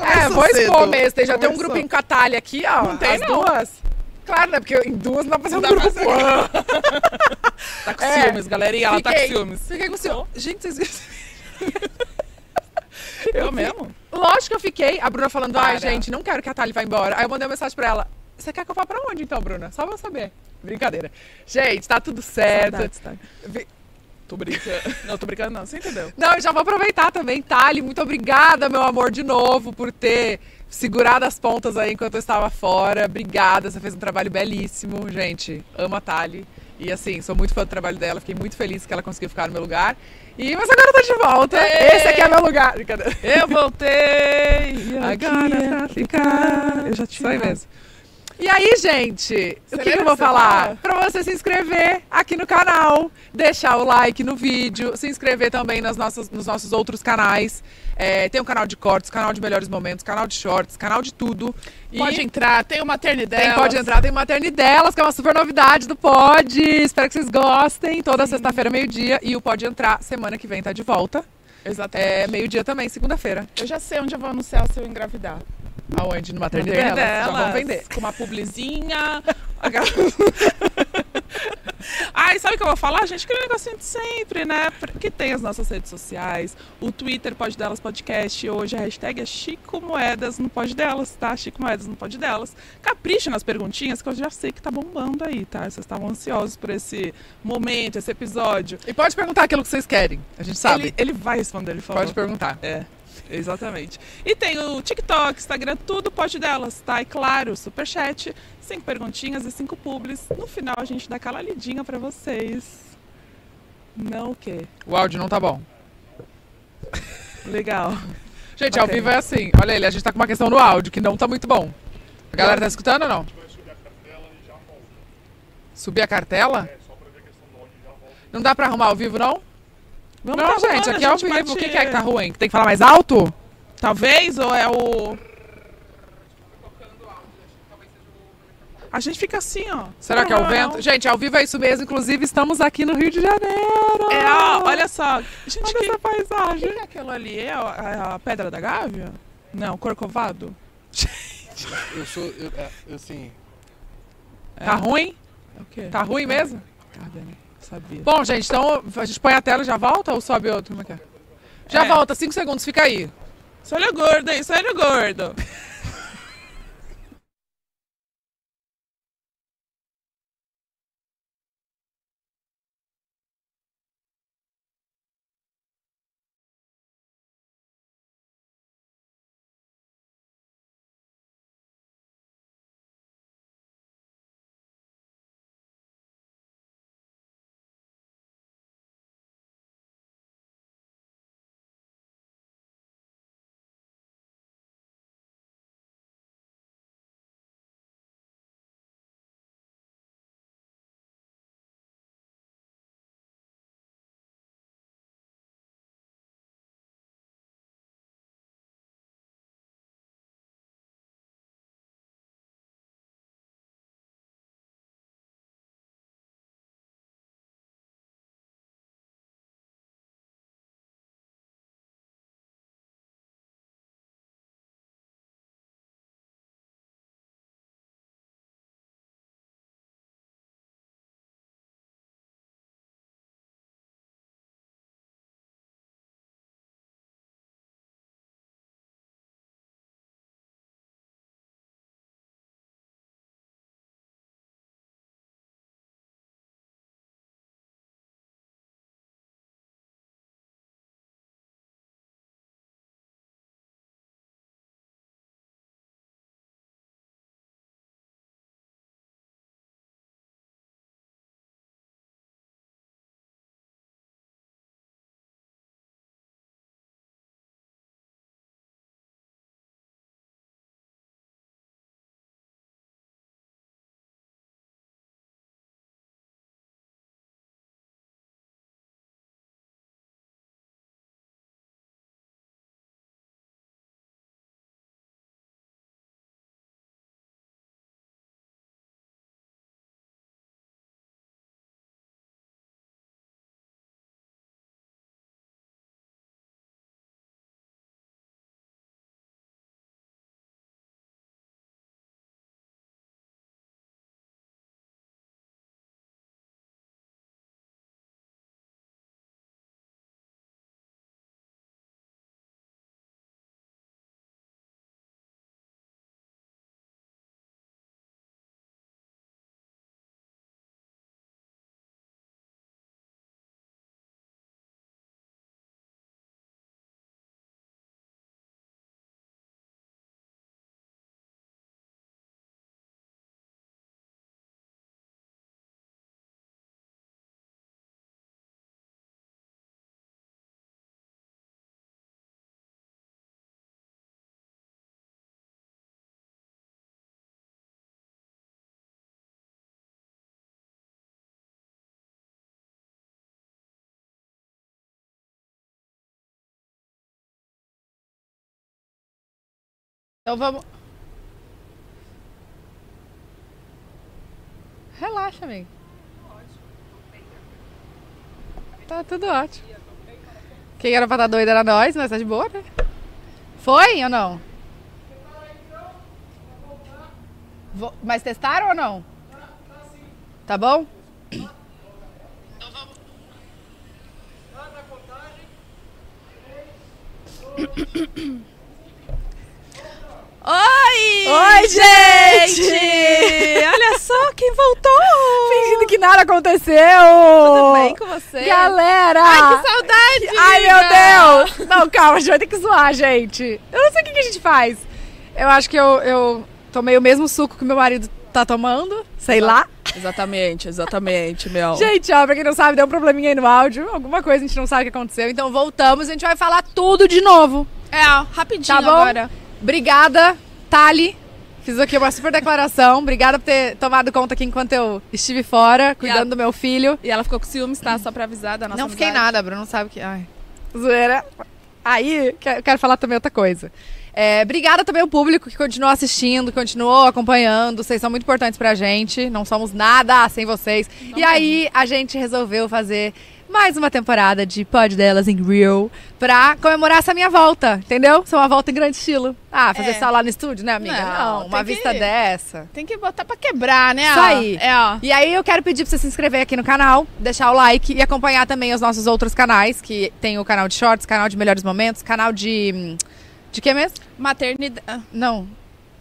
É, vou expor mesmo. Tem, já tem um grupo em Catalha aqui, ó. Não tem, as não. duas. Claro, né? Porque em duas não dá pra fazer um Não dá pra grupo. Tá com É. ciúmes, galerinha. Ela tá com Fiquei- ciúmes. Fiquei com ciúme. Gente, vocês viram? Eu mesmo? Lógico que eu fiquei. A Bruna falando, ai, Para. gente, não quero que a Thali vá embora. Aí eu mandei uma mensagem pra ela. Você quer que eu vá pra onde então, Bruna? Só pra eu saber. Brincadeira. Gente, tá tudo certo. Saudades, tá? Vi- Tô brincando. Não, tô brincando não. Você entendeu? Não, eu já vou aproveitar também, Thali. Muito obrigada, meu amor, de novo, por ter segurado as pontas aí enquanto eu estava fora. Obrigada, você fez um trabalho belíssimo, gente. Amo a Thali. E assim, sou muito fã do trabalho dela, fiquei muito feliz que ela conseguiu ficar no meu lugar. E, mas agora eu tô de volta. Ei! Esse aqui é meu lugar. Brincadeira. Eu voltei! Agora pra é ficar. Eu já te Isso aí amo. mesmo. E aí, gente, o Você que, que lembra eu vou que você falar? fala? Pra você se inscrever aqui no canal, deixar o like no vídeo, se inscrever também nas nossas, nos nossos outros canais. É, tem um canal de cortes, canal de melhores momentos, canal de shorts, canal de tudo. E Pode entrar, tem uma tem, maternidade. pode entrar, tem Materne Delas, que é uma super novidade do Pod. Espero que vocês gostem. Toda sexta-feira, meio-dia. E o Pode Entrar, semana que vem, tá de volta. Exatamente. É, meio-dia também, segunda-feira. Eu já sei onde eu vou anunciar se eu engravidar. Aonde? No Materne Materne Delas. Já vamos vender. Com uma publizinha. aquela- Ai, sabe o que eu vou falar, gente? Aquele negocinho de sempre, né? Que tem as nossas redes sociais. O Twitter Pode Delas Podcast. Hoje a hashtag é Chico Moedas no Pode Delas, tá? Chico Moedas no Pode Delas. Capricha nas perguntinhas que eu já sei que tá bombando aí, tá? Vocês estavam ansiosos por esse momento, esse episódio. E pode perguntar aquilo que vocês querem. A gente sabe. Ele, ele vai responder, ele falou. Pode perguntar. É, exatamente. E tem o TikTok, Instagram, tudo pode delas, tá? E claro, superchat, cinco perguntinhas e cinco publis. No final a gente dá aquela lidinha pra vocês. Não o quê? O áudio não tá bom. Legal. Gente, Não ao tem. vivo é assim. Olha ele, a gente tá com uma questão no áudio que não tá muito bom. A galera tá escutando ou não? Subir a cartela? Não dá pra arrumar ao vivo, não? Vamos não, tá arrumando, gente, a aqui é ao vivo. bate- O que que é que tá ruim? Que Tem que falar mais alto? Talvez, ou é o... A gente fica assim, ó. Será que é o Não, vento? Gente, ao vivo é isso mesmo. Inclusive, estamos aqui no Rio de Janeiro. É, ó, olha só. Gente, Olha que... essa paisagem. O que é aquilo ali? É a, a Pedra da Gávea? Não, Corcovado? Eu sou. Eu, é, eu, assim. Tá ruim? É o quê? Tá ruim mesmo? Tá, né? Sabia. Bom, gente, então a gente põe a tela e já volta ou sobe outro? Como é que é? Já É. volta, 5 segundos, fica aí. Você olha gordo, hein? Você olha gordo. Então vamos. Relaxa, amigo. Tá tudo ótimo. Quem era pra estar doido era nós, mas tá de boa, né? Foi ou não? Vo- Mas testaram ou não? Tá bom? Oi! Oi, gente! Olha só quem voltou! Fingindo que nada aconteceu! Tudo bem com você? Galera! Ai, que saudade! Ai, meu Deus! Não, calma, a gente vai ter que zoar, gente. Eu não sei o que, que a gente faz. Eu acho que eu, eu tomei o mesmo suco que meu marido tá tomando, sei lá. Exatamente, exatamente, Mel. Gente, ó, pra quem não sabe, deu um probleminha aí no áudio. Alguma coisa a gente não sabe o que aconteceu. Então voltamos, a gente vai falar tudo de novo. é, ó, rapidinho Tá bom? agora. Obrigada, Tali. Fiz aqui uma super declaração. Obrigada por ter tomado conta aqui enquanto eu estive fora, cuidando do meu filho. E ela ficou com ciúmes, tá? Só pra avisar da nossa não fiquei amizade. nada, Bruno, não sabe o que. Ai. Zoeira. Aí, que- eu quero falar também outra coisa. É, obrigada também ao público que continuou assistindo, continuou acompanhando. Vocês são muito importantes pra gente. Não somos nada sem vocês. e aí, a gente resolveu fazer mais uma temporada de Pod Delas em Real pra comemorar essa minha volta, entendeu? Ser uma volta em grande estilo. Ah, fazer É. só lá no estúdio, né, amiga? Não, Não, uma tem vista que- dessa. Tem que botar pra quebrar, né? Isso ó? aí. É, ó. E aí eu quero pedir pra você se inscrever aqui no canal, deixar o like e acompanhar também os nossos outros canais, que tem o canal de shorts, canal de melhores momentos, canal de. hum, De que mesmo? Maternidade. Não.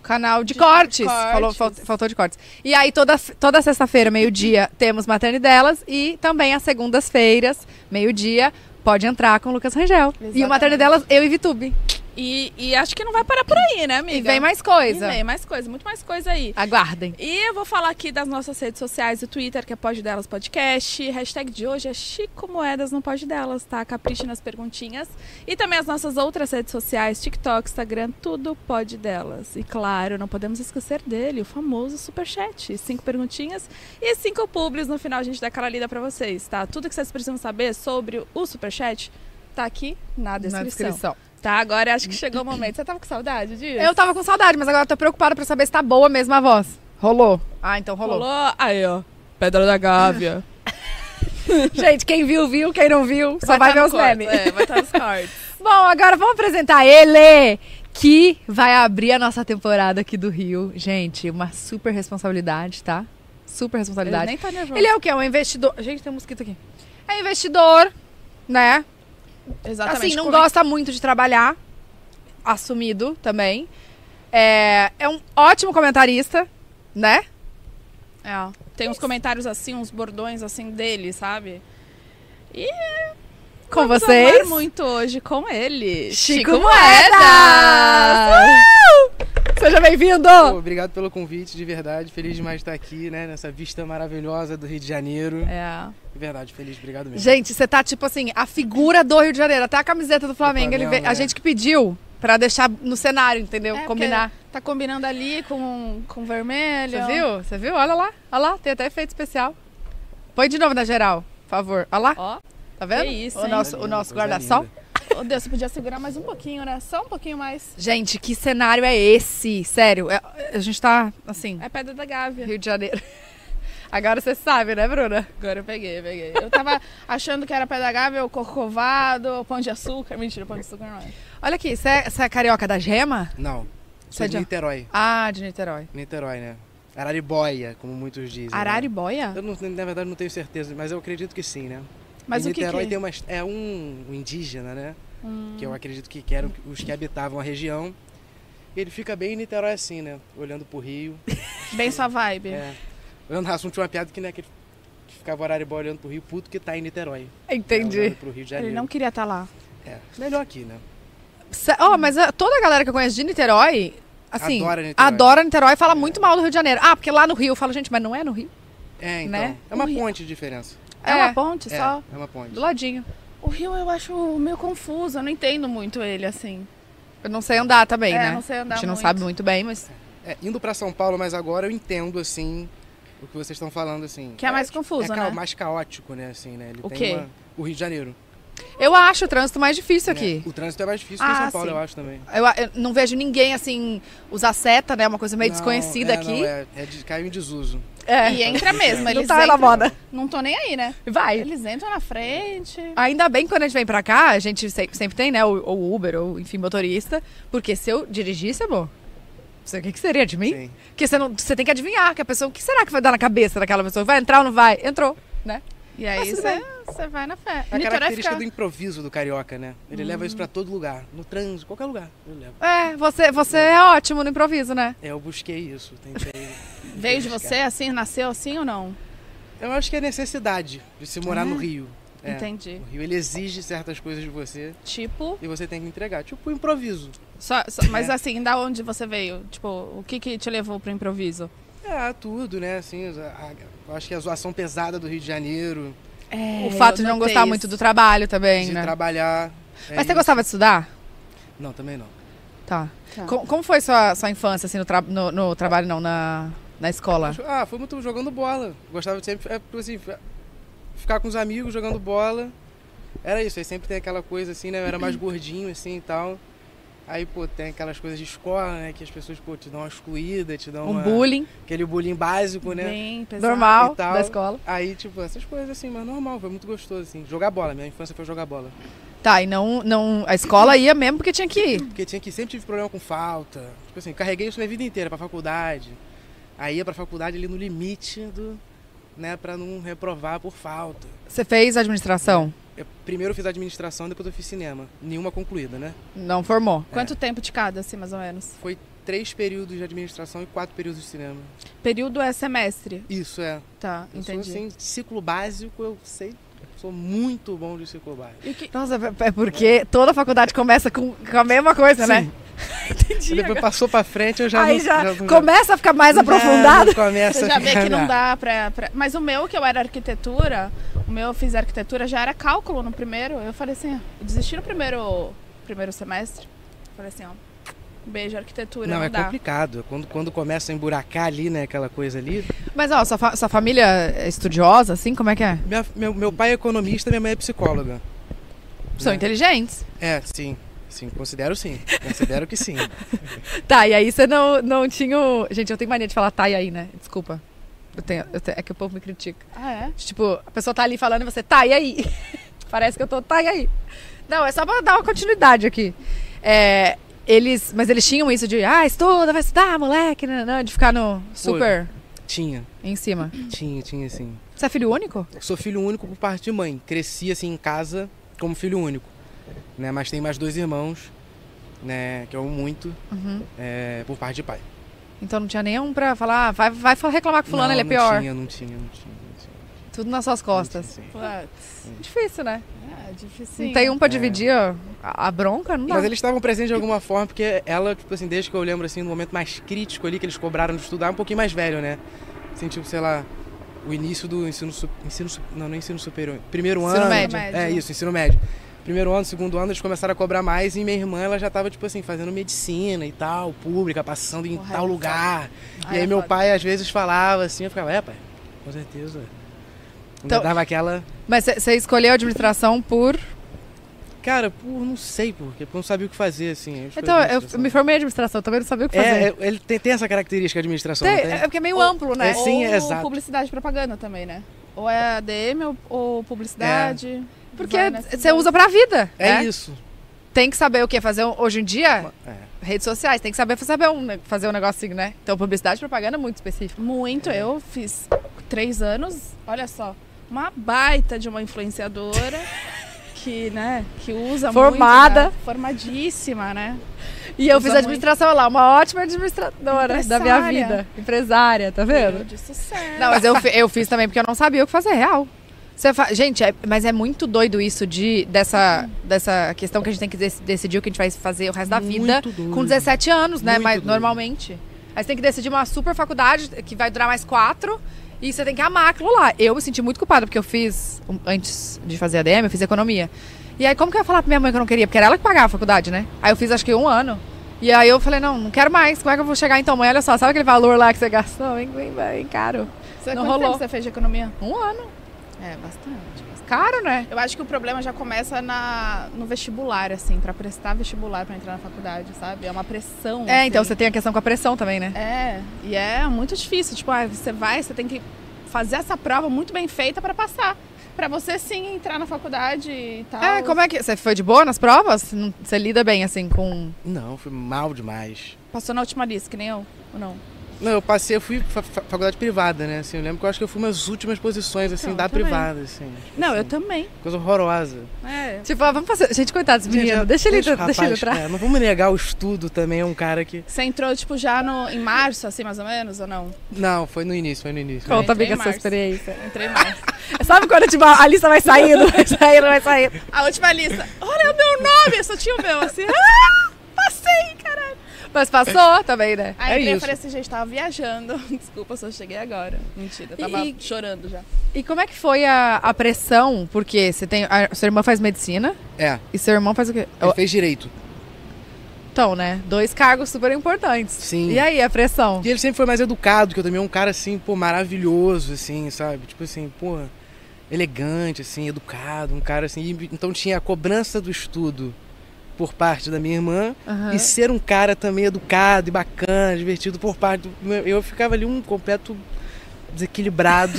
Canal de, cortes. cortes. Falou, fal- faltou de cortes. E aí, toda, toda sexta-feira, meio-dia, temos Maternidelas. E também às segundas-feiras, meio-dia, pode entrar com o Lucas Rangel. E o Exatamente. Maternidelas, eu e Vitube. E, e acho que não vai parar por aí, né, amiga? E vem mais E coisa. vem mais coisa, muito mais coisa aí. Aguardem. E eu vou falar aqui das nossas redes sociais, o Twitter, que é Pode Delas Podcast. Hashtag de hoje é Chico Moedas não Pode Delas, tá? Capriche nas perguntinhas. E também as nossas outras redes sociais, TikTok, Instagram, tudo Pode Delas. E claro, não podemos esquecer dele, o famoso Superchat. Cinco perguntinhas e cinco publis. No final a gente dá aquela lida pra vocês, tá? Tudo que vocês precisam saber sobre o Superchat tá aqui na descrição. Na descrição. Tá, agora acho que chegou o momento. Você tava com saudade disso? Eu tava com saudade, mas agora eu tô preocupada pra saber se tá boa mesmo a voz. Rolou. Ah, então rolou. Rolou. Aí, ó. Pedra da Gávea. Gente, quem viu, viu. Quem não viu, só vai, tá ver no os corte, memes. É, vai estar nos cortes. Bom, agora vamos apresentar ele, que vai abrir a nossa temporada aqui do Rio. Gente, uma super responsabilidade, tá? Super Ele responsabilidade. nem tá nervoso. Ele é o quê? Um investidor. Gente, tem um mosquito aqui. É investidor, né? Exatamente. Assim, não convi- gosta muito de trabalhar. Assumido também. É, é um ótimo comentarista, né? É, ó. Tem uns comentários assim, uns bordões assim dele, sabe? Com Vamos um amar vocês. muito hoje com ele. Chico, Moedas! Uh! Seja bem-vindo! Pô, obrigado pelo convite, de verdade. Feliz demais de estar aqui, né? Nessa vista maravilhosa do Rio de Janeiro. É. De verdade, feliz, obrigado mesmo. Gente, você tá tipo assim, a figura do Rio de Janeiro, até a camiseta do Flamengo, ele Flamengo, veio- a é. gente que pediu pra deixar no cenário, entendeu? É, porque é Combinar. Tá combinando ali com, com vermelho. Você viu? Você viu? Olha lá, olha lá, tem até efeito especial. Põe de novo na geral, por favor. Olha lá, Ó, tá vendo? que isso, o hein? nosso, o Coisa nosso linda, coisa guarda-sol. linda. oh, Deus, você podia segurar mais um pouquinho, né? Só um pouquinho mais. Gente, que cenário é esse? Sério, é- a gente tá assim, É Pedra da Gávea. Rio de Janeiro. Agora você sabe, né, Bruna? Agora eu peguei, eu peguei. Eu tava achando que era Pedra da Gávea, o Corcovado, o Pão de Açúcar. Mentira, Pão de Açúcar não é. Olha aqui, você é, você é carioca da gema? Não, sou de Sadião. Niterói. Ah, de Niterói. Niterói, né? Araribóia, como muitos dizem. né? Araribóia? Eu, não, na verdade, não tenho certeza, mas eu acredito que sim, né? Mas Em o que Niterói que... Hum. tem uma, é um, um indígena, né? Que eu acredito que eram os que habitavam a região. E ele fica bem em Niterói assim, né? Olhando pro rio. Bem sua vibe. É. Olhando o assunto tinha uma piada que, né, que ele ficava Araribóia olhando pro rio, puto que tá em Niterói. Né? Entendi. Olhando pro Rio de Ele Janeiro. não queria estar lá. É, melhor aqui, né? Sé- ó, mas ah, toda a galera que eu conheço de Niterói, assim, Adora adora Niterói. Niterói, e fala muito mal do Rio de Janeiro. Ah, porque lá no Rio eu falo, gente, mas não é no Rio? É, então. Né? É uma O Rio- ponte de diferença. É, uma ponte É, só. é uma ponte. Do ladinho. O Rio eu acho meio confuso, eu não entendo muito ele assim. Eu não sei andar também, é, né? não sei andar a gente não muito. sabe muito bem, mas. É, indo pra São Paulo, mas agora eu entendo, assim, o que vocês estão falando, assim. Que é mais confuso, é ca- né? mais caótico, né, assim, né? Ele O tem quê? uma- O Rio de Janeiro. Eu acho o trânsito mais difícil aqui. O trânsito é mais difícil Ah, que em São Paulo, sim. eu acho também. Eu, eu não vejo ninguém, assim, usar seta, né? Uma coisa meio Não, desconhecida é, aqui. Não, é, é de, caiu em desuso. É. E entra mesmo, Não eles tá na entram- moda. Não tô nem aí, né? Vai. Eles entram na frente. Ainda bem que quando a gente vem pra cá, a gente se- sempre tem, né? Ou, ou Uber, ou enfim, motorista. Porque se eu dirigisse, amor, não sei o que, que seria de mim. Sim. Porque você, não, você tem que adivinhar que a pessoa, o que será que vai dar na cabeça daquela pessoa? Vai entrar ou não vai? Entrou, né? E aí tudo você você vai na fé. É A Niterói característica fica- Hum. do improviso do carioca, né? Ele leva isso pra todo lugar. No trânsito, qualquer lugar. Eu levo. É, você, você é ótimo no improviso, né? É, eu busquei isso. Tentei. Veio de você assim, nasceu assim ou não? Eu acho que é necessidade de se morar Uhum. no Rio. É. Entendi. O Rio ele exige certas coisas de você Tipo, e você tem que entregar. Tipo o improviso. só- só- mas assim, da onde você veio? Tipo, o que que te levou pro improviso? É, tudo, né? Assim, a- a- eu acho que a zoação pesada do Rio de Janeiro, É, o fato de não gostar muito do trabalho também, de né? trabalhar. é Mas você isso. gostava de estudar? Não, também não. Tá. Tá. Co- como foi sua, sua infância, assim, no, tra- no- no trabalho, não, na, na escola? Ah, foi muito jogando bola. Gostava de sempre, é, tipo assim, fi- ficar com os amigos jogando bola. Era isso, aí sempre tem aquela coisa assim, né? Eu era mais gordinho assim e tal. Aí, pô, tem aquelas coisas de escola, né? Que as pessoas, pô, te dão uma excluída, te dão Um uma- bullying aquele bullying básico, né? Bem pesado. normal e tal. da escola. Aí, tipo, essas coisas assim, mas normal, foi muito gostoso, assim. Jogar bola, minha infância foi jogar bola. Tá, e não, não. A escola ia mesmo porque tinha que ir. Porque tinha que sempre tive problema com falta. Tipo assim, carreguei isso minha vida inteira pra faculdade. Aí ia pra faculdade ali no limite do. né, pra não reprovar por falta. Você fez administração? Eu primeiro eu fiz administração, depois eu fiz cinema. Nenhuma concluída, né? Não formou. Quanto tempo de cada, assim, mais ou menos? Foi três períodos de administração e quatro períodos de cinema. Período é semestre. Isso é. Tá, Eu entendi. sou assim, ciclo básico, eu sei. Sou muito bom de ciclo básico. E o que... Nossa, é porque toda faculdade começa com, com a mesma coisa, né? Aí Depois passou pra frente, eu já Aí não, já, É, não- começa a ficar mais já aprofundado. não começa Você a já vê que ficar- não dá pra, pra- Mas o meu, que eu era arquitetura, o meu eu fiz arquitetura, já era cálculo no primeiro. Eu falei assim, eu desisti no primeiro, primeiro semestre. Falei assim, ó, beijo, arquitetura, não, Não, é dá. complicado. Quando, quando começa a emburacar ali, né, aquela coisa ali. Mas ó, sua, fa- sua família é estudiosa, assim, como é que é? Minha- meu, meu pai é economista, minha mãe é psicóloga. São Né? inteligentes. É, sim. Sim, considero sim. Considero que sim. Tá, e aí você não, não tinha. o- Gente, eu tenho mania de falar tá e aí, né? Desculpa. Eu tenho, eu tenho- é que o povo me critica. Ah, é? Tipo, a pessoa tá ali falando e você tá e aí. Parece que eu tô tá e aí. Não, é só pra dar uma continuidade aqui. É, eles, mas eles tinham isso de, ah, estuda, vai estudar, moleque, né, né, de ficar no super Tinha, em cima. tinha, tinha sim. Você é filho único? Sou filho único por parte de mãe. Cresci assim em casa como filho único. Né? Mas tem mais dois irmãos, né, que eu amo muito, Uhum. é, por parte de pai. Então não tinha nenhum pra falar, ah, vai, vai falar- reclamar com fulano, não, ele é pior. Não tinha, não tinha, não tinha. Não tinha, não Tudo nas suas costas. tinha, sim. Putz, Difícil, né? é difícil. Não tem um pra É. dividir ó, a, a bronca, não dá. Mas eles estavam presentes de alguma forma, porque ela, tipo assim, desde que eu lembro, assim, no momento mais crítico ali que eles cobraram de estudar, um pouquinho mais velho, né? Assim, tipo, sei lá, o início do ensino, su- ensino su- não, não é ensino superior, primeiro Ensino ano. médio. É isso, ensino médio. Primeiro ano, segundo ano, eles começaram a cobrar mais e minha irmã, ela já tava, tipo assim, fazendo medicina e tal, pública, passando em Porra, é tal foda. lugar. Ah, e é aí meu foda. pai, às vezes, falava assim, eu ficava, é, pai, com certeza. Então, Então- dava aquela... Mas você escolheu a administração por. Cara, por, não sei por quê, porque eu não sabia o que fazer, assim. escolhi Então, eu administração. me formei em administração, também não sabia o que fazer. É, é, ele tem, tem essa característica de administração, Tem- não tem? é porque é meio Ou- amplo, né? É, sim, ou é exato. publicidade e propaganda também, né? Ou é ADM ou, ou publicidade. Porque Vai nessa você usa pra vida. É, né? isso. Tem que saber o que fazer um- hoje em dia, É. redes sociais, tem que saber saber um, ne- fazer um negocinho, né? Então, publicidade e propaganda é muito específico. Muito, eu fiz três anos, olha só, uma baita de uma influenciadora que, né, que usa Formada. muito. né? Formadíssima, né? E eu Usa fiz administração olha lá, uma ótima administradora da minha Empresária. vida. Empresária, tá É. vendo? De sucesso. Não, mas eu, fi- eu fiz também porque eu não sabia o que fazer real. Você fa- Gente, é- mas é muito doido isso de, dessa, dessa questão que a gente tem que dec- decidir o que a gente vai fazer o resto da vida Muito doido. com 17 anos, né? Muito Mas doido. normalmente. Aí você tem que decidir uma super faculdade que vai durar mais quatro e você tem que amar aquilo lá. Eu me senti muito culpada porque eu fiz, um- antes de fazer ADM, eu fiz economia. E aí como que eu ia falar pra minha mãe que eu não queria? Porque era ela que pagava a faculdade, né? Aí eu fiz acho que um ano. E aí eu falei, não, não quero mais. Como é que eu vou chegar então, mãe? Olha só, sabe aquele valor lá que você gastou? Hein, hein, hein, caro. Você, não quanto tempo rolou. você fez de economia? Um ano. É, bastante. bastante. Caro, né? Eu acho que o problema já começa na, no vestibular, assim, pra prestar vestibular pra entrar na faculdade, sabe? É uma pressão. É, então assim. você tem a questão com a pressão também, né? É, e é muito difícil. Tipo, ah, você vai, você tem que fazer essa prova muito bem feita pra passar. Pra você sim entrar na faculdade e tal. É, como é que. Você foi de boa nas provas? Não- Você lida bem, assim, com. Não, foi mal demais. Passou na última lista, que nem eu, ou não? Não, eu passei, eu fui fa- fa- faculdade privada, né? Assim, eu lembro que eu acho que eu fui umas últimas posições, assim, Então, da eu também. privada, assim. Tipo Não, assim, eu também. Coisa horrorosa. É. Tipo, ah, vamos fazer. Gente, coitado desse menino. Gente, deixa ele, deixa o deixa ele rapaz, entrar. é, não vamos negar o estudo também, é um cara que... Você entrou, tipo, já no, em março, assim, mais ou menos, ou não? Não, foi no início, foi no início. né? Conta, entrei amiga, em a sua março. experiência. Entrei em março. Sabe quando tipo, a lista vai saindo, vai saindo, vai saindo? A última lista. Olha o meu nome, eu só tinha o meu, assim. Ah, passei, caralho. Mas passou também, né? Aí É entrei, eu isso. falei assim, gente, tava viajando. Desculpa, eu só cheguei agora. Mentira, eu tava E- chorando já. E como é que foi a, a pressão? Porque você tem. A sua irmã faz medicina É, e seu irmão faz o quê? ele fez direito. Então, né? Dois cargos super importantes. Sim. E aí, a pressão? E ele sempre foi mais educado, que eu também é um cara, assim, pô, maravilhoso, assim, sabe? Tipo assim, porra, elegante, assim, educado, um cara assim. E, então tinha a cobrança do estudo por parte da minha irmã Aham. e ser um cara também educado e bacana, divertido por parte do. meu- Eu ficava ali um completo desequilibrado,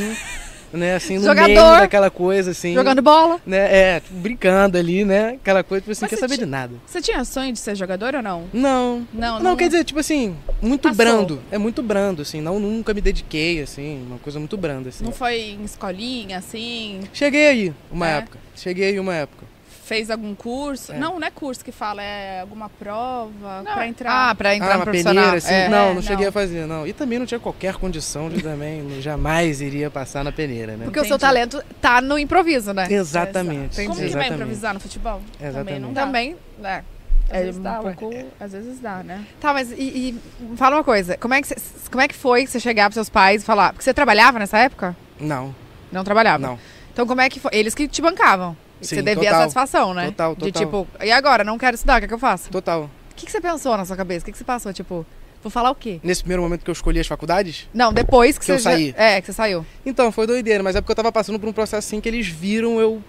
né? Assim, no meio Jogador. daquela coisa, assim. Jogando bola? Né, é, tipo, brincando ali, né? Aquela coisa, tipo assim, Mas quer você saber ti- de nada. Você tinha sonho de ser jogador ou não? Não, Não, não, quer dizer, tipo assim, muito Passou. brando. É muito brando, assim. Não, nunca me dediquei, assim. Uma coisa muito branda, assim. Não foi em escolinha, assim? Cheguei aí uma É. época. Cheguei aí uma época. Fez algum curso? É. Não, não é curso que fala, é alguma prova pra entrar. Ah, pra entrar ah, no uma profissional. peneira, assim. é. Não, É, não cheguei não. a fazer, não. E também não tinha qualquer condição de também. não- jamais iria passar na peneira, né? Porque o seu Entendi. talento tá no improviso, né? Exatamente. é, Como que vai exatamente. improvisar no futebol? Também não Exatamente. dá. Também, né? Às É vezes um dá, um pouco- pouco... Às vezes dá, né? Tá, mas e, e fala uma coisa, como é, que cê- como é que foi você chegar pros seus pais e falar? Porque você trabalhava nessa época? Não, Não trabalhava. não. Então como é que foi? Eles que te bancavam. E Sim, você devia a total. satisfação, né? Total, De total. tipo, e agora? Não quero estudar, o que, é que eu faço? Total. O que, que você pensou na sua cabeça? O que, que você passou? Tipo, vou falar o quê? Nesse primeiro momento que eu escolhi as faculdades, Não, depois que, Que você eu já- saí. É, que você saiu. Então, foi doideira, mas é porque eu tava passando por um processo assim que eles viram eu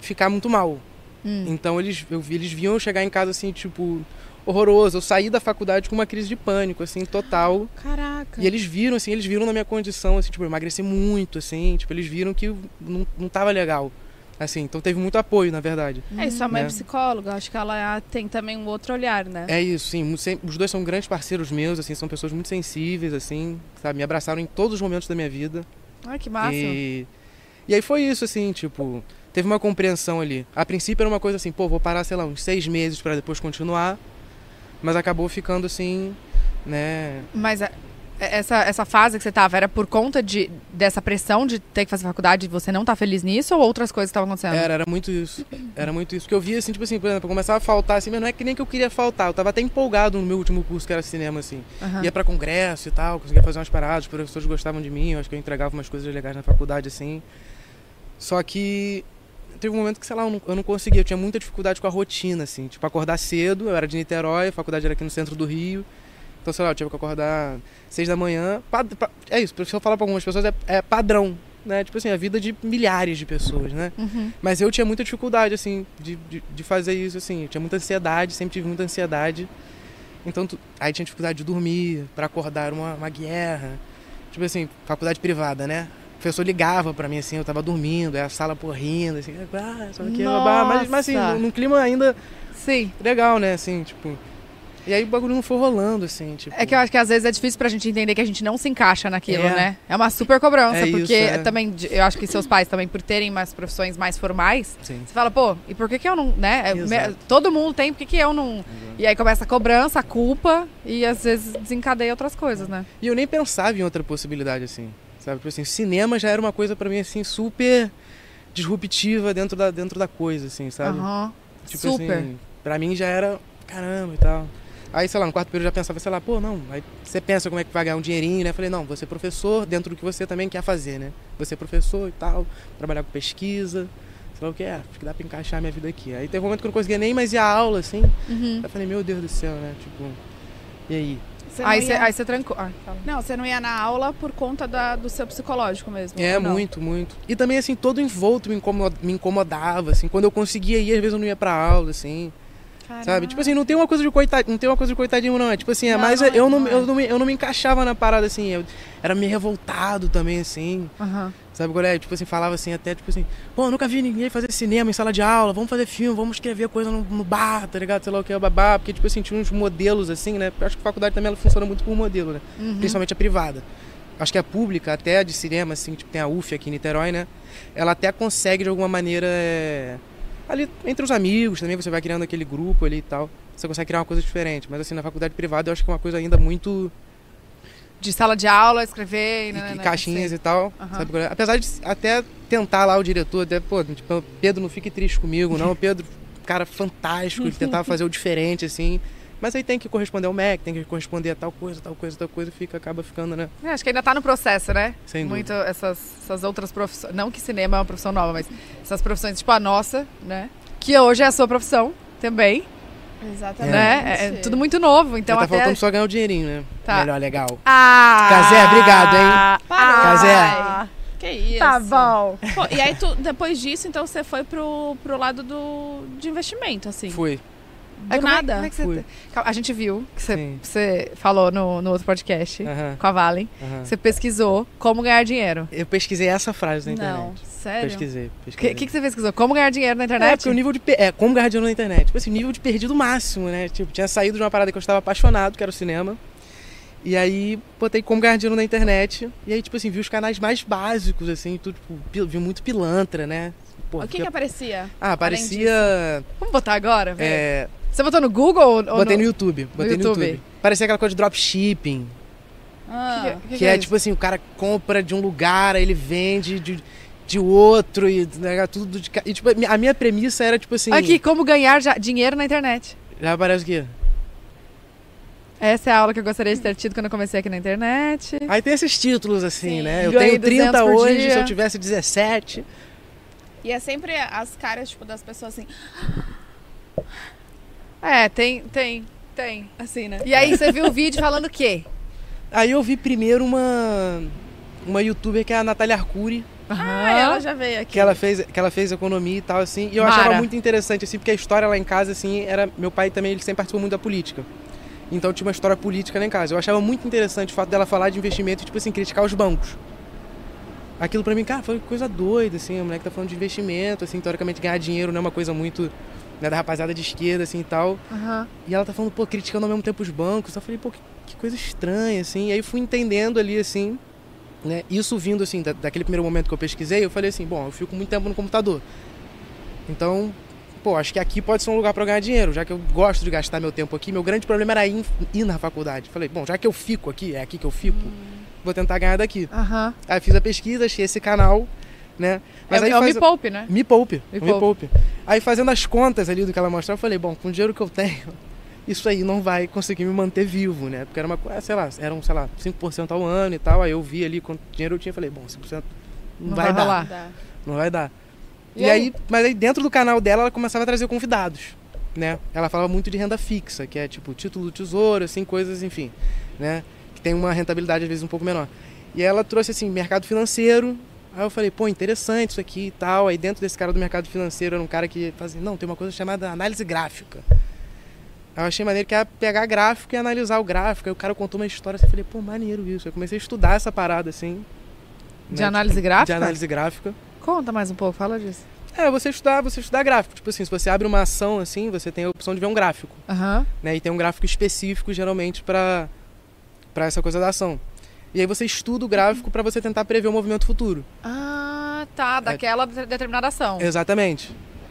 ficar muito mal. Hum. Então eles, eu vi- eles viam eu chegar em casa assim, tipo, horroroso. Eu saí da faculdade com uma crise de pânico, assim, total. Caraca. E eles viram, assim, eles viram na minha condição, assim, tipo, eu emagreci muito, assim, tipo, eles viram que eu não, não tava legal. Assim, então teve muito apoio, na verdade. É, e sua mãe é Né? psicóloga, acho que ela tem também um outro olhar, né? É isso, sim. mu- sem- Os dois são grandes parceiros meus, assim, são pessoas muito sensíveis, assim, sabe? Me abraçaram em todos os momentos da minha vida. Ai, que massa. E, e aí foi isso, assim, tipo, teve uma compreensão ali. A princípio era uma coisa assim, pô, vou parar, sei lá, uns seis meses pra depois continuar. Mas acabou ficando assim, né? Mas é, essa, essa fase que você tava era por conta de, dessa pressão de ter que fazer faculdade e você não tá feliz nisso ou outras coisas que estavam acontecendo? Era, era muito isso. Era muito isso. Porque eu via, assim, tipo assim, por exemplo, eu começava a faltar, assim, mas não é que nem que eu queria faltar. Eu tava até empolgado no meu último curso, que era cinema, assim. Aham. Ia pra congresso e tal, conseguia fazer umas paradas, os professores gostavam de mim, eu acho que eu entregava umas coisas legais na faculdade, assim. Só que teve um momento que, sei lá, eu não, eu não conseguia, eu tinha muita dificuldade com a rotina, assim. Tipo, acordar cedo, eu era de Niterói, a faculdade era aqui no centro do Rio. Então, sei lá, eu tinha que acordar seis da manhã. Pad- pa- é isso, se eu falar pra algumas pessoas, é, é padrão, né? Tipo assim, a vida de milhares de pessoas, né? Uhum. Mas eu tinha muita dificuldade, assim, de, de, de fazer isso, assim. Eu tinha muita ansiedade, sempre tive muita ansiedade. Então, tu- aí tinha dificuldade de dormir, pra acordar era uma, uma guerra. Tipo assim, faculdade privada, né? O professor ligava pra mim, assim, eu tava dormindo, aí a sala porrindo, assim, ah, sabe o que, babá. Mas, mas assim, Nossa! num, num clima ainda Sim. legal, né, assim, tipo... E aí o bagulho não foi rolando, assim, tipo... É que eu acho que às vezes é difícil pra gente entender que a gente não se encaixa naquilo, É. né? É uma super cobrança, É isso, porque é. também de- eu acho que seus pais também, por terem mais profissões mais formais, Sim. você fala, pô, e por que, que eu não, né? É, me- Exato. Todo mundo tem, por que, que eu não? E aí começa a cobrança, a culpa, e às vezes desencadeia outras coisas, né? E eu nem pensava em outra possibilidade, assim. Sabe? Tipo assim, cinema já era uma coisa pra mim, assim, super disruptiva dentro da, dentro da coisa, assim, sabe? Aham. Tipo Super. assim, pra mim já era caramba e tal. Aí, sei lá, no quarto período eu já pensava, sei lá, pô, não, aí você pensa como é que vai ganhar um dinheirinho, né? Eu Falei, não, você é professor dentro do que você também quer fazer, né? Você é professor e tal, trabalhar com pesquisa, sei lá o que é, acho que dá pra encaixar a minha vida aqui. Aí teve um momento que eu não conseguia nem mais ir à aula, assim. Uhum. Aí eu falei, meu Deus do céu, né? Tipo, e aí? Você não Aí é. você ia- aí você trancou. Ah, fala. Não, você não ia na aula por conta da- do seu psicológico mesmo. É, ou não? muito, muito. E também, assim, todo envolto me, incomo- me incomodava, assim. Quando eu conseguia ir, às vezes eu não ia pra aula, assim. Sabe? Tipo assim, não tem uma coisa de coitadinho, não tem uma coisa de coitadinho, não. É tipo assim, é Não, mais. não é, eu, não, não é. eu, não me, eu não me encaixava na parada, assim. Eu era meio revoltado também, assim. Aham. Sabe qual é? Tipo assim, falava assim, até tipo assim, pô, eu nunca vi ninguém fazer cinema em sala de aula, vamos fazer filme, vamos escrever coisa no, no bar, tá ligado? Sei lá o que é babá, porque tipo assim, tinha uns modelos assim, né? Eu acho que a faculdade também ela funciona muito por modelo, né? Principalmente a privada. Acho que a pública, até a de cinema, assim, tipo, tem a UF aqui em Niterói, né? Ela até consegue de alguma maneira. é, Ali entre os amigos também, você vai criando aquele grupo ali e tal. Você consegue criar uma coisa diferente. Mas assim, na faculdade privada eu acho que é uma coisa ainda muito De sala de aula, escrever. e- né, né, e né, caixinhas sei. e tal. Aham. sabe qual é? Apesar de até tentar lá o diretor, até, pô, tipo, Pedro, não fique triste comigo, não. Pedro, cara fantástico, ele tentava fazer o diferente, assim. Mas aí tem que corresponder ao MEC, tem que corresponder a tal coisa, tal coisa, tal coisa, fica, acaba ficando, né? É, acho que ainda tá no processo, né? Sem Muito essas, essas outras profissões. Não que cinema é uma profissão nova, mas essas profissões, tipo a nossa, né? Que hoje é a sua profissão também, Exatamente. né? É, é tudo muito novo, então Já tá até... faltando só ganhar o dinheirinho, né? Tá. Melhor, legal. Ah! Cazé, obrigado, hein? Parou. Cazé. Que isso. Tá bom. Pô, e aí, tu, depois disso, então, você foi pro, pro lado do, de investimento, assim. Fui. Do Aí, como é- nada. como é que você- Fui. Calma, A gente viu que você, Sim. você falou no, no outro podcast Aham, com a Valen. aham. Você pesquisou como ganhar dinheiro. Eu pesquisei essa frase na Não, internet. sério? Pesquisei, O que, pesquisei. que, que você pesquisou? Como ganhar dinheiro na É, internet? porque o nível de. pe- É, como ganhar dinheiro na internet? Tipo assim, o nível de perdido máximo, né? Tipo, tinha saído de uma parada que eu estava apaixonado, que era o cinema. E aí, botei como ganhar dinheiro na internet. E aí, tipo assim, vi os canais mais básicos, assim, tudo, tipo, pil- vi muito pilantra, né? Pô, O que que porque- aparecia? Ah, parecia. Vamos botar agora? velho? é, Você botou no Google ou, ou botei no YouTube. Botei no YouTube. YouTube. Parecia aquela coisa de dropshipping. Ah, Que, Que, que é, isso? tipo assim, o cara compra de um lugar, aí ele vende de, de outro, e né, tudo de. ca- E tipo, a minha premissa era, tipo assim. Aqui, como ganhar ja- dinheiro na internet. Já aparece o quê? Essa é a aula que eu gostaria de ter tido quando eu comecei aqui na internet. Aí tem esses títulos, assim, Sim. né? Eu Ganhei tenho 30 200 por hoje, dia. se eu tivesse 17. E é sempre as caras, tipo, das pessoas assim, É, tem, tem, tem. assim, né? E aí, você viu o vídeo falando o quê? Aí eu vi primeiro uma uma youtuber que é a Natália Arcuri, Ah, ela já veio aqui. que ela fez, que ela fez economia e tal, assim. E eu achava Mara. muito interessante, assim, porque a história lá em casa, assim, era. Meu pai também, ele sempre participou muito da política. Então tinha uma história política lá em casa. Eu achava muito interessante o fato dela falar de investimento e, tipo assim, criticar os bancos. Aquilo pra mim, cara, foi coisa doida, assim, a moleque tá falando de investimento, assim, teoricamente ganhar dinheiro não é uma coisa muito né, da rapaziada de esquerda, assim, e tal. Aham. E ela tá falando, pô, criticando ao mesmo tempo os bancos. Eu falei, pô, que, que coisa estranha, assim. E aí fui entendendo ali, assim, né? Isso vindo, assim, da- daquele primeiro momento que eu pesquisei, eu falei assim, bom, eu fico muito tempo no computador. Então, pô, acho que aqui pode ser um lugar pra eu ganhar dinheiro, já que eu gosto de gastar meu tempo aqui. Meu grande problema era ir, ir na faculdade. Falei, bom, já que eu fico aqui, é aqui que eu fico, Hum. vou tentar ganhar daqui. Aham. Aí fiz a pesquisa, achei esse canal, né? É, o- aí é o faz- Me Poupe, né? me poupe, Me me, poupe. Aí fazendo as contas ali do que ela mostrava, eu falei, bom, com o dinheiro que eu tenho, isso aí não vai conseguir me manter vivo, né? Porque era uma coisa, sei lá, eram, sei lá, 5% ao ano e tal. Aí eu vi ali quanto dinheiro eu tinha, falei, bom, 5% não, Não vai, vai dar, rolar. Dá. não vai dar. E E, aí? mas aí dentro do canal dela, ela começava a trazer convidados, né? Ela falava muito de renda fixa, que é tipo título do tesouro, assim, coisas, enfim, né? Que tem uma rentabilidade às vezes um pouco menor. E ela trouxe assim, mercado financeiro. Aí eu falei, pô, interessante isso aqui e tal. Aí dentro desse cara do mercado financeiro era um cara que fazia, não, tem uma coisa chamada análise gráfica. Aí eu achei maneiro que era pegar gráfico e analisar o gráfico. Aí o cara contou uma história, assim, eu falei, pô, maneiro isso. Eu comecei a estudar essa parada, assim. De análise gráfica? De análise gráfica. Conta mais um pouco, fala disso. É, você estudar, você estudar gráfico. Tipo assim, se você abre uma ação assim, você tem a opção de ver um gráfico, Aham. né? E tem um gráfico específico geralmente para para essa coisa da ação. E aí você estuda o gráfico para você tentar prever o movimento futuro. Ah, tá. Daquela de- determinada ação. Exatamente.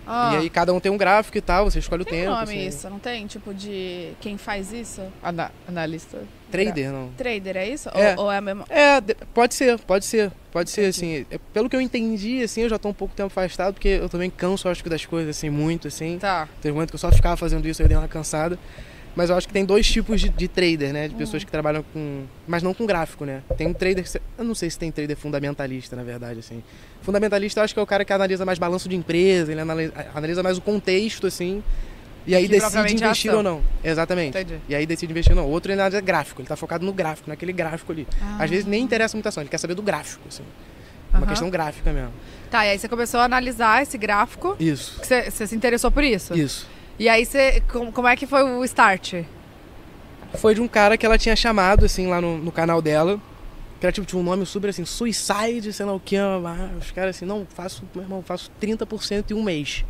Ah. E aí cada um tem um gráfico e tal, você escolhe o Tem tempo. nome assim. isso, não tem? Tipo, de quem faz isso? Ana- analista. Trader, não. Trader, é isso? É. Ou, ou é a mesma? É, de- pode ser, pode ser. Pode ser, assim. É, Pelo que eu entendi, assim, eu já tô um pouco tempo afastado, porque eu também canso, acho que, das coisas, assim, muito, assim. Tá. Teve um momento que eu só ficava fazendo isso, aí eu dei uma cansada. Mas eu acho que tem dois tipos de, de trader, né? De pessoas que trabalham com. Mas não com gráfico, né? Tem um trader. que se- Eu não sei se tem trader fundamentalista, na verdade, assim. Fundamentalista eu acho que é o cara que analisa mais balanço de empresa, ele analisa, analisa mais o contexto, assim. E aí Que decide propriamente é investir ação. ou não. Exatamente. Entendi. E aí decide investir ou não. O outro ele nada é gráfico, ele tá focado no gráfico, naquele gráfico ali. Às vezes nem interessa a mutação, ele quer saber do gráfico, assim. Uma Ah. Aham. questão gráfica mesmo. Tá, e aí você começou a analisar esse gráfico, Isso. que você você se interessou por isso. Isso. E aí você, com- como é que foi o start? Foi de um cara que ela tinha chamado, assim, lá no, no canal dela. Que era tipo, tinha um nome super assim, suicide, sei lá o que. Os caras assim, não, faço, meu irmão, faço 30% em um mês.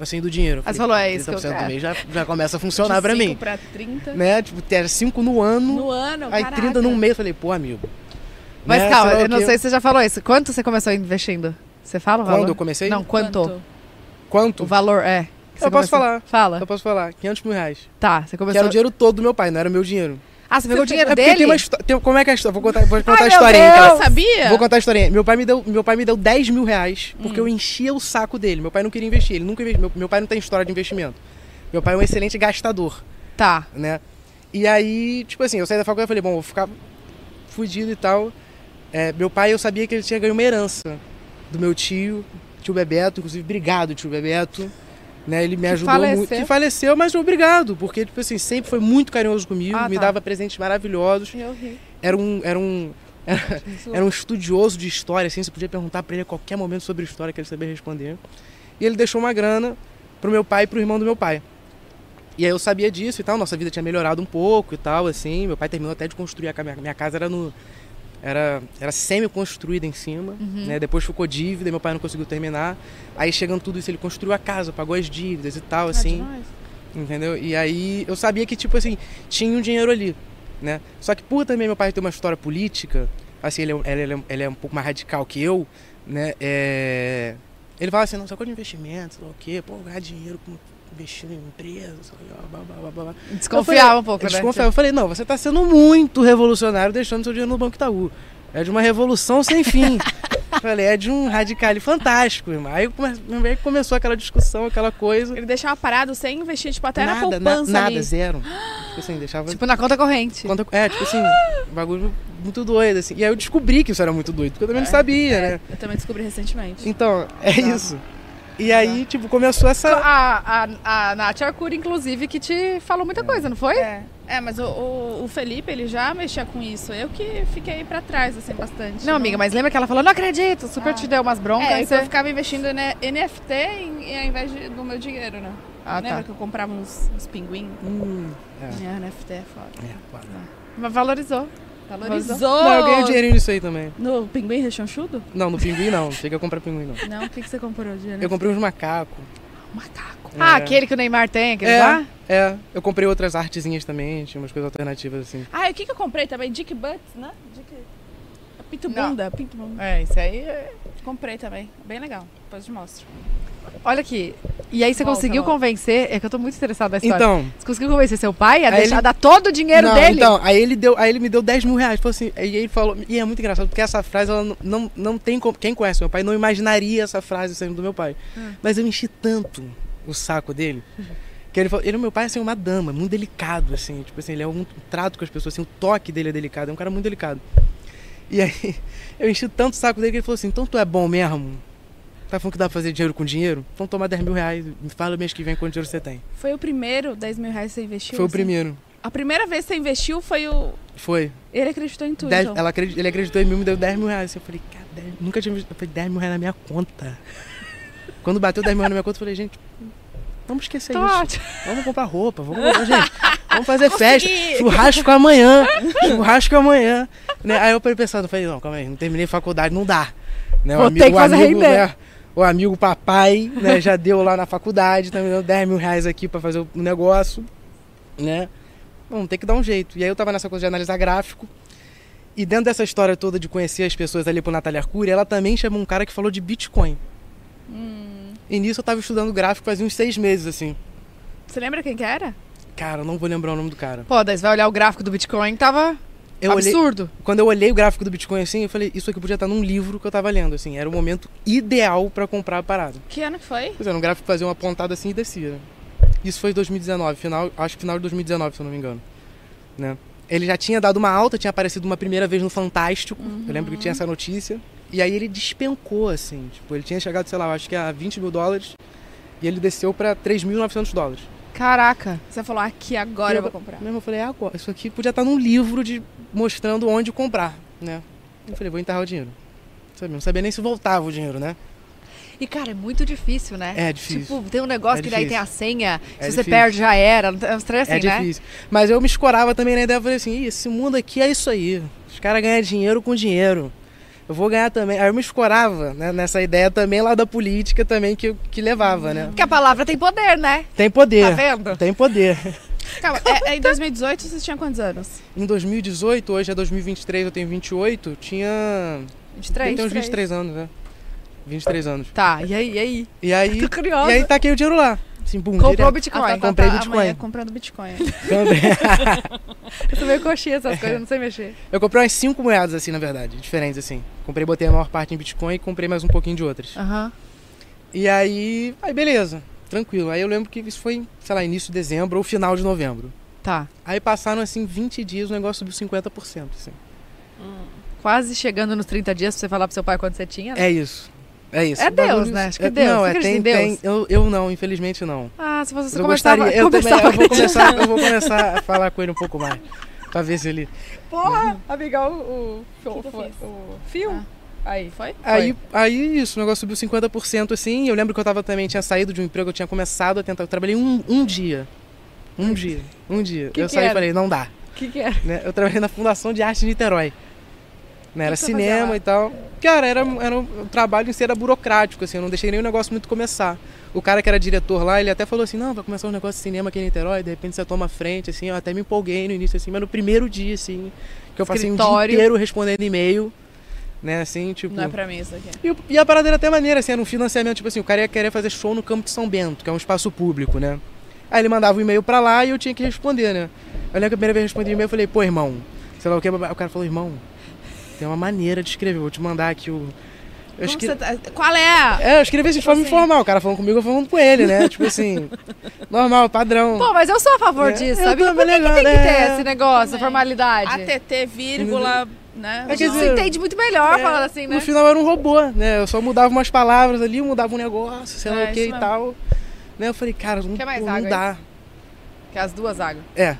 Assim, do dinheiro. Eu Aí você falei, falou, é isso que eu 30% do quero. mês já, já começa a funcionar De é pra mim. cinco pra 30 Né? Tipo, era 5 no ano, no ano, aí caraca. 30 num mês. Eu falei, pô, amigo. Mas né, calma, sei lá o eu não quê. sei se você já falou isso. Quanto você começou investindo? Você fala o valor? Quando eu comecei? Não, quanto? Quanto? O valor, é. que Eu você posso falar. Fala. Eu posso falar, 500 mil reais. Tá, você Que começou... era o dinheiro todo do meu pai, não era o meu dinheiro. Ah, você pegou o dinheiro é porque dele? Tem uma histó- tem- como é que é a história? Vou contar, vou contar meu a historinha. então. Deus! Eu cara. Não. sabia? Vou contar a historinha. Meu pai me deu, meu pai me deu 10 mil reais Hum. porque eu enchia o saco dele. Meu pai não queria investir, ele nunca investiu. Meu, meu pai não tem história de investimento. Meu pai é um excelente gastador, Tá. né? E aí, tipo assim, eu saí da faculdade e falei, bom, vou ficar fudido e tal. É, meu pai, eu sabia que ele tinha ganho uma herança do meu tio, tio Bebeto, inclusive, obrigado, tio Bebeto. Né, ele me ajudou muito. faleceu. Que faleceu, mas obrigado, porque, tipo assim, sempre foi muito carinhoso comigo, Ah, me tá. dava presentes maravilhosos Eu ri. era um era um era um estudioso de história, assim, você podia perguntar pra ele a qualquer momento sobre história que ele sabia responder. E ele deixou uma grana pro meu pai e pro irmão do meu pai. E aí eu sabia disso e tal, nossa vida tinha melhorado um pouco e tal, assim, meu pai terminou até de construir a ca- minha, minha casa era no era era semi construída em cima, né? Depois ficou dívida, e meu pai não conseguiu terminar. Aí chegando tudo isso, ele construiu a casa, pagou as dívidas e tal, assim. Entendeu? E aí eu sabia que, tipo assim, tinha um dinheiro ali, né? Só que por também meu pai ter uma história política, assim, ele é, um- ele, ele é, um- ele é um pouco mais radical que eu, né? É... Ele fala assim, não, só coisa de investimento, sei lá o quê, pô, ganhar dinheiro com investindo em empresa, sei lá, blá, blá, blá, blá, blá. Eu Desconfiava falei- um pouco, eu né? Desconfiava. Eu falei, não, você tá sendo muito revolucionário deixando seu dinheiro no Banco Itaú. É de uma revolução sem fim. Eu falei, é de um radical fantástico, irmão. Aí, come- aí começou aquela discussão, aquela coisa Ele deixava parado sem investir, tipo, até na na- poupança nada, ali. zero. Tipo assim, deixava. Tipo, na conta corrente. Quando- é, tipo assim, um bagulho muito doido, assim. E aí eu descobri que isso era muito doido, porque eu também É. não sabia, né? Eu também descobri recentemente. Então, é Tá. isso. E aí, tipo, começou essa. A, a, a Nath Arcuri, inclusive, que te falou muita coisa, não foi? É, é mas o, o- o Felipe, ele já mexia com isso. Eu que fiquei pra trás, assim, bastante. Não, amiga, mas lembra que ela falou, não acredito, super Ah. te deu umas broncas. É, aí é que então você- eu ficava investindo em NFT em, em- ao invés de- do meu dinheiro, né? Ah, Lembra tá. que eu comprava uns, uns pinguim? Hum, é. É, NFT é foda. É, claro. Mas valorizou. Valorizou. Não, eu Oh! ganhei um dinheirinho nisso aí também. No pinguim rechonchudo? Não, no pinguim não. Cheguei a comprar pinguim, não. Não, o que, que você comprou de NFT? Eu comprei uns macacos. Macaco. Ah, É. aquele que o Neymar tem, aquele É. lá? É, eu comprei outras artezinhas também, tinha umas coisas alternativas assim. Ah, e o que, que eu comprei também? Dick Butts, né? Dick... Pinto Não. bunda, pinto bunda. É, isso aí. é- Comprei também. Bem legal. Depois te mostro. Olha aqui. E aí você Volta, conseguiu volta. convencer. É que eu tô muito interessada nessa história. Então, Você conseguiu convencer seu pai a Aí deixar ele- dar todo o dinheiro Não, dele? Então, aí ele, deu, aí ele me deu 10 mil reais. Falou assim, e ele falou. E é muito engraçado, porque essa frase ela não, não, não tem como. Quem conhece meu pai não imaginaria essa frase saindo do meu pai. Ah. Mas eu enchi tanto o saco dele. Que ele falou, ele, meu pai, assim, é uma dama, muito delicado, assim, tipo assim, ele é um trato com as pessoas, assim, o toque dele é delicado, é um cara muito delicado. E aí, eu enchi tanto o saco dele que ele falou assim, então tu é bom mesmo? Tá falando que dá pra fazer dinheiro com dinheiro? Então toma 10 mil reais, me fala mês que vem quanto dinheiro você tem. Foi o primeiro 10 mil reais que você Tipo investiu? Foi o assim? primeiro, A primeira vez que você investiu foi o... foi. Ele acreditou em tudo. Dez- então. ela acredi- ele acreditou em mim, me deu 10 mil reais. Eu falei, cara, dez- nunca tinha visto. Eu falei, 10 mil reais na minha conta. Quando bateu 10 mil reais na minha conta, eu falei, gente, vamos esquecer Então Tô isso. ótimo. Vamos comprar roupa, vamos comprar, gente. Vamos fazer festa. Churrasco amanhã. Churrasco amanhã. Né? Aí eu falei pensando, falei, não, calma aí, não terminei faculdade, não dá. Né? Vou ter que fazer render. né, o amigo papai, né, já deu lá na faculdade, tá me dando 10 mil reais aqui pra fazer o negócio, né? Vamos ter que dar um jeito. E aí eu tava nessa coisa de analisar gráfico. E dentro dessa história toda de conhecer as pessoas ali pro Natália Arcuri, ela também chamou um cara que falou de Bitcoin. Hum. E nisso eu tava estudando gráfico fazia uns seis meses, assim. Você lembra quem que era? Cara, eu não vou lembrar o nome do cara. Pô, daí você vai olhar o gráfico do Bitcoin, tava Eu olhei, absurdo. quando eu olhei o gráfico do Bitcoin assim, eu falei, isso aqui podia estar num livro que eu tava lendo, assim, era o momento ideal pra comprar a parada. Que ano que foi? Pois é, um gráfico fazia uma pontada assim e descia. né? Isso foi em 2019, final, acho que final de 2019, se eu não me engano. Né? Ele já tinha dado uma alta, tinha aparecido uma primeira vez no Fantástico. Eu lembro que tinha essa notícia. E aí ele despencou, assim. Tipo, ele tinha chegado, sei lá, eu acho que a 20 mil dólares. E ele desceu pra 3.900 dólares. Caraca. Você falou, aqui agora eu vou comprar. Mesmo eu falei, ah, agora. Isso aqui podia estar num livro de mostrando onde comprar, né? Eu falei, vou enterrar o dinheiro. Sabia, não sabia nem se voltava o dinheiro, né? E, cara, é muito difícil, né? É difícil. Tipo, tem um negócio É que daí tem difícil. a senha. se É você difícil. perde, já era. É uns três assim, é né? difícil. Mas eu me escorava também na ideia, eu falei assim, "Ih, esse mundo aqui é isso aí. Os caras ganham dinheiro com dinheiro. Eu vou ganhar também. Aí eu me escorava né, nessa ideia também lá da política também que, que levava, né? Porque a palavra tem poder, né? Tem Uhum. Tá poder. vendo? tem poder. Calma, é- é em 2018 você tinha quantos anos? Em 2018, hoje é 2023, eu tenho 28, tinha. 23. tem uns 23 anos, né? 23 anos. Tá, e aí, e aí? E aí, Tô curiosa. e aí taquei o dinheiro lá. Assim, bum, Comprou o direto. Bitcoin. Ah, tá, tá, Comprei tá, Bitcoin. amanhã comprando Bitcoin. Também. Eu sou meio coxinha essas coisas, não sei mexer. Eu comprei umas cinco moedas, assim, na verdade, diferentes, assim. Comprei, botei a maior parte em Bitcoin e comprei mais um pouquinho de outras. Aham. E aí, aí beleza, tranquilo. Aí eu lembro que isso foi, sei lá, início de dezembro ou final de novembro. Tá. Aí passaram, assim, 20 dias, o negócio subiu 50%, assim. Quase chegando nos 30 dias pra você falar pro seu pai quando você tinha. né? É isso. É isso. É O bagulho- Deus, né? Acho que é Deus. Não, Você é, acredita tem, em tem. Deus? Eu, eu não, infelizmente não. Ah, se você eu começar gostaria, eu também, começava eu vou acreditando. começar, eu vou começar a falar com ele um pouco mais. Pra ver se ele. Porra, amiga, o, o, que eu o- fiz? o fio. Ah. Aí. Foi? Aí, aí isso, o negócio subiu 50%, assim. Eu lembro que eu tava também, tinha saído de um emprego, eu tinha começado a tentar. Eu trabalhei um, um dia. Hum. Um dia. Um dia. Que eu que saí e era? falei, não dá. O que, que era? né? Eu trabalhei na Fundação de Arte de Niterói. Né? Era que você fazia lá? cinema e tal. Cara, era, era um, o trabalho em si era burocrático, assim, eu não deixei nenhum negócio muito começar. O cara que era diretor lá, ele até falou assim, não, vai começar um negócio de cinema aqui em Niterói, de repente você toma a frente, assim, eu até me empolguei no início, assim, mas no primeiro dia, assim, que eu passei um dia Escritório. inteiro respondendo e-mail, né, assim, tipo... Não é pra mim isso aqui. E, o- e a parada era até maneira, assim, era um financiamento, tipo assim, o cara ia querer fazer show no Campo de São Bento, que é um espaço público, né? Aí ele mandava um e-mail pra lá e eu tinha que responder, né? Eu lembro que a primeira vez que eu respondi o e-mail, eu falei, pô, irmão, sei lá o que, o cara falou, irmão, tem uma maneira de escrever, eu vou te mandar aqui o... Eu Como esque- você tá- Qual é? É, eu escrevi assim de forma assim? informal, o cara falando comigo, eu falando com ele, né? tipo assim, normal, padrão. Pô, mas eu sou a favor É. disso, Eu sabe? Por também, que, que tem né? que ter esse negócio, a Também. formalidade? ATT, vírgula, né? É, quer Não. Você dizer, entende muito melhor É, falando assim, né? No final eu era um robô, né? Eu só mudava umas palavras ali, mudava um negócio, sei lá É, o que isso e mesmo. tal. Né? Eu falei, cara, não, Quer mais não água aí? dá. Que as duas águas. É.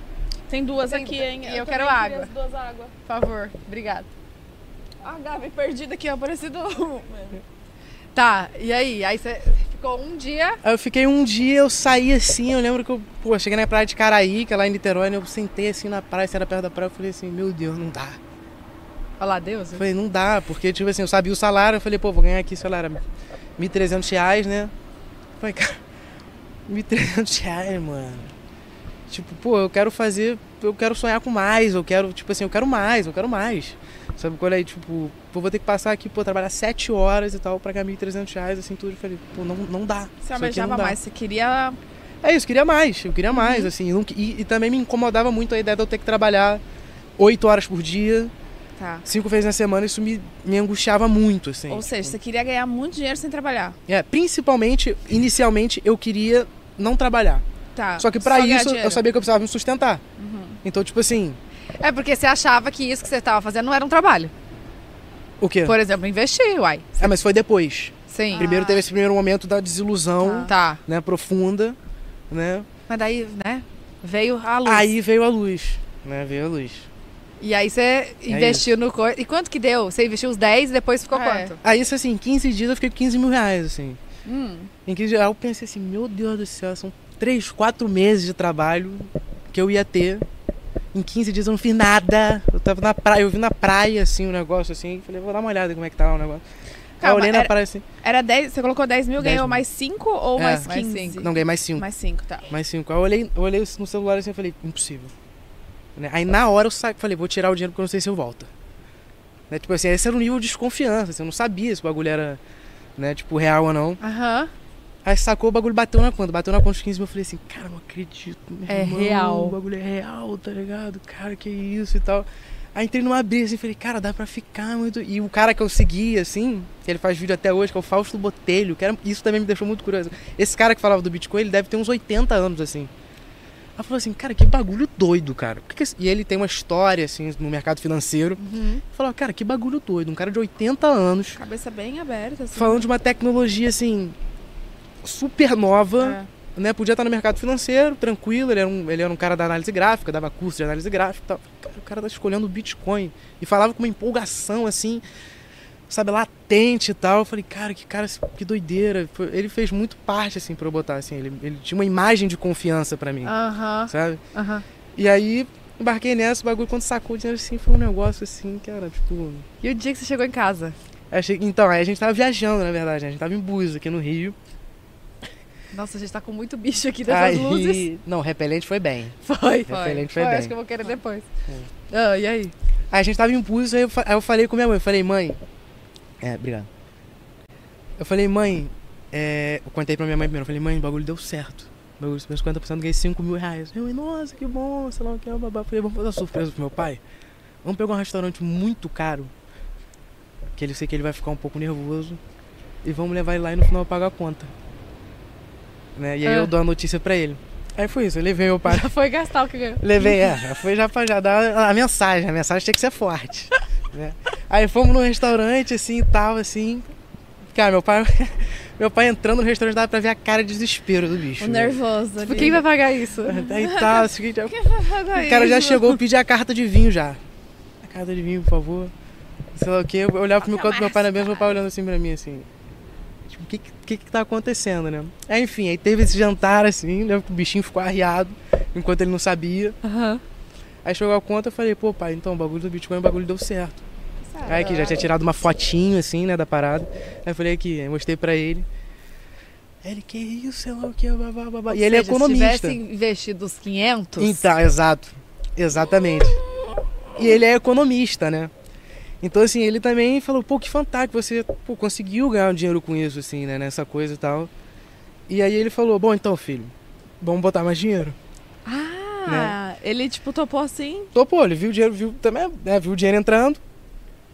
Tem duas Tem- aqui, hein? e eu também quero queria água. as duas águas. Por favor, obrigada. Ah, Gabi, perdida aqui, ó, parecido... Tá, e aí? Aí você ficou um dia. Aí eu fiquei um dia, eu saí assim, eu lembro que eu, pô, cheguei na praia de Caraí, que é lá em Niterói, né? eu sentei assim na praia, assim, era perto da praia, eu falei assim, meu Deus, não dá. Olha lá, Deus. Eu falei, não dá, porque, tipo assim, eu sabia o salário, eu falei, pô, vou ganhar aqui, sei lá, era 1.300 reais, né? Eu falei, cara, 1.300 reais, mano. Tipo, pô, eu quero fazer, eu quero sonhar com mais, eu quero, tipo assim, eu quero mais, eu quero mais. Sabe qual é? Tipo, pô, vou ter que passar aqui, pô, trabalhar 7 horas e tal, pra ganhar 1.300 reais, assim, tudo. Eu falei, pô, não, não dá. Você Isso aqui não almejava dá. mais, você queria... É isso, queria mais, eu queria Uhum. mais, assim. não- e, e também me incomodava muito a ideia de eu ter que trabalhar oito horas por dia, Tá. cinco vezes na semana, isso me, me angustiava muito, assim. Ou seja, você queria ganhar muito dinheiro sem trabalhar. É, principalmente, inicialmente, eu queria não trabalhar. Tá. Só que pra ganhar isso, eu dinheiro. Uhum. sabia que eu precisava me sustentar. Então, tipo assim, É porque você achava que isso que você tava fazendo não era um trabalho. o quê? Por exemplo, investir, uai. É, mas foi depois. Ah. Sim. Ah, Primeiro teve esse primeiro momento da desilusão, Tá. né, profunda, né? Mas daí, né? Veio a luz. Aí veio a luz, né, veio a luz. E aí É você investiu no coisa. E quanto que deu? Você investiu os 10 e depois ficou Ah, é. quanto? Aí, isso assim, em 15 dias eu fiquei com 15 mil reais, assim. Hum. Em que geral eu pensei assim, meu Deus do céu, são três, quatro meses de trabalho que eu ia ter. Em 15 dias eu não fiz nada. Eu tava na praia, eu vi na praia assim o negócio assim, falei, vou dar uma olhada como é que tá o negócio. Aí eu Calma, olhei na era- praia assim. Era 10, você colocou 10 mil, 10 ganhou mil. mais 5 ou É, mais mais 15? cinco. Não, ganhei mais cinco. Mais 5, tá. Mais cinco. Aí eu olhei, eu olhei no celular assim e falei, impossível. Né? Aí na hora eu sa... falei, vou tirar o dinheiro porque eu não sei se eu volto. Né? Tipo assim, esse era um nível de desconfiança, assim, eu não sabia se o bagulho era, né, tipo, real ou não. Aham. Aí sacou, o bagulho bateu na conta. Bateu na conta dos 15 mil. Eu falei assim, cara, não acredito. meu É real. O bagulho é real, tá ligado? Cara, que isso e tal. Aí entrei numa brisa assim, falei, cara, dá pra ficar muito. E o cara que eu segui, assim, que ele faz vídeo até hoje, que é o Fausto Botelho, que era... isso também me deixou muito curioso. Esse cara que falava do Bitcoin, ele deve ter uns 80 anos, assim. Ela falou assim, cara, que bagulho doido, cara. Por que que esse- E ele tem uma história, assim, no mercado financeiro. Uhum. Falou, cara, que bagulho doido. Um cara de 80 anos Cabeça bem aberta, assim. falando de uma tecnologia assim super nova, É. né, podia estar no mercado financeiro, tranquilo, ele era, um, ele era um cara da análise gráfica, dava curso de análise gráfica e tal. Cara, o cara tá escolhendo o Bitcoin. E falava com uma empolgação, assim, sabe, latente e tal. Eu falei, cara, que cara, que doideira. Foi- Ele fez muito parte, assim, pra eu botar, assim. Ele, ele tinha uma imagem de confiança pra Ah. mim, Aham, sabe? aham. E aí, embarquei nessa, o bagulho, quando sacou o dinheiro, assim, foi um negócio, assim, cara, tipo... E o dia que você chegou em casa? Aí cheguei- Então, aí a gente tava viajando, na verdade, né? a gente tava em Búzios, aqui no Rio. Nossa, a gente tá com muito bicho aqui dessas Aí- luzes. Não, repelente foi bem. Foi. Repelente foi Acho bem. É. que eu vou querer depois. Ah, e aí? Aí a gente tava em Búzios, aí eu, fa- aí eu falei com minha mãe, eu falei, mãe. É, obrigado. Eu falei, mãe, é, eu contei pra minha mãe primeiro, eu falei, mãe, o bagulho deu certo. O bagulho, meus 50% ganhei 5 mil reais. Minha mãe, nossa, que bom, sei lá o que é, babá. Eu falei, vamos fazer uma surpresa pro meu pai. Vamos pegar um restaurante muito caro, que ele sei que ele vai ficar um pouco nervoso, e vamos levar ele lá e no final eu pago a conta. Né? E aí Ah. eu dou a notícia pra ele. Aí foi isso, eu levei meu pai. Já foi gastar o que ganhou. Levei, é. já Foi já pra já dar a mensagem. A mensagem tem que ser forte. né? Aí fomos num restaurante, assim, e tal, assim. Cara, meu pai, meu pai entrando no restaurante dava pra ver a cara de desespero do bicho. O né? nervoso ali. Tipo, quem vai pagar isso? Aí tá, assim, já- o cara já chegou, pedir a carta de vinho já. A carta de vinho, por favor. Sei lá o quê. Eu olhava pro meu canto do meu pai é na mesa, meu pai olhando assim pra mim, assim. Tipo, o que, que- que que tá acontecendo, né? Aí, enfim, aí teve esse jantar, assim, lembro que o bichinho ficou arriado, enquanto ele não sabia. Aham. Aí chegou a conta, eu falei, pô, pai, então o bagulho do Bitcoin, o bagulho deu certo. Aí que já tinha tirado uma fotinho, assim, né, da parada. Aí eu falei aqui, aí mostrei pra ele. Aí ele, que isso, sei lá o que, babá, babá. Ou E ele é seja, Se economista. tivesse investido os 500... Então, exato. Exatamente. E ele é economista, né? Então, assim, ele também falou, pô, que fantástico, você pô, conseguiu ganhar um dinheiro com isso, assim, né, nessa coisa e tal. E aí ele falou, bom, então, filho, vamos botar mais dinheiro. né? Ah, ele tipo topou assim. topou, ele viu o dinheiro, viu também, né, viu o dinheiro entrando,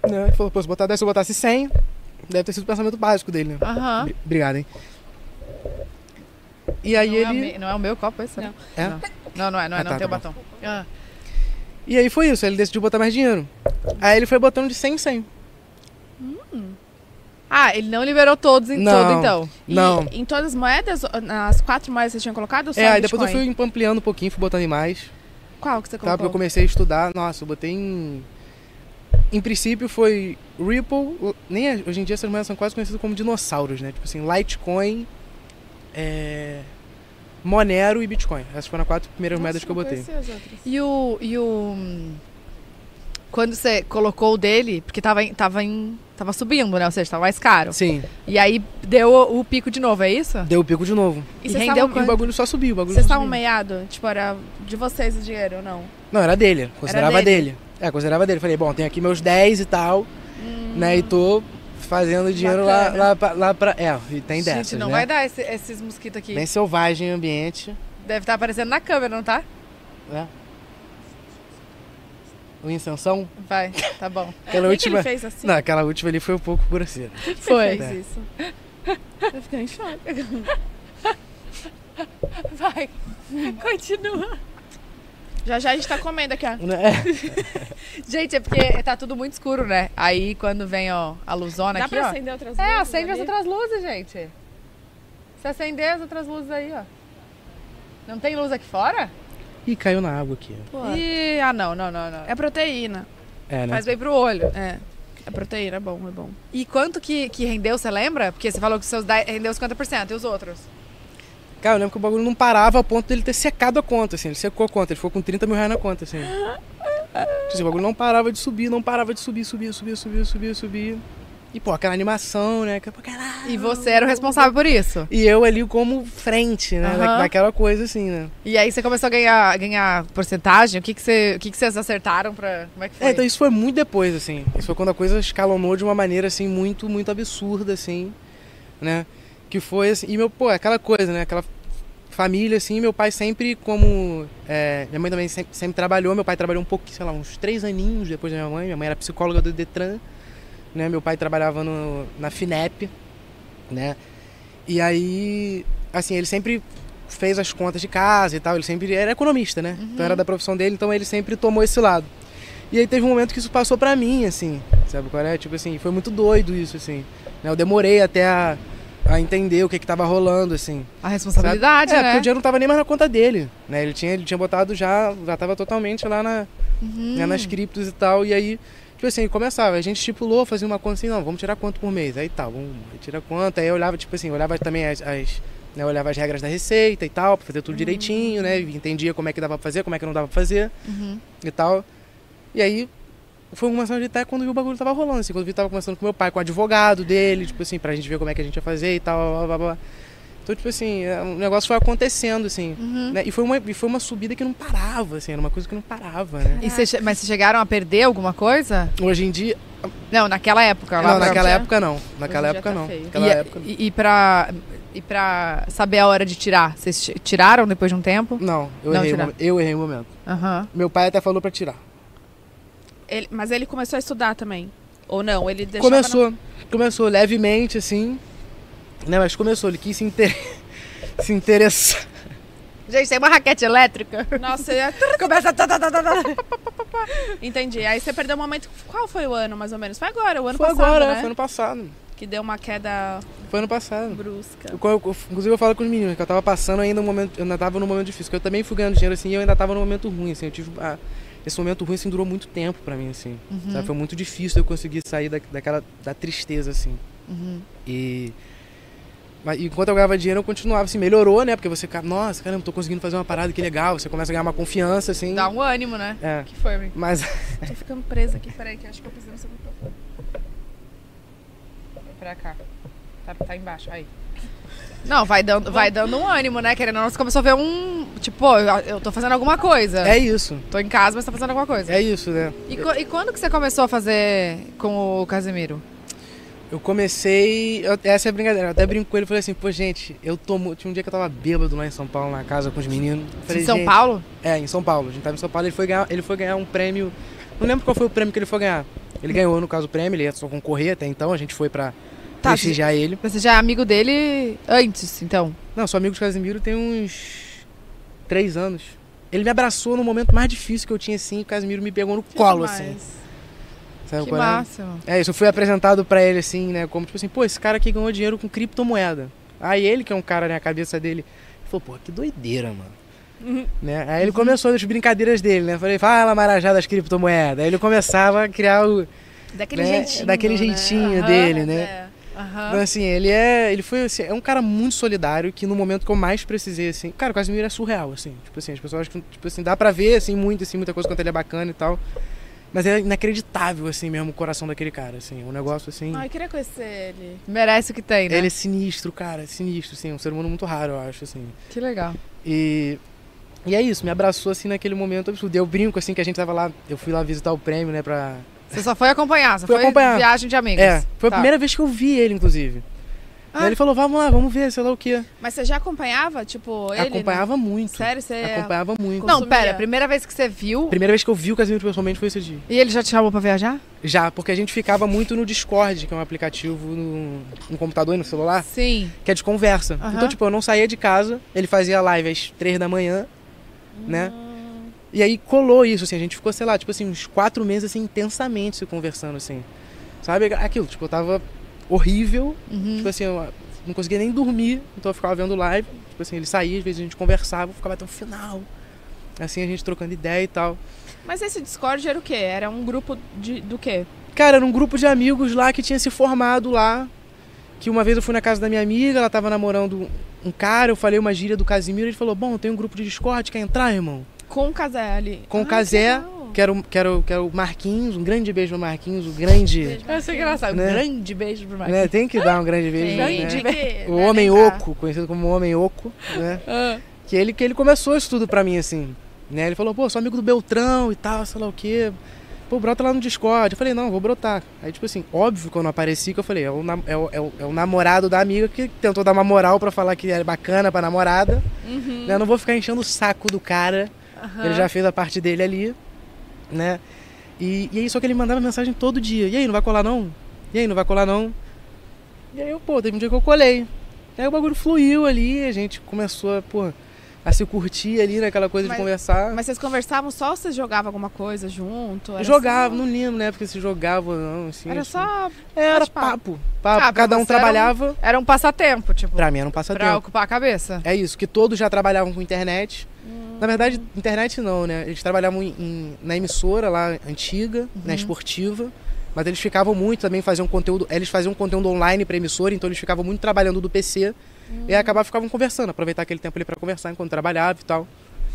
né, ele falou, pô, se botar 10, se eu botasse 100, deve ter sido o pensamento básico dele, né? Aham. Bri- Obrigado, hein? E aí Não, é o ele... me- não é o meu copo esse? né? É? Não. Não, não é, não é, Ah, não tá, tem o tá batom. Ah, E aí foi isso, ele decidiu botar mais dinheiro. Aí ele foi botando de 100 em 100. Ah, ele não liberou todos em Não. todo, então. E Não. em todas as moedas, nas quatro moedas que você tinha colocado? ou Só É, aí em tipo, depois eu Bitcoin? fui ampliando um pouquinho, fui botando em mais, Qual que você tá? Porque eu colocou? comecei a estudar, nossa, eu botei em... Em princípio foi Ripple, nem é- hoje em dia essas moedas são quase conhecidas como dinossauros, né? Tipo assim, Litecoin, é, Monero e Bitcoin. Essas foram as quatro primeiras moedas que eu botei. E o. E o. hum, Quando você colocou o dele, porque tava em, tava em. Tava subindo, né? Ou seja, tava mais caro. Sim, E aí deu o, o pico de novo, é isso? deu o pico de novo. E E vocês rendeu estavam- E o quanto? bagulho só subiu, o bagulho Vocês só estavam subiu. meiado? Tipo, era de vocês o dinheiro ou não? Não, era dele. Considerava dele. É, considerava dele. Falei, bom, tenho aqui meus 10 e tal, né? E tô fazendo dinheiro lá, Bacana. lá, pra, lá pra- É, e tem dessas, Gente, não né? vai dar esse- esses mosquitos aqui. Bem selvagem o ambiente. Deve estar aparecendo na câmera, não tá? O Incensão. Vai, tá bom. Aquela Por que que última... ele fez assim? Não, aquela última ali foi um pouco grosseira. Por que que Você Foi. fez É. isso? Eu fiquei em choque. Vai. Continua. Já já a gente tá comendo aqui, ó. Né? Gente, é porque tá tudo muito escuro, né? Aí quando vem, ó, a luzona Dá aqui, pra ó. acender outras É, luzes acende ali? as outras luzes, gente. Se acender as outras luzes aí, ó. Não tem luz aqui fora? Ih, caiu na água aqui. Pô, Ih, ah não, não, não, não. É proteína. É, né? Faz bem pro olho. É. É proteína, é bom, é bom. E quanto que, que rendeu, você lembra? Porque você falou que seus 10, rendeu 50% e os outros? Cara, eu lembro que o bagulho não parava a ponto dele ter secado a conta, assim. Ele secou a conta, ele ficou com 30 mil reais na conta, assim. Tipo assim, o bagulho não parava de subir, não parava de subir, subia, subia, subia, subia, subia. E, pô, aquela animação, né? Que, pô, caralho. Ah. E você era o responsável por isso. E eu ali como frente, né? da- Aham. Daquela coisa, assim, né? E aí você começou a ganhar, ganhar porcentagem? O que, que, você, o que, que vocês acertaram pra. Como é que foi? É, então isso foi muito depois, assim. Isso foi quando a coisa escalonou de uma maneira, assim, muito, muito absurda, assim, né? Que foi, assim, e meu, pô, aquela coisa, né? Aquela família, assim, meu pai sempre como... é, minha mãe também sempre, sempre trabalhou, meu pai trabalhou um pouco, sei lá, uns três aninhos depois da minha mãe. Minha mãe era psicóloga do DETRAN, né? Meu pai trabalhava no, na FINEP, né? E aí, assim, ele sempre fez as contas de casa e tal, ele sempre era economista, né? Então era da profissão dele, então ele sempre tomou esse lado. E aí teve um momento que isso passou pra mim, assim, sabe qual é? Tipo assim, foi muito doido isso, assim. né? Eu demorei até a, a entender o que que tava rolando, assim. A responsabilidade, é, né? porque o dinheiro não tava nem mais na conta dele, né? Ele tinha, ele tinha botado já, já tava totalmente lá na, né, nas criptos e tal, e aí, tipo assim, começava, a gente estipulou, fazia uma conta assim, não, vamos tirar quanto por mês, aí tá, vamos, aí tira quanto, aí eu olhava, tipo assim, eu olhava também as, as- né, eu olhava as regras da receita e tal, pra fazer tudo direitinho, né, e entendia como é que dava pra fazer, como é que não dava pra fazer, e tal, e aí... Foi uma ação de até quando viu o bagulho tava rolando, assim, quando vi tava conversando com meu pai, com o advogado dele, tipo assim, pra gente ver como é que a gente ia fazer e tal, blá, blá, blá. Então, tipo assim, é, o negócio foi acontecendo, assim. Uhum. né? E, foi uma, e foi uma subida que não parava, assim, era uma coisa que não parava, né? E cê- mas vocês chegaram a perder alguma coisa? Hoje em dia. Não, naquela época. lá não, pra- naquela época não. Naquela Hoje em dia época tá não. feio. Naquela e, época não. E, e, pra, e pra saber a hora de tirar? Vocês ti- tiraram depois de um tempo? Não, eu, Não, errei o tirar. momento. eu errei o momento. Aham. Meu pai até falou pra tirar. Ele- mas ele começou a estudar também. Ou não, ele deixava começou, começou levemente, assim. Né, mas começou, ele quis se, inter... se interessar. Gente, tem uma raquete elétrica. na- Nossa, eu ia- Começa. tá, tá, tá, tá, tá. entendi. Aí você perdeu o momento. Qual foi o ano, mais ou menos? Foi agora, o ano Foi passado, agora, né? foi ano passado. Que deu uma queda Foi ano passado. brusca. Eu- eu- eu- inclusive eu falo com os meninos que eu tava passando ainda um momento, eu ainda tava num momento difícil, que eu também fui ganhando dinheiro assim, e eu ainda tava num momento ruim assim, eu tive ah, esse momento ruim assim durou muito tempo pra mim assim. sabe? Uhum. Foi muito difícil eu conseguir sair da, daquela da tristeza assim. Uhum. E mas enquanto eu ganhava dinheiro, eu continuava assim, melhorou, né? Porque você, fica, nossa, caramba, tô conseguindo fazer uma parada que legal, você começa a ganhar uma confiança assim. Dá um ânimo, né? É. Que foi, amigo? Mas Tô ficando presa aqui. Peraí, que acho que eu preciso no seu microfone. Pra cá. Tá, embaixo, aí. Não, vai dando, vai dando um ânimo, né? Querendo ou não, você começou a ver um. Tipo, pô, eu eu tô fazendo alguma coisa. é isso. Tô em casa, mas tô fazendo alguma coisa. É isso, né? E, co- e quando que você começou a fazer com o Casemiro? Eu comecei. eu- essa é a brincadeira. Eu até brinco com ele e falei assim, pô, gente, eu tô. mu- Tinha um dia que eu tava bêbado lá em São Paulo, na casa com os meninos. Falei, Em São "Gente", Paulo? É, em São Paulo. A gente tava em São Paulo, ele foi ganhar, ele foi ganhar um prêmio. Não lembro qual foi o prêmio que ele foi ganhar. Ele ganhou, no caso, o prêmio, ele ia só concorrer até então, a gente foi pra Tá, prestigiar ele. Você já é amigo dele antes, então. Não, sou amigo de Casimiro tem uns três anos. Ele me abraçou no momento mais difícil que eu tinha, assim, e o Casimiro me pegou no colo, assim. Sabe que qual é? máximo. É isso, eu fui apresentado pra ele assim, né? Como tipo assim, pô, esse cara aqui ganhou dinheiro com criptomoeda. Aí ele, que é um cara, né, a cabeça dele, falou, pô, que doideira, mano. Uhum. Né? Aí ele começou as brincadeiras dele, né? Falei, fala marajá das criptomoedas. Aí ele começava a criar o. Daquele né, jeitinho. Daquele né? jeitinho Aham, dele, né? é. Então, Aham. assim, ele é. Ele foi assim, é um cara muito solidário que no momento que eu mais precisei, assim. Cara, o Casimiro é surreal, assim. Tipo assim, as pessoas que. Tipo assim, dá pra ver, assim, muito, assim, muita coisa quanto ele é bacana e tal. Mas é inacreditável, assim, mesmo o coração daquele cara, assim. Um negócio assim. Ai, Ah, eu queria conhecer ele. Merece o que tem, né? Ele é sinistro, cara, sinistro, assim, um ser humano muito raro, eu acho, assim. Que legal. E, e é isso, me abraçou, assim, naquele momento absurdo. Eu brinco, assim, que a gente tava lá, eu fui lá visitar o prêmio, né, pra... Você só foi acompanhar, só Fui foi acompanhar. viagem de amigos. É, foi a Tá. primeira vez que eu vi ele, inclusive. Ah. Aí ele falou, vamos lá, vamos ver, sei lá o quê. Mas você já acompanhava, tipo, ele? né? acompanhava muito, Não? Sério, você... acompanhava muito. É. Não, consumia. pera, a primeira vez que você viu. A primeira vez que eu vi o Casimiro pessoalmente foi esse dia. E ele já te chamou pra viajar? Já, porque a gente ficava muito no Discord, que é um aplicativo no, no computador e no celular. Sim. que é de conversa. Aham. Então, tipo, eu não saía de casa, ele fazia live às três da manhã, né? E aí colou isso, assim, a gente ficou, sei lá, tipo assim, uns quatro meses, assim, intensamente se conversando, assim. Sabe? Aquilo, tipo, eu tava horrível, Uhum. tipo assim, eu não conseguia nem dormir, então eu ficava vendo live, tipo assim, ele saía, às vezes a gente conversava, eu ficava até o final. Assim, a gente trocando ideia e tal. Mas esse Discord era o quê? Era um grupo de, do quê? Cara, era um grupo de amigos lá que tinha se formado lá. Que uma vez eu fui na casa da minha amiga, ela tava namorando um cara, eu falei uma gíria do Casimiro, ele falou: Bom, tem um grupo de Discord, quer entrar, irmão? Com o Casé ali. Com Ai, o que Casé, legal. que era o, que, era o, que era o Marquinhos, um grande beijo no Marquinhos, o grande. Beijo, Eu sei Marquinhos. engraçado. Né? Grande beijo pro Marcos. Né? Tem que dar um grande beijo. Tem, né? de que- Ah. O né, Homem lembrar. Oco, conhecido como Homem Oco, né? que, ele, que ele começou isso tudo pra mim, assim. Né? Ele falou, pô, sou amigo do Beltrão e tal, sei lá o quê. Pô, brota lá no Discord. Eu falei, não, vou brotar. Aí, tipo assim, óbvio que eu não apareci, que eu falei, é o, nam- é o, é o- é o namorado da amiga que tentou dar uma moral pra falar que era bacana pra namorada. Né? Eu não vou ficar enchendo o saco do cara. Ele já fez a parte dele ali, né? E, e aí, só que ele mandava mensagem todo dia. E aí, não vai colar não? E aí, não vai colar não? E aí, eu, pô, teve um dia que eu colei. Aí o bagulho fluiu ali, a gente começou a, pô, a se curtir ali, naquela coisa Mas- de conversar. Mas vocês conversavam só ou vocês jogavam alguma coisa junto? Era jogava, só- não lembro na época se jogava ou não, assim. Era acho- só. É, Era bate-papo. papo. papo. Ah, pra Cada um você era um- trabalhava. Era um passatempo, tipo, pra, Pra mim era um passatempo. ocupar a cabeça. É isso, que todos já trabalhavam com internet. Hum. Na verdade, internet não, né? Eles trabalhavam em- em- na emissora lá antiga, Uhum. na esportiva. Mas eles ficavam muito também, faziam conteúdo. Eles faziam conteúdo online pra emissora, então eles ficavam muito trabalhando do PC. E Hum. aí acabavam ficavam conversando, aproveitar aquele tempo ali pra conversar enquanto trabalhava e tal.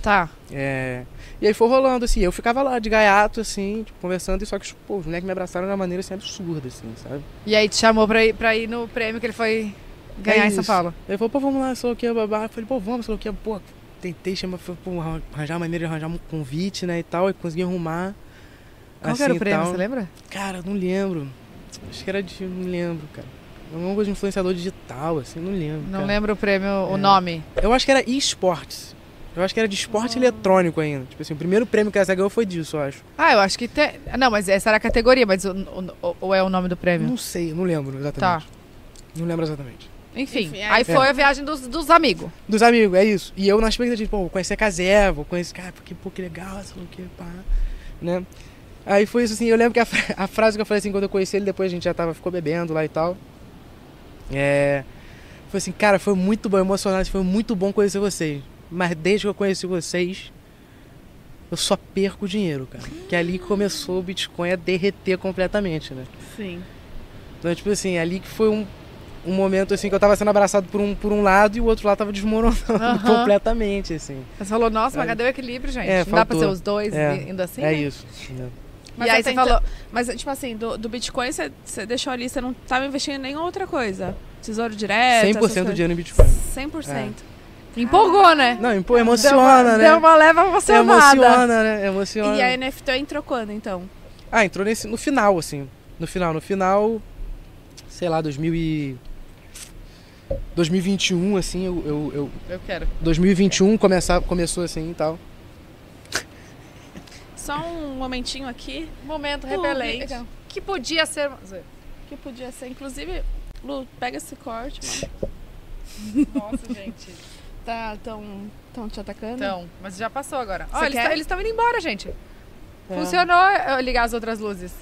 Tá. É, E aí foi rolando, assim. Eu ficava lá de gaiato, assim, tipo, conversando, e só que pô, os moleques me abraçaram de uma maneira assim, absurda, assim, sabe? E aí te chamou pra ir, pra ir no prêmio que ele foi ganhar É em São isso. Paulo. Ele falou, pô, vamos lá, sei lá o que, babá. Eu falei, pô, vamos, sei lá o que, pô. Tentei chamar, falei, pô, arran- arranjar uma maneira de arranjar um convite, né, e tal, e consegui arrumar. Qual que era assim, o prêmio, tal. você lembra? Cara, não lembro. Acho que era de, não lembro, cara. Alguma coisa de influenciador digital, assim, não lembro. Não cara. lembro o prêmio, o É. nome. Eu acho que era esportes. Eu acho que era de esporte eletrônico ainda. Tipo assim, o primeiro prêmio que essa ganhou foi disso, eu acho. Ah, eu acho que tem. Não, mas essa era a categoria, mas o- o- o- ou é o nome do prêmio? Não sei, não lembro Tá. exatamente. Não lembro exatamente. Enfim, é Enfim, aí aí- É. foi a viagem dos, dos amigos. Dos amigos, é isso. E eu na expectativa, pô, vou conhecer a Casé, vou conhecer, cara, porque, pô, que legal, sei lá o que, pá, né? Aí foi isso assim, eu lembro que a, fra- a frase que eu falei assim, quando eu conheci ele, depois a gente já tava, ficou bebendo lá e tal. É. Foi assim, cara, foi muito bom, emocionante, foi muito bom conhecer vocês. Mas desde que eu conheci vocês, eu só perco dinheiro, cara. Que é ali que começou o Bitcoin a derreter completamente, né? Sim. Então, tipo assim, ali que foi um, um momento assim que eu tava sendo abraçado por um, por um lado e o outro lado tava desmoronando Aham. completamente, assim. Você falou, nossa, mas É. cadê o equilíbrio, gente? É, não dá pra faltou. ser os dois É. e- ainda assim? é né? isso. entendeu? Mas E aí até você falou, Mas, tipo assim, do, do Bitcoin você- você deixou ali, você não tava investindo em nenhuma outra coisa. Tesouro É, direto. 100% tá do essas dinheiro em Bitcoin. coisas. 100%. empolgou, né? Não, empo- emociona, né? Deu uma leva emocionada. Emociona, né? Emociona. E a NFT entrou quando, então? Ah, entrou nesse, no final, assim. No final, no final, sei lá, 2000 e... 2021, assim, eu, eu, eu- Eu quero. 2021 começar, um começou assim e tal. Só um momentinho aqui. Momento Público. repelente. Que podia ser. então. Que podia ser, inclusive, Lu, pega esse corte. mano. Nossa, gente. Tá, tão, tão te atacando? Então, mas já passou agora. Ó, Você eles quer? tão- eles estão indo embora, gente. É. Funcionou eu ligar as outras luzes.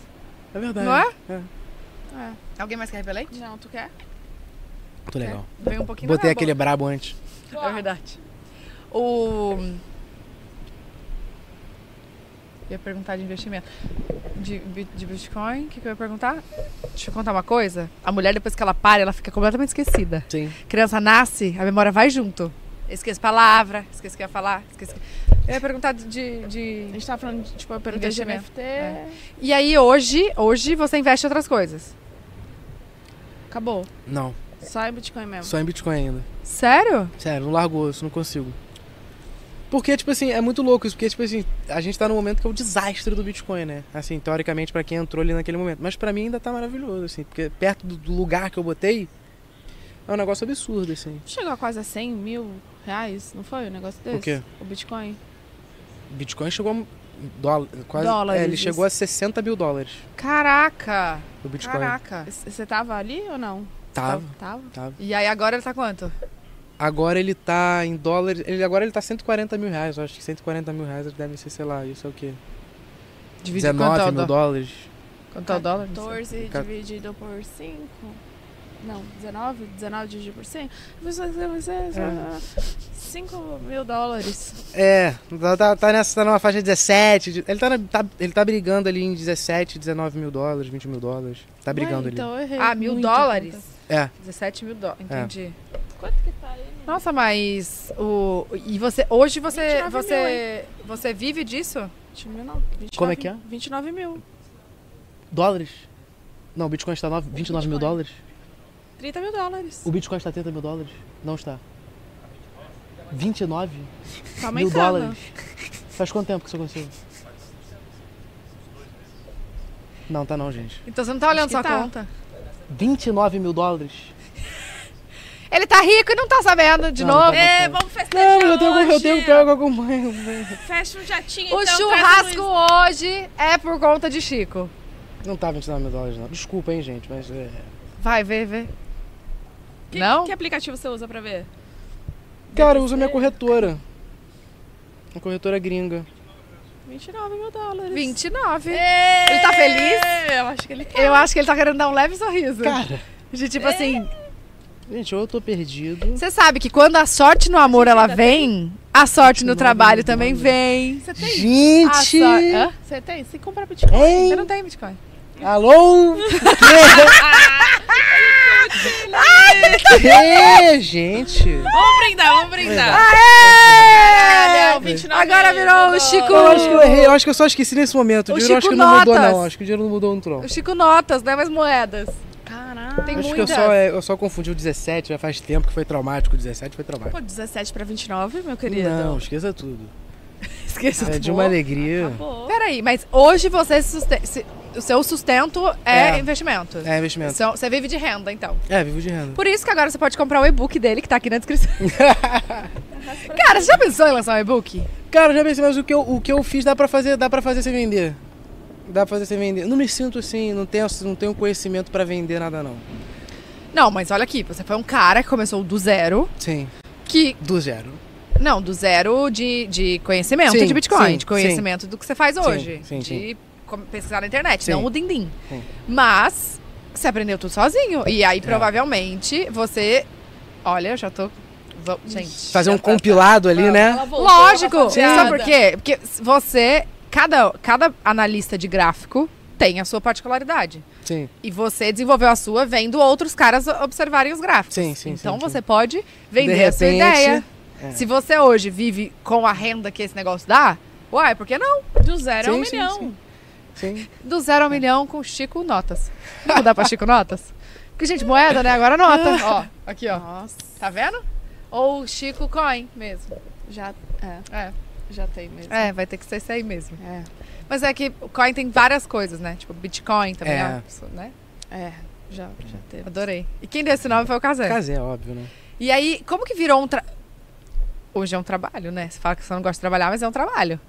É verdade. Não é? É. Alguém mais quer repelente? Não, tu quer? Tô legal. Veio um pouquinho na Botei minha aquele brabo antes. boca. É verdade. O. Ia perguntar de investimento. De, bi- de Bitcoin, o que, que eu ia perguntar? Deixa eu contar uma coisa. A mulher, depois que ela para, ela fica completamente esquecida. Sim. Criança nasce, a memória vai junto. Esquece palavra, esquece o que ia falar, esquece. Eu ia perguntar de- de- A de... gente tava falando, de, tipo, eu perguntei de Investimento. NFT. E aí hoje, hoje você investe em outras coisas. Acabou. Não, Só em Bitcoin É. mesmo. só em Bitcoin ainda. Sério? Sério, não largou isso, não consigo. Porque, tipo assim, é muito louco isso, porque, tipo assim, a gente tá num momento que é o desastre do Bitcoin, né? Assim, teoricamente, pra quem entrou ali naquele momento. Mas pra mim ainda tá maravilhoso, assim, porque perto do- do lugar que eu botei, é um negócio absurdo, assim. Chegou a quase a 100 mil reais, não foi o negócio desse? quê? O Bitcoin. Bitcoin chegou a dólar, quase. Dólares, é, ele isso. chegou a 60 mil dólares, Caraca! o Bitcoin. Caraca! C- Você tava ali ou não? Tava. Tava. E aí agora ele tá quanto? Agora ele tá em dólares, ele, agora ele tá 140 mil reais, eu acho que 140 mil reais devem ser, sei lá, isso é o quê? Divide 19 quanto é o mil dólar? dólares. Quanto é o dólar? Não sei. 14 Ca- dividido por 5. Não, 19? 19 dividido por 100? Você, você, você, 5 mil dólares. É, tá, tá, tá nessa, tá numa faixa de 17. de- ele, tá na- tá- ele tá brigando ali em 17, 19 mil dólares, 20 mil dólares. Tá brigando Ué, ali. então eu errei. Ah, mil muito a dólares? É. 17 mil dólares, entendi. conta. Quanto que tá aí? Nossa, mas o. E você. Hoje você. 29 Você. Você vive disso? 20 mil não. 29, Como é que é? 29 mil. Dólares? Não, o Bitcoin está 9, 29 mil Bitcoin. dólares. 30 mil dólares. O Bitcoin está 30 mil dólares? Não está. 29 Tá mil aumentando. dólares? Faz quanto tempo que isso aconteceu? Não, tá não, gente. Então você não tá olhando que sua tá. conta. 29 mil dólares? Ele tá rico e não tá sabendo de Não, novo. não tá É, bom. vamos festejar Não, eu tenho, hoje. eu tenho pego, acompanho. Fecha um jatinho, O então, traz churrasco um- hoje é por conta de Chico. Não tá 29 mil dólares, não. Desculpa, hein, gente, mas é. Vai, vê, vê. Que, é Não? que aplicativo você usa pra ver? Cara, eu uso a minha corretora. Uma corretora gringa. 29 mil dólares. 29. Ele tá feliz? Eu acho que ele tá. Eu acho que ele tá querendo dar um leve sorriso. Cara, De tipo assim, gente, ou eu tô perdido. você sabe que quando a sorte no amor ela vem, a sorte no 29 trabalho mil também vem. Você tá- tem? A Gente! sorte- Hã? Você tem? Se comprar Bitcoin. Eu Hein? não tenho Bitcoin. Alô? Que? Que, gente? Vamos brindar, vamos brindar. Caralho, 29 É! Agora mil virou o dólares. Chico. Eu acho que eu errei, eu acho que eu só esqueci nesse momento. O O dinheiro eu acho Chico que não mudou, Notas. não. Acho que o dinheiro não mudou no tronco. O Chico Notas, né? Mas moedas. Caralho. Tem Acho que eu muitas. só, é, eu só confundi o 17, já faz tempo que foi traumático. O 17 foi traumático. Pô, 17 pra 29, meu querido. Não, esqueça tudo. Esqueci. É de uma alegria. Acabou. Peraí, mas hoje você se suste- se- o seu sustento é, É. investimento. É investimento. São- Você vive de renda, então. É, vivo de renda. Por isso que agora você pode comprar o e-book dele, que tá aqui na descrição. Cara, você já pensou em lançar um e-book? Cara, eu já pensei, mas o que eu, o que eu fiz dá pra fazer, dá pra fazer sem vender. Dá pra fazer sem vender. Não me sinto assim, não tenho, não tenho conhecimento pra vender nada, não. Não, mas olha aqui, você foi um cara que começou do zero, Sim, que. do zero. Não, do zero de, de conhecimento Sim, de Bitcoin, sim, de conhecimento do que você faz hoje. sim, de sim. com- pesquisar na internet, Sim. não o Dindim. Sim. É. Mas você aprendeu tudo sozinho. E aí, provavelmente, você. Olha, eu já tô. va- Gente. Fazer um já tá- compilado ali, né? Ela voltou, Lógico! ela Sabe por chateada. quê? Porque você. Cada, cada analista de gráfico tem a sua particularidade. Sim. E você desenvolveu a sua vendo outros caras observarem os gráficos. Sim, sim, Então sim, sim. você pode vender De a sua repente, ideia. é. Se você hoje vive com a renda que esse negócio dá, uai, por que não? Do É zero a um Sim, sim, milhão. sim. É. Sim. Do zero ao milhão com Chico Notas. Vamos mudar pra Chico Notas? Porque, gente, moeda, né? Agora nota. ó, aqui, ó. Nossa, Tá vendo? Ou Chico Coin mesmo. já, é, É. já tem mesmo. É, vai ter que ser isso aí mesmo. É. Mas é que o coin tem várias coisas, né? Tipo, Bitcoin também, É. é. uma- né? É, já, já teve. Adorei. E quem deu esse nome foi o Casé. Casé, óbvio, né? E aí, como que virou um tra... Hoje é um trabalho, né? Você fala que você não gosta de trabalhar, mas é um trabalho.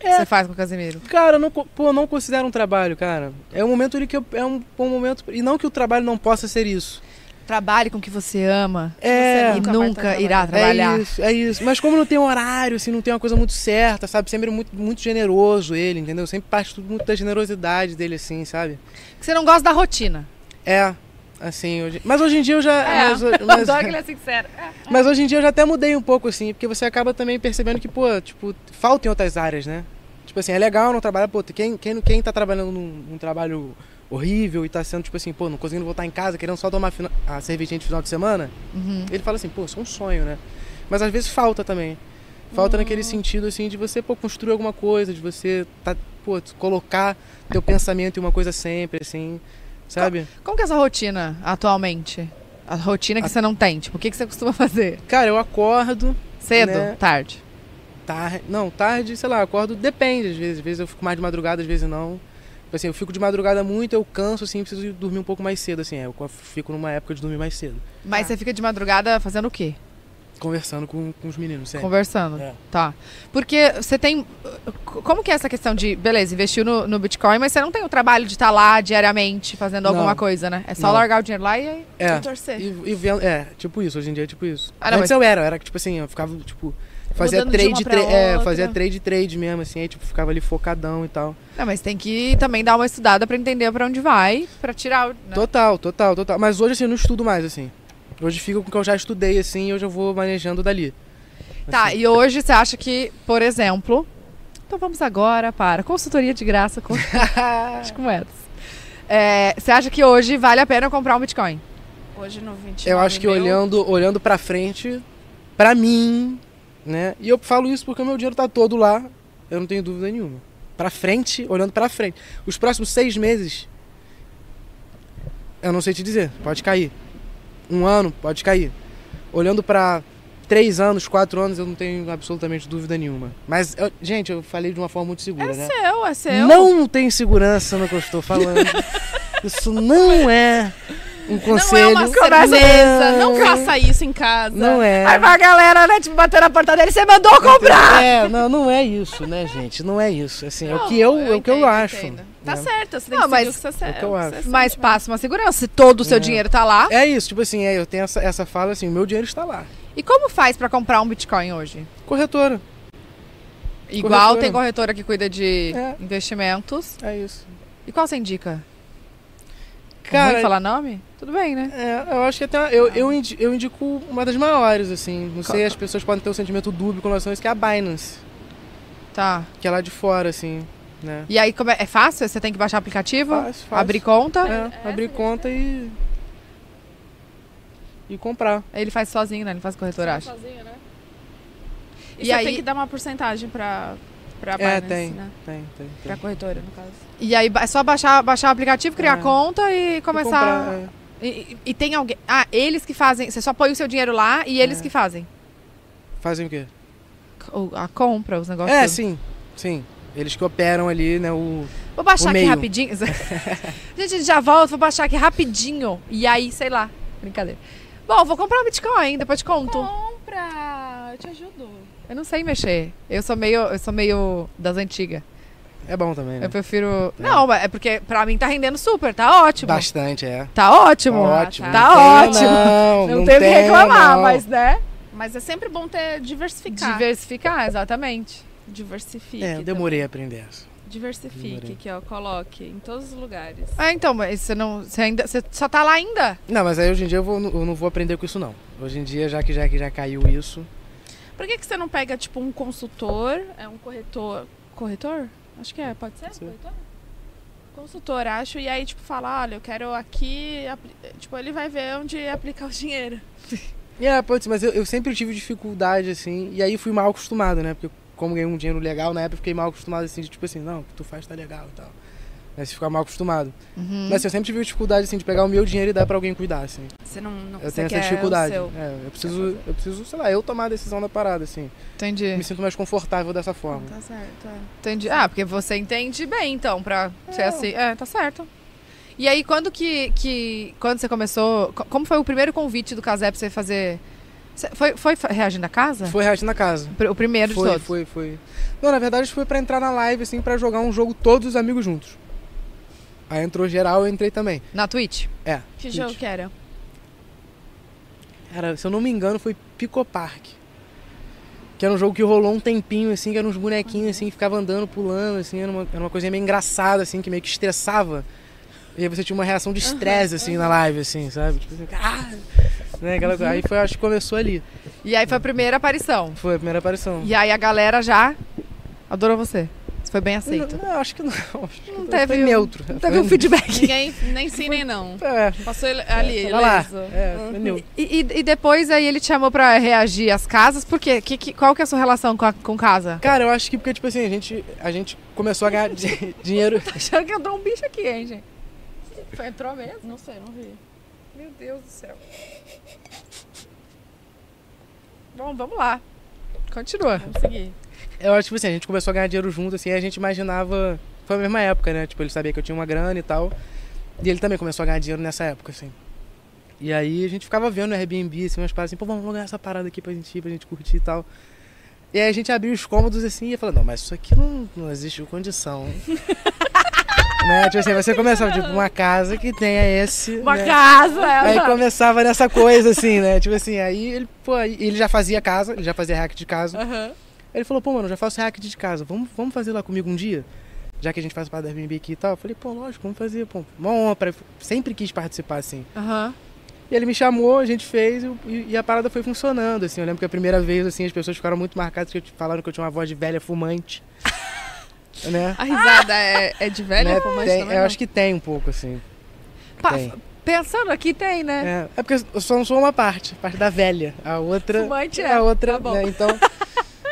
É. Você faz com o Casimiro. Cara, eu não, co- pô, eu não considero um trabalho, cara. É um momento ali que eu, é um bom momento. E não que o trabalho não possa ser isso. Trabalhe com o que você ama. É. e nunca nunca, vai estar irá trabalhar. É isso, é isso. Mas como não tem horário, assim, não tem uma coisa muito certa, sabe? Sempre é muito, muito generoso ele, entendeu? Sempre parte tudo muito da generosidade dele, assim, sabe? Porque você não gosta da rotina. É, assim, hoje... mas hoje em dia eu já. É. Mas, mas- Adoro que ele é sincero. mas hoje em dia eu já até mudei um pouco, assim, porque você acaba também percebendo que, pô, tipo, falta em outras áreas, né? Tipo assim, é legal não trabalhar, pô, quem, quem, quem tá trabalhando num, num trabalho horrível e tá sendo, tipo assim, pô, não conseguindo voltar em casa, querendo só tomar fina- a cervejinha de final de semana, Uhum. ele fala assim, pô, isso é um sonho, né? Mas às vezes falta também. Hum. Falta naquele sentido, assim, de você, pô, construir alguma coisa, de você, tá, pô, colocar teu pensamento em uma coisa sempre, assim, sabe? Como que é a sua rotina atualmente? A rotina que você não tem. Tipo, o que, que você costuma fazer? Cara, eu acordo, Cedo? Né? Tarde? tarde. Não, tarde, sei lá, acordo, depende, às vezes. Às vezes eu fico mais de madrugada, às vezes não. Tipo Assim, eu fico de madrugada muito, eu canso, assim, preciso ir dormir um pouco mais cedo, assim. é, Eu fico numa época de dormir mais cedo. Mas você fica de madrugada fazendo o quê? Conversando com, com os meninos, sempre. Conversando. É. Tá. Porque você tem. Como que é essa questão de, beleza, investiu no, no Bitcoin, mas você não tem o trabalho de estar lá diariamente fazendo Não. alguma coisa, né? É só Não. largar o dinheiro lá e. É. E torcer. E, e vendo, é, tipo isso, hoje em dia é tipo isso. Ah, não, Antes mas- eu era, eu era tipo assim, eu ficava, tipo, fazia Mudando de uma trade, pra tra é, eu outra. fazia trade trade mesmo, assim, aí tipo, ficava ali focadão e tal. Não, mas tem que também dar uma estudada pra entender pra onde vai, pra tirar o. né? Total, total, total. Mas hoje assim, eu não estudo mais, assim. Hoje fica com o que eu já estudei, assim, e hoje eu vou manejando dali. Assim. Tá, e hoje você acha que, por exemplo. Então vamos agora para consultoria de graça com Chico Moedas. É, Você acha que hoje vale a pena comprar um Bitcoin? Hoje no 29 Eu acho que mil, olhando, olhando pra frente, pra mim, né? E eu falo isso porque o meu dinheiro tá todo lá, eu não tenho dúvida nenhuma. Pra frente, olhando pra frente. Os próximos seis meses, eu não sei te dizer, pode cair. Um ano, pode cair. Olhando pra três anos, quatro anos, eu não tenho absolutamente dúvida nenhuma. Mas, eu- gente, eu falei de uma forma muito segura, né? Seu, é seu. Não tem segurança no que eu estou falando. Isso não é um Não é conselho. uma certeza. Não é. faça isso em casa. é. Não é. Aí vai a galera, né? Tipo, bater na porta dele, você mandou comprar! É, não, não é isso, né, gente? Não é isso. Assim, é o que eu, Não, é o que eu entendo, acho. entendo. Tá né? é certo, você tem Não, que seguir mas- o que você é. sabe. o que eu acho. Mas passa uma segurança, se todo o seu É. dinheiro tá lá. É isso, tipo assim, é, eu tenho essa, essa fala assim, o meu dinheiro está lá. E como faz pra comprar um Bitcoin hoje? Corretora. Igual Corretora. tem corretora que cuida de É. investimentos. É isso. E qual você indica? Cara, Cara, ruim falar nome? Tudo bem, né? é, eu acho que até. Eu, eu, indi- eu indico uma das maiores, assim. Não sei, Qual? as pessoas podem ter um sentimento dúbio com relação a isso, que é a Binance, Tá. que é lá de fora, assim, né? E aí, como é, é fácil? Você tem que baixar aplicativo? Fácil, fácil. Abrir conta? É, abrir conta e. E comprar. Ele faz sozinho, né? Ele faz corretora, acho. Sozinho, né? E E, você aí- tem que dar uma porcentagem pra, pra É, Binance, tem. né? Tem, tem, tem. Pra corretora, no caso. E aí, ba- é só baixar, baixar o aplicativo, criar É. conta e E começar. comprar, é. E, e- e tem alguém. Ah, eles que fazem. Você só põe o seu dinheiro lá e eles É. que fazem. Fazem o quê? O- A compra, os negócios. É, tudo. sim, sim. Eles que operam ali, né? O... Vou baixar O aqui meio. rapidinho. Gente, a gente já volta, vou baixar aqui rapidinho. E aí, sei lá. Brincadeira. Bom, vou comprar um Bitcoin, depois te conto. Compra! Eu te ajudo. Eu não sei mexer. Eu sou meio, eu sou meio das antigas. É bom também, né? Eu prefiro. Não, mas é porque pra mim tá rendendo super, tá ótimo. Bastante, é. Tá Tá ótimo. ótimo. Tá Não ótimo. tem, Não, Não, não tem o que tem, reclamar, não. mas né? Mas é sempre bom ter diversificar. Diversificar, exatamente. Diversifique. É, eu demorei a aprender essa. também. Diversifique, Demorei. aqui, ó. Coloque em todos os lugares. Ah, então, mas você não. Você ainda. Você só tá lá ainda? Não, mas aí hoje em dia eu, vou- eu não vou aprender com isso, não. Hoje em dia, já que já, que já caiu isso. Por que, que você não pega, tipo, um consultor, é um corretor. Corretor? Acho que é, pode ser? ser. Corretor? Consultor, acho, e aí, tipo, fala, olha, eu quero aqui. apli- Tipo, ele vai ver onde aplicar o dinheiro. E É, pode ser, mas eu, eu sempre tive dificuldade, assim, e aí fui mal acostumado, né? Porque como ganhei um dinheiro legal, na época eu fiquei mal acostumado, assim, de tipo assim, não, o que tu faz tá legal e tal. Aí você fica mal acostumado. Uhum. Mas eu sempre tive dificuldade, assim, de pegar o meu dinheiro e dar pra alguém cuidar, assim. Você não, não Eu você tenho essa quer o dificuldade. seu. É, eu preciso, eu preciso, sei lá, eu tomar a decisão da parada, assim. Eu Entendi. me sinto mais confortável dessa forma. Tá certo, é. Entendi. Ah, porque você entende bem, então, pra ser assim. É, tá certo. E aí, quando que, que. Quando você começou. co- Como foi o primeiro convite do Casé pra você fazer. Cê- Foi, foi fa- reagindo à Tá. casa? Foi reagindo na casa. Pr- O primeiro de Foi, todos. foi, foi. Não, na verdade foi pra entrar na live, assim, pra jogar um jogo todos os amigos juntos. Aí entrou geral, eu entrei também. Na Twitch? Que É, Twitch. jogo que era? Cara, se eu não me engano, foi Pico Park. Que era um jogo que rolou um tempinho, assim, que eram uns bonequinhos, assim, que ficava andando, pulando, assim, era uma, era uma coisa meio engraçada, assim, que meio que estressava. E aí você tinha uma reação de estresse, assim, na live, assim, sabe? Tipo assim, ah! Né, aquela coisa. Aí foi, acho que começou ali. E aí foi a primeira aparição. Foi a primeira aparição. E aí a galera já adorou você. Você foi bem Não, tá aceito. não, acho que não. Acho que Não foi- teve foi um- neutro. Não teve um feedback. Ninguém, nem sim, nem não. É, Passou ele- ali, Tava lá. ileso. É, foi neutro. E, e- e depois aí ele te chamou pra reagir às casas, por quê? Que, que- qual que é a sua relação com, a- com casa? Cara, eu acho que porque, tipo assim, a gente, a gente começou a ganhar di- dinheiro. Achando que eu dou um bicho aqui, hein, gente? Entrou mesmo? Não sei, não vi. Meu Deus do céu. Bom, vamos lá. Continua. Vamos seguir. Eu acho que, tipo assim, a gente começou a ganhar dinheiro junto, assim, aí a gente imaginava. Foi a mesma época, né? Tipo, ele sabia que eu tinha uma grana e tal. E ele também começou a ganhar dinheiro nessa época, assim. E aí a gente ficava vendo no Airbnb, assim, umas paradas assim, pô, vamos alugar essa parada aqui pra gente ir, pra gente curtir e tal. E aí a gente abriu os cômodos assim e ia falando, não, mas isso aqui não, não existe condição. né? Tipo assim, você começava, tipo, uma casa que tenha esse. Uma né? casa, Aí ela. começava nessa coisa, assim, né? Tipo assim, aí ele, pô, aí ele já fazia casa, ele já fazia hack de casa. Aham. Ele falou, pô, mano, eu já faço hack de casa, vamos, vamos fazer lá comigo um dia? Já que a gente faz parte da Airbnb aqui e tal. Eu falei, pô, lógico, vamos fazer, pô. Uma honra, pra- sempre quis participar, assim. Aham. E ele me chamou, a gente fez e- e, e a parada foi funcionando, assim. Eu lembro que a primeira vez, assim, as pessoas ficaram muito marcadas, que eu- falaram que eu tinha uma voz de velha fumante. né? A Ah! risada é, é de velha Né? ou mais Tem- também? eu não? acho que tem um pouco, assim. Pa- Tem. Pensando aqui, tem, né? É, é porque eu só não sou uma parte, a parte da velha. A outra. Fumante é, A outra, tá bom. né? Então.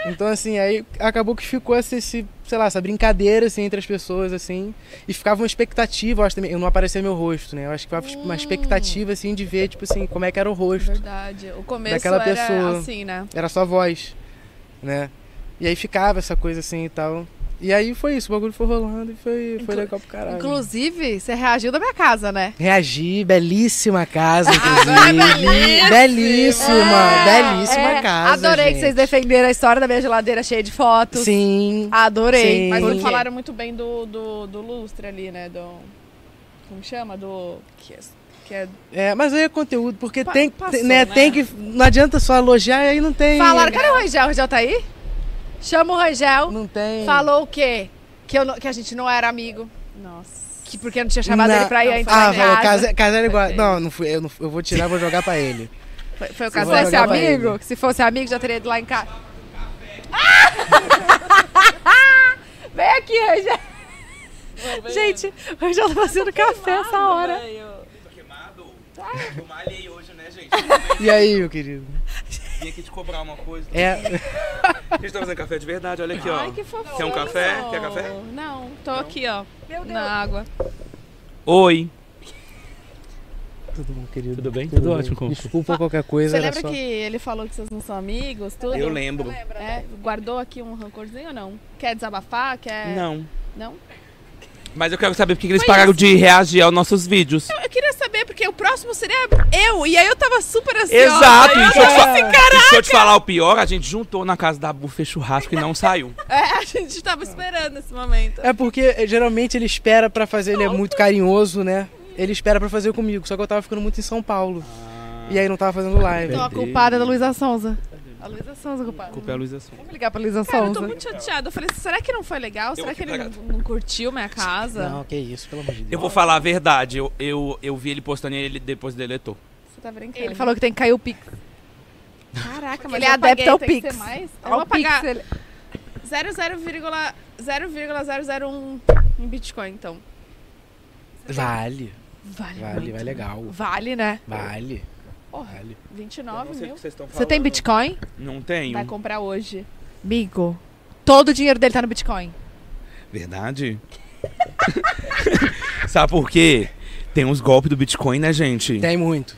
Então, assim, aí acabou que ficou esse, esse, sei lá, essa brincadeira, assim, entre as pessoas, assim. E ficava uma expectativa, eu acho também, eu não aparecer meu rosto, né? Eu acho que ficava Hum. uma expectativa, assim, de ver, tipo assim, como é que era o rosto. Uhum. Verdade. O começo Daquela era pessoa. assim, né? Era só voz, né? E aí ficava essa coisa, assim, e tal. E aí foi isso, o bagulho foi rolando e foi, foi Inclu- legal pro caralho. Inclusive, você reagiu da minha casa, né? Reagi, belíssima casa, inclusive. belíssima, belíssima É, casa. Adorei que vocês gente. defenderam a história da minha geladeira cheia de fotos. Sim. Adorei. Sim. Mas Por não quê? falaram muito bem do, do, do lustre ali, né? Do. Como chama? Do. Que é. Que é É, mas aí é conteúdo, porque Pa- tem, passou, né, né? tem que. Não adianta só elogiar e aí não tem. Falaram, cadê o Rangel? O Rangel tá aí? Chama o Rangel. Não tem. Falou o quê? Que, eu não- que a gente não era amigo. Nossa. Que porque eu não tinha chamado ele pra ir antes Ah, da falou, casa. casa- casar igual. Não, não fui, eu, não, eu vou tirar, vou jogar pra ele. Foi, foi o Se caso. fosse Se fosse jogar amigo, ele. se fosse amigo, já teria ido lá em casa. Vem aqui, Rangel. Gente, o Rangel tá fazendo café essa hora. Tô queimado? Eu malhei hoje, né, gente? E aí, meu querido? Vim aqui te cobrar uma coisa. É. A gente tá fazendo café de verdade, olha aqui, ó. Ai, que fofo. Quer um café? Quer café? Não, tô aqui, ó. Meu Deus. Na água. Oi. Tudo bom, querido? Tudo bem? bem. Desculpa qualquer coisa. Você era lembra só... que ele falou que vocês não são amigos, tudo? Eu lembro. É, né? guardou aqui um rancorzinho ou não? Quer desabafar? Quer. Não. Não? Mas eu quero saber por que que eles Foi assim. pararam de reagir aos nossos vídeos. Eu queria saber, porque o próximo seria eu. E aí eu tava super ansiosa. Exato! E deixa, eu te fa- e deixa eu te falar o pior, a gente juntou na casa da buffet churrasco e não saiu. É, a gente tava esperando esse momento. É porque eh, geralmente ele espera pra fazer, ele é muito carinhoso, né? Ele espera pra fazer comigo, só que eu tava ficando muito em São Paulo. E aí não tava fazendo live. Então a culpada é da Luísa Sonza. A Luísa Sonza, culpada. Culpa é a Luísa Vamos ligar pra Luísa Cara, eu tô Sonza. muito chateada. Eu falei, assim, será que não foi legal? Será vou que ele ficar não, não curtiu minha casa? Não, que isso, pelo amor de Deus. Eu vou falar a verdade, eu, eu, eu vi ele postando e ele depois deletou. Você tá brincando. Ele falou que tem que cair o Pix. caraca, mas ele é eu adepto paguei, ao tem que Pix. ser mais? Eu Olha vou É o Pix. pagar ele- 00,0,001 em Bitcoin, então. Vale, Vale, vale, muito. vai legal. Vale, né? Vale. Porra. Vale. 29 mil. vocês estão falando. Você um tem Bitcoin? Não tenho. Vai comprar hoje. Amigo, todo o dinheiro dele tá no Bitcoin. Verdade? Sabe por quê? Tem uns golpes do Bitcoin, né, gente? Tem muito.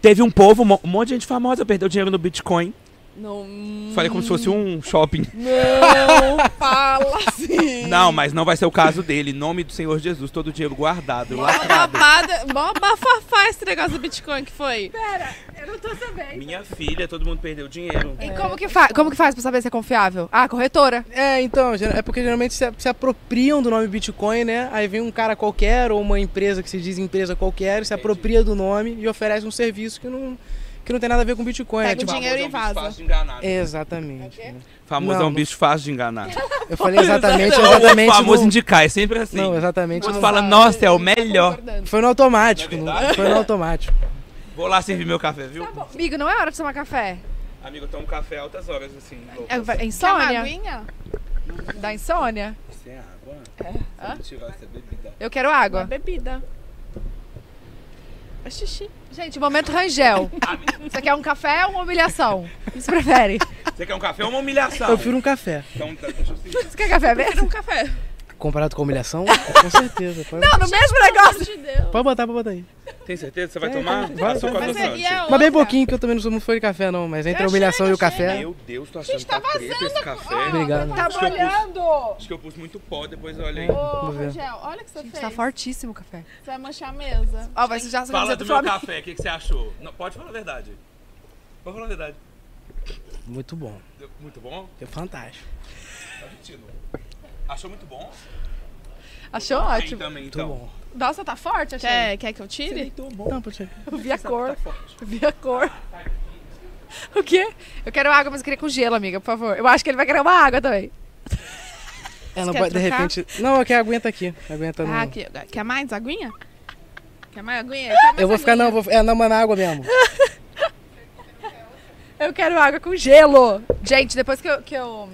Teve um povo, um mo- um monte de gente famosa perdeu dinheiro no Bitcoin. Não. Falei como se fosse um shopping. Não fala assim. Não, mas não vai ser o caso dele. Em nome do Senhor Jesus, todo o dinheiro guardado. Mó Lacrado. babada, mó bafafá esse negócio do Bitcoin que foi. Minha filha, todo mundo perdeu dinheiro. E como que, fa- como que faz pra saber se é confiável? Ah, corretora. É, então, gera- é porque geralmente se, se apropriam do nome Bitcoin, né? Aí vem um cara qualquer ou uma empresa que se diz empresa qualquer, se apropria do nome e oferece um serviço que não, que não tem nada a ver com Bitcoin. Pega é, tipo... o dinheiro e vaza. um É. de enganar. Exatamente. né? Famoso é Não, um não- bicho fácil de enganar. Eu falei exatamente, Ou exatamente. o famoso no- indicar, é sempre assim. Não, exatamente. Quando no- fala, nossa, Tá é o melhor. Foi no automático. Não é no- verdade? Foi no automático. Vou lá servir meu café, Tá viu? Amigo, não é hora de tomar café. Amigo, eu tomo café altas horas, assim. É, vai- é Quer uma insônia? aguinha? Dá insônia? Isso é água? É. tirar essa bebida. Eu quero água. Bebida. É xixi. Gente, momento Rangel. Você quer um café ou uma humilhação? O que Você prefere? Você quer um café ou uma humilhação? Eu prefiro um café. Então, tá, deixa eu seguir. Você quer café mesmo? Um café. Comparado com a humilhação? Com certeza. Pode, Não, no mesmo negócio. de Deus. pode botar, pode botar aí. Tem certeza que você assim, vai É, tomar? vai, Passou vai. com a Mas é, e a Mas bem outra? pouquinho, que eu também não sou muito fã de café, não. Mas entre a Já humilhação chega, e o café... Meu Deus, tô achando que tá preto esse café. Obrigado. Tá Acho que eu pus- molhando. Acho que eu pus muito pó, depois olha aí. Ô, ver. Rangel, olha o que você Gente, fez. tá fortíssimo o café. Você vai manchar a mesa. Ó, vai sujar a Fala camisa do do meu Flamengo. café, o que, que você achou? Não, pode falar a verdade. Pode falar a verdade. Muito bom. Deu Muito bom? É fantástico. Argentino. Achou muito bom? Achou Bem ótimo. também, Muito então. bom. Nossa, tá forte, achei. Quer, quer que eu tire? Não, pode ser. Eu vi a cor. Eu vi a cor. O quê? Eu quero água, mas eu queria com gelo, amiga, por favor. Eu acho que ele vai querer uma água também. Ela quer pode, de trocar? repente... Não, aqui aguenta aqui. Aguenta Ah, no... aqui, quer mais aguinha? Quer mais aguinha? Quer mais Eu vou ficar, aguinha? não, vou... É, não, mas na água mesmo. Eu quero água com gelo. Gente, depois que eu. Que eu...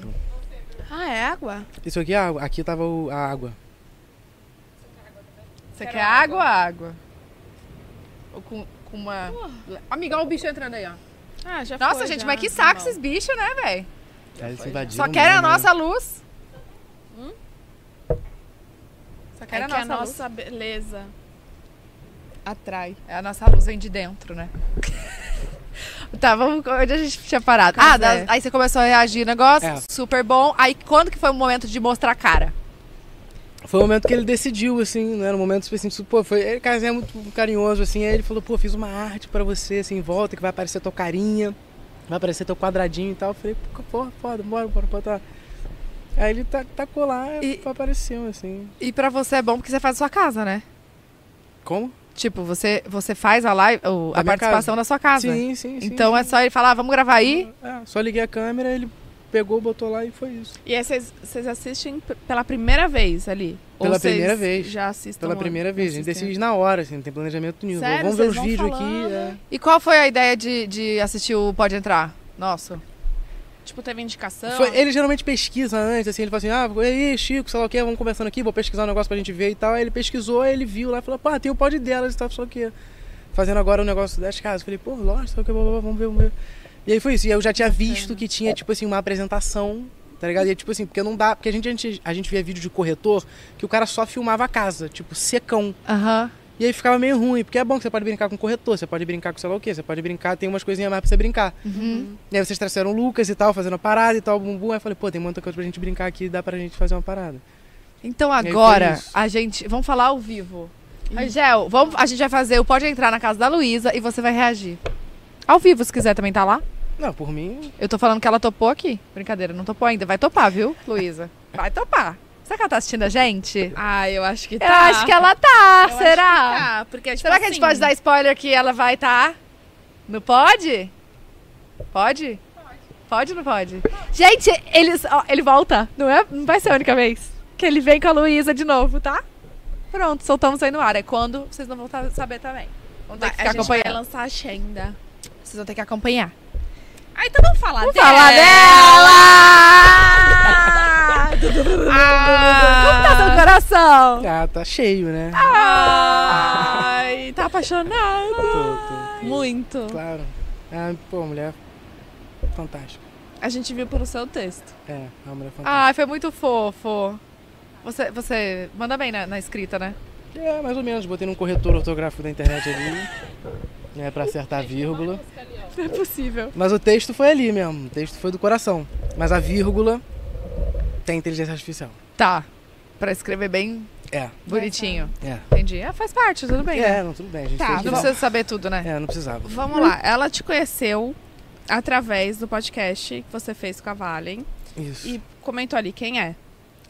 Ah, é água? Isso aqui é água. Aqui tava o- a água. Você quer água ou água? Ou com, com uma. Amiga, olha o bicho entrando aí, ó. Ah, já Nossa, foi, gente, já, mas que saco irmão. esses bichos, né, velho? Eles invadiram. Só querem a né, nossa luz. Só É querem que a a nossa luz. nossa beleza atrai. É, a nossa luz vem de dentro, né? tá, vamos. Onde a gente tinha parado? ah, da- é. aí você começou a reagir negócio, É. super bom. Aí quando que foi o momento de mostrar a cara? Foi o momento que ele decidiu, assim, né? No momento, tipo assim, pô, foi. Ele, cara, é muito carinhoso, assim. Aí ele falou, pô, fiz uma arte pra você, assim, em volta, que vai aparecer tua carinha, vai aparecer teu quadradinho e tal. Eu falei, pô, porra, foda, bora, bora, bora. Aí ele ta- tacou lá e E- apareceu, assim. E pra você é bom porque você faz a sua casa, né? Como? Tipo, você, você faz a live, o- Da a minha participação da sua casa. Então- Sim, Ah, sim, sim. Então é só ele falar, vamos "Ah, gravar aí. É, só liguei a câmera, ele pegou, botou lá e foi isso. E aí vocês vocês assistem p- pela primeira vez ali? Ou Pela vocês primeira vez. Já assistem. Pela primeira vez, a gente decide na hora, assim, não tem planejamento nenhum. Sério? Vamos ver Vocês os vão né? vídeos falando? aqui. é. E qual foi a ideia de, de assistir o Pode Entrar? Nossa. Tipo, teve indicação? Foi- ele geralmente pesquisa antes, assim, ele fala assim, ah, ei, Chico, sei lá o que, vamos conversando aqui, vou pesquisar um negócio pra gente ver e tal. Aí ele pesquisou, aí ele viu lá e falou, pá, tem o pod delas e tal, sei lá o que. Fazendo agora o negócio das casas. Falei, pô, lógico, sei lá o que, blá, blá, blá, vamos ver, vamos ver. E aí foi isso, e aí eu já tinha visto que tinha, tipo assim, uma apresentação, tá ligado? E é tipo assim, porque não dá, porque a gente, a gente, a gente via vídeo de corretor que o cara só filmava a casa, tipo, secão. Aham. E aí ficava meio ruim, porque é bom que você pode brincar com o corretor, você pode brincar com sei lá o quê, você pode brincar, tem umas coisinhas mais pra você brincar. E aí vocês trouxeram o Lucas e tal, fazendo a parada e tal, bumbum. Aí eu falei, pô, tem muita coisa pra gente brincar aqui, dá pra gente fazer uma parada. Então foi agora, isso. a gente. Vamos falar ao vivo. Angel, vamos, a gente vai fazer o Pode Entrar na casa da Luísa e você vai reagir. Ao vivo, se quiser também tá lá. Não, por mim, Eu tô falando que ela topou aqui. Brincadeira, não topou ainda. Vai topar, viu, Luísa? Vai topar. Será que ela tá assistindo a gente? Ah, eu acho que tá. Eu acho que é- ela tá, Eu acho será? que tá, porque, tipo, Será que a gente assim, pode dar spoiler que ela vai estar? Tá? Não pode? Pode? Pode ou não pode? Gente, eles, ó, ele volta. Não, é, não vai ser a única vez. Que ele vem com a Luísa de novo, tá? Pronto, soltamos aí no ar. É quando vocês não vão tá- saber também. Vão ter que A ficar gente vai acompanhando. lançar a agenda. Vocês vão ter que acompanhar. Ah, então vamos falar Vamos dela. falar dela! Como tá seu coração? ah, tá cheio, né? Ah! Ai, tá apaixonado. Tô, tô, Muito. Claro. Ah, pô, mulher fantástica. A gente viu pelo seu texto. É, é uma mulher fantástica. Ai, foi muito fofo. Você, você manda bem na- na escrita, né? É, mais ou menos, botei num corretor ortográfico da internet ali. Né, pra acertar a vírgula. Não é possível. Mas o texto foi ali mesmo, o texto foi do coração. Mas a vírgula tem inteligência artificial. Tá. Pra escrever bem É. bonitinho. É. Entendi. É, faz parte, tudo bem. né? É, não, tudo bem, a gente Tá, fez isso. Não precisa saber tudo, né? É, não precisava. Vamos lá. Ela te conheceu através do podcast que você fez com a Valen Isso. e comentou ali quem é.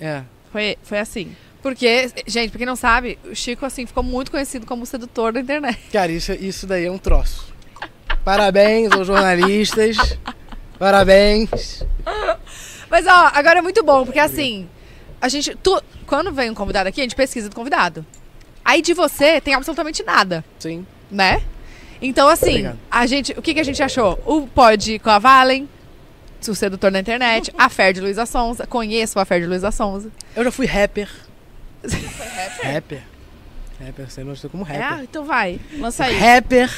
É. Foi, foi assim. Porque, gente, pra quem não sabe, o Chico, assim, ficou muito conhecido como o sedutor da internet. Cara, isso, isso daí é um troço. Parabéns aos jornalistas. Parabéns. Mas, ó, agora é muito bom, porque assim, a gente. tu- quando vem um convidado aqui, a gente pesquisa do convidado. Aí de você É, tem absolutamente nada, Sim. né? Então, assim, Obrigado. a gente. O que, que a gente achou? O pod com a Valen, o sedutor da internet, a Fer de Luísa Sonza. Conheço a Fer de Luísa Sonza. Eu já fui rapper. rapper? Rapper, você não estou como rapper. É, então vai. Lança aí. Rapper.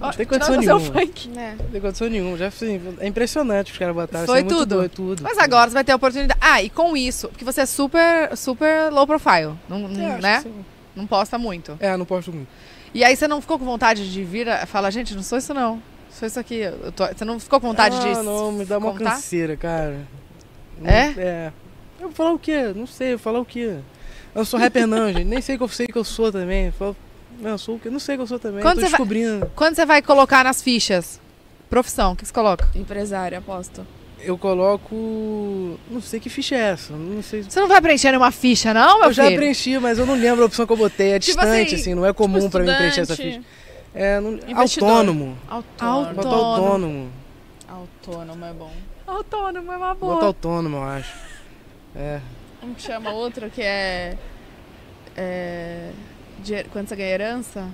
Não tem Nossa, condição seu nenhuma. fã- Né? Não tem condição nenhuma. Já, assim, é impressionante os caras botaram. Foi assim, é muito tudo. doido, tudo. Mas agora você vai ter a oportunidade. Ah, e com isso, porque você é super, super low profile, não, não- É, acho que né? sim. Não posta muito. É, não posto muito. E aí você não ficou com vontade de vir e falar, gente, não sou isso não. Sou isso aqui. Eu tô- Você não ficou com vontade ah, de. não, me dá uma contar? canseira, cara. Não- É? É. Eu vou falar o quê? Não sei, eu vou falar o quê? Eu não sou rapper não, gente. Nem sei que eu sei que eu sou também. Eu falo, não, eu sou o quê? Não sei que eu sou também. Quando Tô você vai- descobrindo. Quando você vai colocar nas fichas? Profissão, o que você coloca? Empresário, aposto. Eu coloco... Não sei que ficha é essa. Não sei... Você não vai preencher nenhuma ficha, Tipo não, meu eu já filho? preenchi, mas eu não lembro a opção que eu botei. É Tipo distante, assim, assim, Não é comum pra mim preencher essa estudante. ficha. É, não... Investidor. Autônomo. Autônomo. Botar autônomo. Autônomo é bom. Autônomo é Tá uma Botar boa. autônomo, eu acho. É. Um que chama outro que é. é dinhe- quando você ganha herança?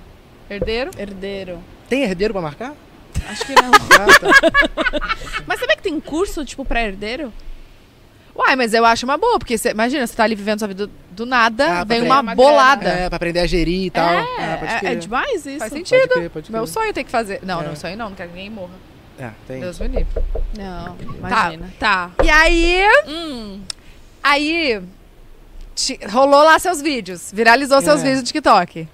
Herdeiro? Herdeiro. Tem herdeiro pra marcar? Acho que não. Ah, tá. Mas sabia que tem curso, tipo, pra herdeiro? Uai, mas eu acho uma boa, porque você, imagina, você tá ali vivendo sua vida do, do nada, Ah, vem pra uma ganhar uma bolada. É, pra aprender a gerir e tal. ah, pode É, crer. é demais isso? Faz sentido. Pode crer, pode crer. Meu sonho tem que fazer. Não, É. não, sonho não, não quero que ninguém morra. Ah, tem. Deus me livre. Não, imagina. Tá. E aí, Hum, aí ti- rolou lá seus vídeos, viralizou seus É. vídeos no TikTok.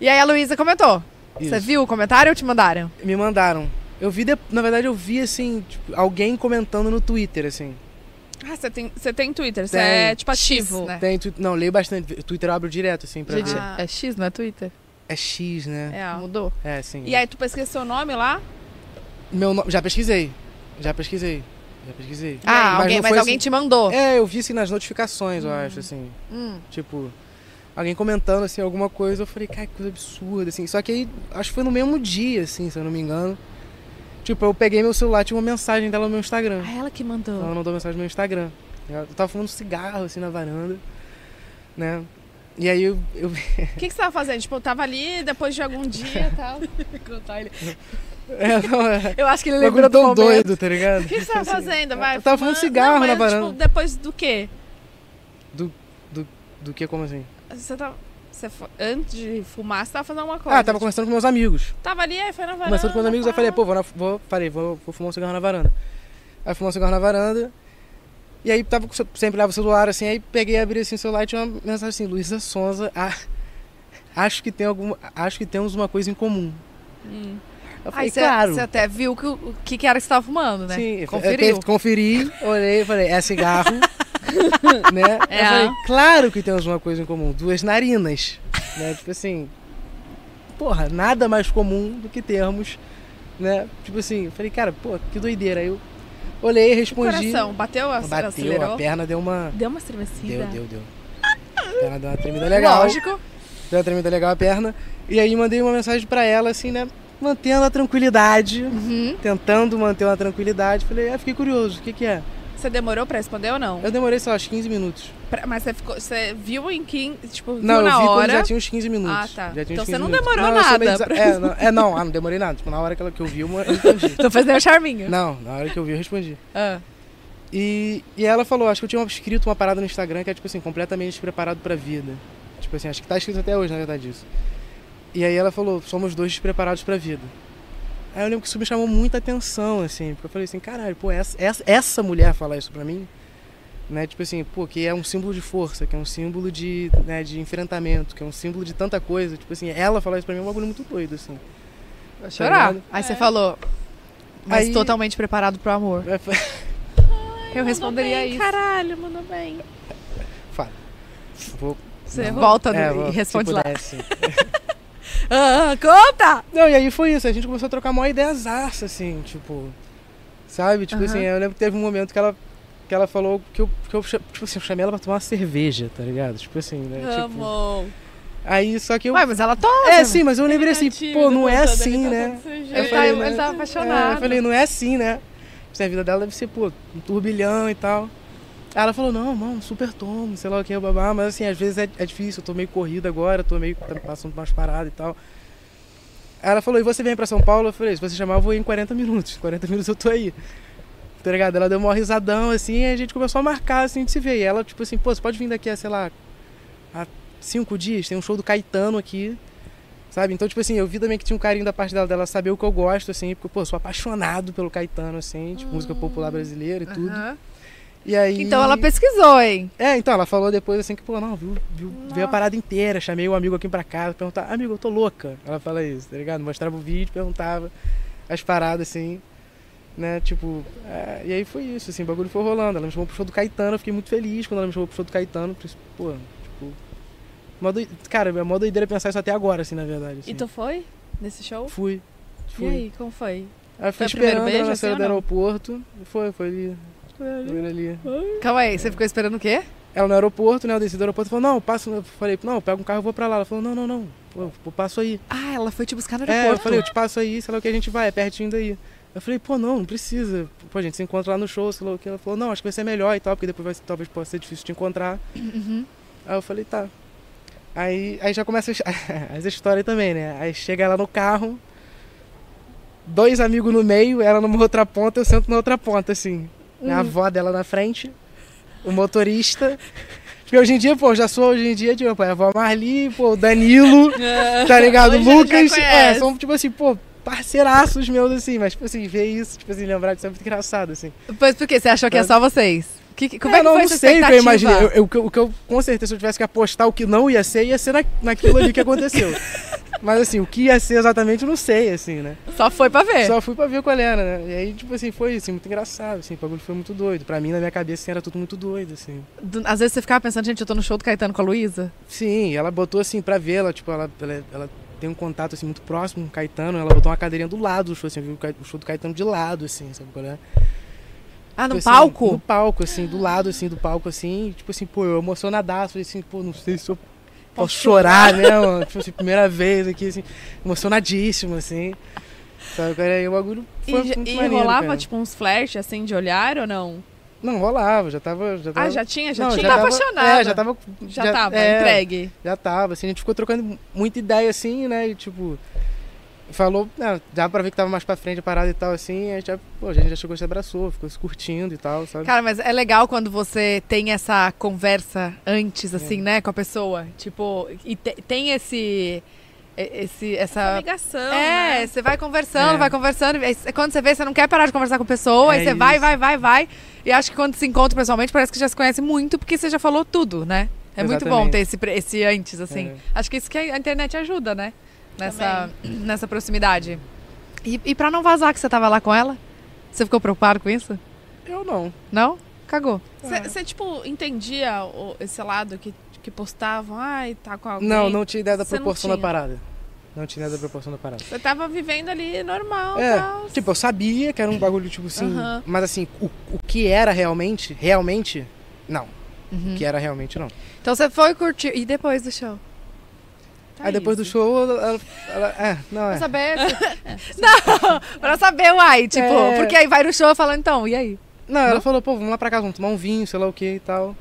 E aí a Luísa comentou. Você Isso. viu o comentário ou te mandaram? Me mandaram. Eu vi, de- na verdade, eu vi, assim, tipo, alguém comentando no Twitter, assim. Ah, você tem, você tem Twitter, você Tem. é tipo ativo. X, né? Tem tu- Não, leio bastante. Twitter eu abro direto, assim, pra Gente, ver. é X, não é Twitter? É X, né? É. Mudou. É, sim. E aí tu pesquisa seu nome lá? Meu no- Já pesquisei. Já pesquisei. Já pesquisei. Ah, Mas alguém, não mas foi alguém assim- te mandou. É, eu vi, assim, nas notificações, eu acho, assim. Hum. Tipo, alguém comentando, assim, alguma coisa. Eu falei, cara, que coisa absurda, assim. Só que aí, acho que foi no mesmo dia, assim, se eu não me engano. Tipo, eu peguei meu celular, tinha uma mensagem dela no meu Instagram. Ah, ela que mandou. Ela mandou mensagem no meu Instagram. Eu tava fumando cigarro, assim, na varanda, né? E aí eu, eu O que, que você tava fazendo? Tipo, eu tava ali depois de algum dia e tal. Contar ele. É, não, é. Eu acho que ele Bagulho lembrou do tão momento. doido, tá ligado? O que, que você tava fazendo? Vai, Eu tava fumando cigarro Não, mas, na varanda. Tipo, depois do quê? Do que, como assim? Você tava. Você foi- Antes de fumar, você tava fazendo alguma coisa. Ah, tava conversando com meus amigos. tipo, tava ali, aí foi na varanda. Conversando com meus amigos, eu pá. falei, pô, vou, na- vou, falei, vou, vou fumar um cigarro na varanda. Aí fumar um cigarro na varanda. E aí tava com o ce- sempre lava o celular assim, aí peguei e abri assim o celular e tinha uma mensagem assim, Luísa Sonza, ah, acho que tem alguma. Acho que temos uma coisa em comum. Eu falei, é Aí você claro. você até viu que, o o que, que era que você tava fumando, né? Sim, eu- Conferiu. Eu, conferi, olhei e falei, é cigarro. né? É. Eu falei, claro que temos uma coisa em comum, duas narinas. Né? Tipo assim. Porra, nada mais comum do que termos, né? Tipo assim, eu falei, cara, pô, que doideira. Aí eu olhei, O respondi. coração, bateu a um bateu, acelerou? a perna deu uma. Deu uma estremecida. Deu, deu, deu. A perna deu uma tremida legal. Lógico. Deu uma tremida legal a perna. E aí mandei uma mensagem pra ela, assim, né? Mantendo a tranquilidade. Uhum. Tentando manter uma tranquilidade. Falei, ah, fiquei curioso, o que que é? Você demorou pra responder ou não? Eu demorei, sei lá, uns 15 minutos. Pra- Mas você ficou. Você viu em quem. Tipo, viu Não, eu na vi quando hora. já tinha uns 15 minutos. Ah, tá. Já tinha Então uns você 15 não minutos. demorou eu sou meio nada desa- É não, é, não, ah, não demorei nada. Tipo, na hora que, ela, que eu vi, eu respondi. Então um fez nem o charminho. não, na hora que eu vi, eu respondi. Ah. E, e ela falou, acho que eu tinha escrito uma parada no Instagram que é, tipo assim, completamente despreparado pra vida. Tipo assim, acho que tá escrito até hoje, na verdade, isso. E aí ela falou, somos dois despreparados pra vida. Aí eu lembro que isso me chamou muita atenção, assim, porque eu falei assim, caralho, pô, essa, essa, essa mulher falar isso pra mim, né, tipo assim, pô, que é um símbolo de força, que é um símbolo de, né, de enfrentamento, que é um símbolo de tanta coisa, tipo assim, ela falar isso pra mim é um bagulho muito doido, assim. Tá Vai chorar. ligado? Aí você falou, mas Aí- é, totalmente preparado pro amor. Eu responderia bem, isso. Caralho, mandou bem. Vou, Você volta é, no- vou- e se Tá responde lá. pudesse. Ah, conta! Não, e aí foi isso, a gente começou a trocar maior ideiazaça, assim, tipo. Sabe? Tipo assim, eu lembro que teve um momento que ela, que ela falou que eu, que eu cha- tipo assim, eu chamei ela pra tomar uma cerveja, tá ligado? Tipo assim, né? Tipo, Amor. aí só que eu. Ué, mas ela toma. é, né? sim, mas eu lembrei tá assim, tímido, pô, não é coitado, assim, tá né? todo sujo. Eu Ele, tá, falei, né? ele tá É, apaixonado. eu falei, não é assim, né? Tipo, assim, A vida dela deve ser, pô, um turbilhão e tal. Aí ela falou, não, mano, super tomo, sei lá o que, babá, mas assim, às vezes é, é difícil, eu tô meio corrida agora, tô meio tá passando umas paradas e tal. Aí ela falou, e você vem pra São Paulo? Eu falei, se você chamar, eu vou ir em 40 minutos. 40 minutos eu tô aí. Tá ligado? Ela deu uma risadão, assim, e a gente começou a marcar, assim, de se ver. E ela, tipo assim, pô, você pode vir daqui a, sei lá, a cinco dias, tem um show do Caetano aqui. Sabe? Então, tipo assim, eu vi também que tinha um carinho da parte dela, dela saber o que eu gosto, assim, porque, pô, sou apaixonado pelo Caetano, assim, tipo, música popular brasileira e tudo. Aham. E aí. Então ela pesquisou, hein? É, então, ela falou depois assim que, pô, não, viu, viu, viu a parada inteira, chamei o amigo aqui pra casa, perguntar, amigo, eu tô louca. Ela fala isso, tá ligado? Mostrava o vídeo, perguntava as paradas, assim, né, tipo, é, e aí foi isso, assim, o bagulho foi rolando. Ela me chamou pro show do Caetano, eu fiquei muito feliz quando ela me chamou pro show do Caetano, por isso, pô, tipo, mó doi- cara, é mó doideira pensar isso até agora, assim, na verdade, assim. E tu foi nesse show? Fui, fui. E aí, como foi? Aí eu fui Foi o primeiro esperando beijo, ela na assim, saída ou do não? aeroporto, foi, foi ali, foi ali. Calma aí, você ficou esperando o quê? Ela no aeroporto, né? Eu desci do aeroporto e falou, não, eu passo. Eu falei, não, pega um carro e vou pra lá. Ela falou, não, não, não. Pô, eu passo aí. Ah, ela foi te buscar no É, eu aeroporto. falei, eu te passo aí, sei lá o que a gente vai, é pertinho daí. Eu falei, pô, não, não precisa. Pô, a gente se encontra lá no show, sei lá o que. Ela falou, não, acho que vai ser melhor e tal, porque depois vai, ser- talvez possa ser difícil te encontrar. Aí eu falei, tá. Aí, aí já começa as, as histórias também, né? Aí chega ela no carro, dois amigos no meio, ela numa outra ponta, eu sento na outra ponta, assim. Uhum. A avó dela na frente, o motorista. Porque hoje em dia, pô, eu já sou hoje em dia, tipo, pô, a avó Marli, pô, o Danilo, tá ligado? É. Hoje já Lucas. É, conhece. são tipo assim, pô, parceiraços meus, assim, mas, tipo assim, ver isso, tipo assim, lembrar disso é muito engraçado, assim. Pois por quê? Você achou que é só vocês? Que- que- como é, eu que não, foi não essa sei o que eu expectativa? imaginei. Eu- eu- o que eu- o que eu, com certeza, se eu tivesse que apostar o que não ia ser, ia ser na, naquilo ali que aconteceu. mas, assim, o que ia ser exatamente, eu não sei, assim, né? Só foi pra ver. Só fui pra ver qual era, né? E aí, tipo assim, foi, assim, muito engraçado, assim, o bagulho foi muito doido. Pra mim, na minha cabeça, assim, era tudo muito doido, assim. Do- Às vezes você ficava pensando, gente, eu tô no show do Caetano com a Luísa. Sim, ela botou assim pra ver, ela, tipo, ela, ela, ela tem um contato assim muito próximo com o Caetano, ela botou uma cadeirinha do lado do show, assim, viu o Ca- o show do Caetano de lado, assim, sabe qual é? Ah, no Assim, palco? No palco, assim, do lado, assim, do palco, assim, e, tipo assim, pô, eu emocionadaço, falei assim, pô, não sei se eu posso chorar, né, mano? Tipo assim, primeira vez aqui, assim, emocionadíssimo, assim. Sabe? Cara, aí o bagulho E, foi já- muito e maneiro, rolava, cara. tipo, uns flash, assim, de olhar ou não? Não, rolava, já tava. Já tava Ah, já tinha? Já não, tinha? já tava, apaixonada. É, já tava. Já, tava, é, entregue. Já tava, assim, a gente ficou trocando muita ideia, assim, né? E, tipo, falou, né, dá pra ver que tava mais pra frente a parada e tal, assim, a gente já, pô, a gente já chegou e se abraçou, ficou se curtindo e tal, sabe? Cara, mas é legal quando você tem essa conversa É. antes, assim, né, com a pessoa. Tipo, e te- tem esse. e- esse Essa essa. ligação, é, né? você vai conversando, É. vai conversando. e aí cê- Quando você vê, você não quer parar de conversar com a pessoa, É aí você vai, isso. vai, vai, vai. E acho que quando se encontra pessoalmente, parece que já se conhece muito, porque você já falou tudo, né? É muito bom Exatamente. É. ter esse, pre- esse antes, assim. Acho que isso que a internet ajuda, né? Nessa, nessa proximidade. E, e pra não vazar que você tava lá com ela? Você ficou preocupado com isso? Eu não. Não? Cagou. Você, tipo, entendia o- esse lado que, que postavam? Ai, tá com alguém. Não, não tinha ideia da Você não proporção da tinha. parada. Não tinha ideia da proporção da parada. Você tava vivendo ali Oh, normal, É, tal. tipo, eu sabia que era um bagulho, tipo assim, Aham. mas assim, o, o que era realmente, realmente, não. O Uhum. que era realmente, não. Então você foi curtir. E depois do show? Aí depois do show, ela, ela- ela- é, não é. Pra saber. não! Pra saber, uai. Tipo, É. porque aí vai no show falando, então, e aí? Não, ela falou, pô, vamos lá pra casa, vamos tomar um vinho, sei lá o que e tal.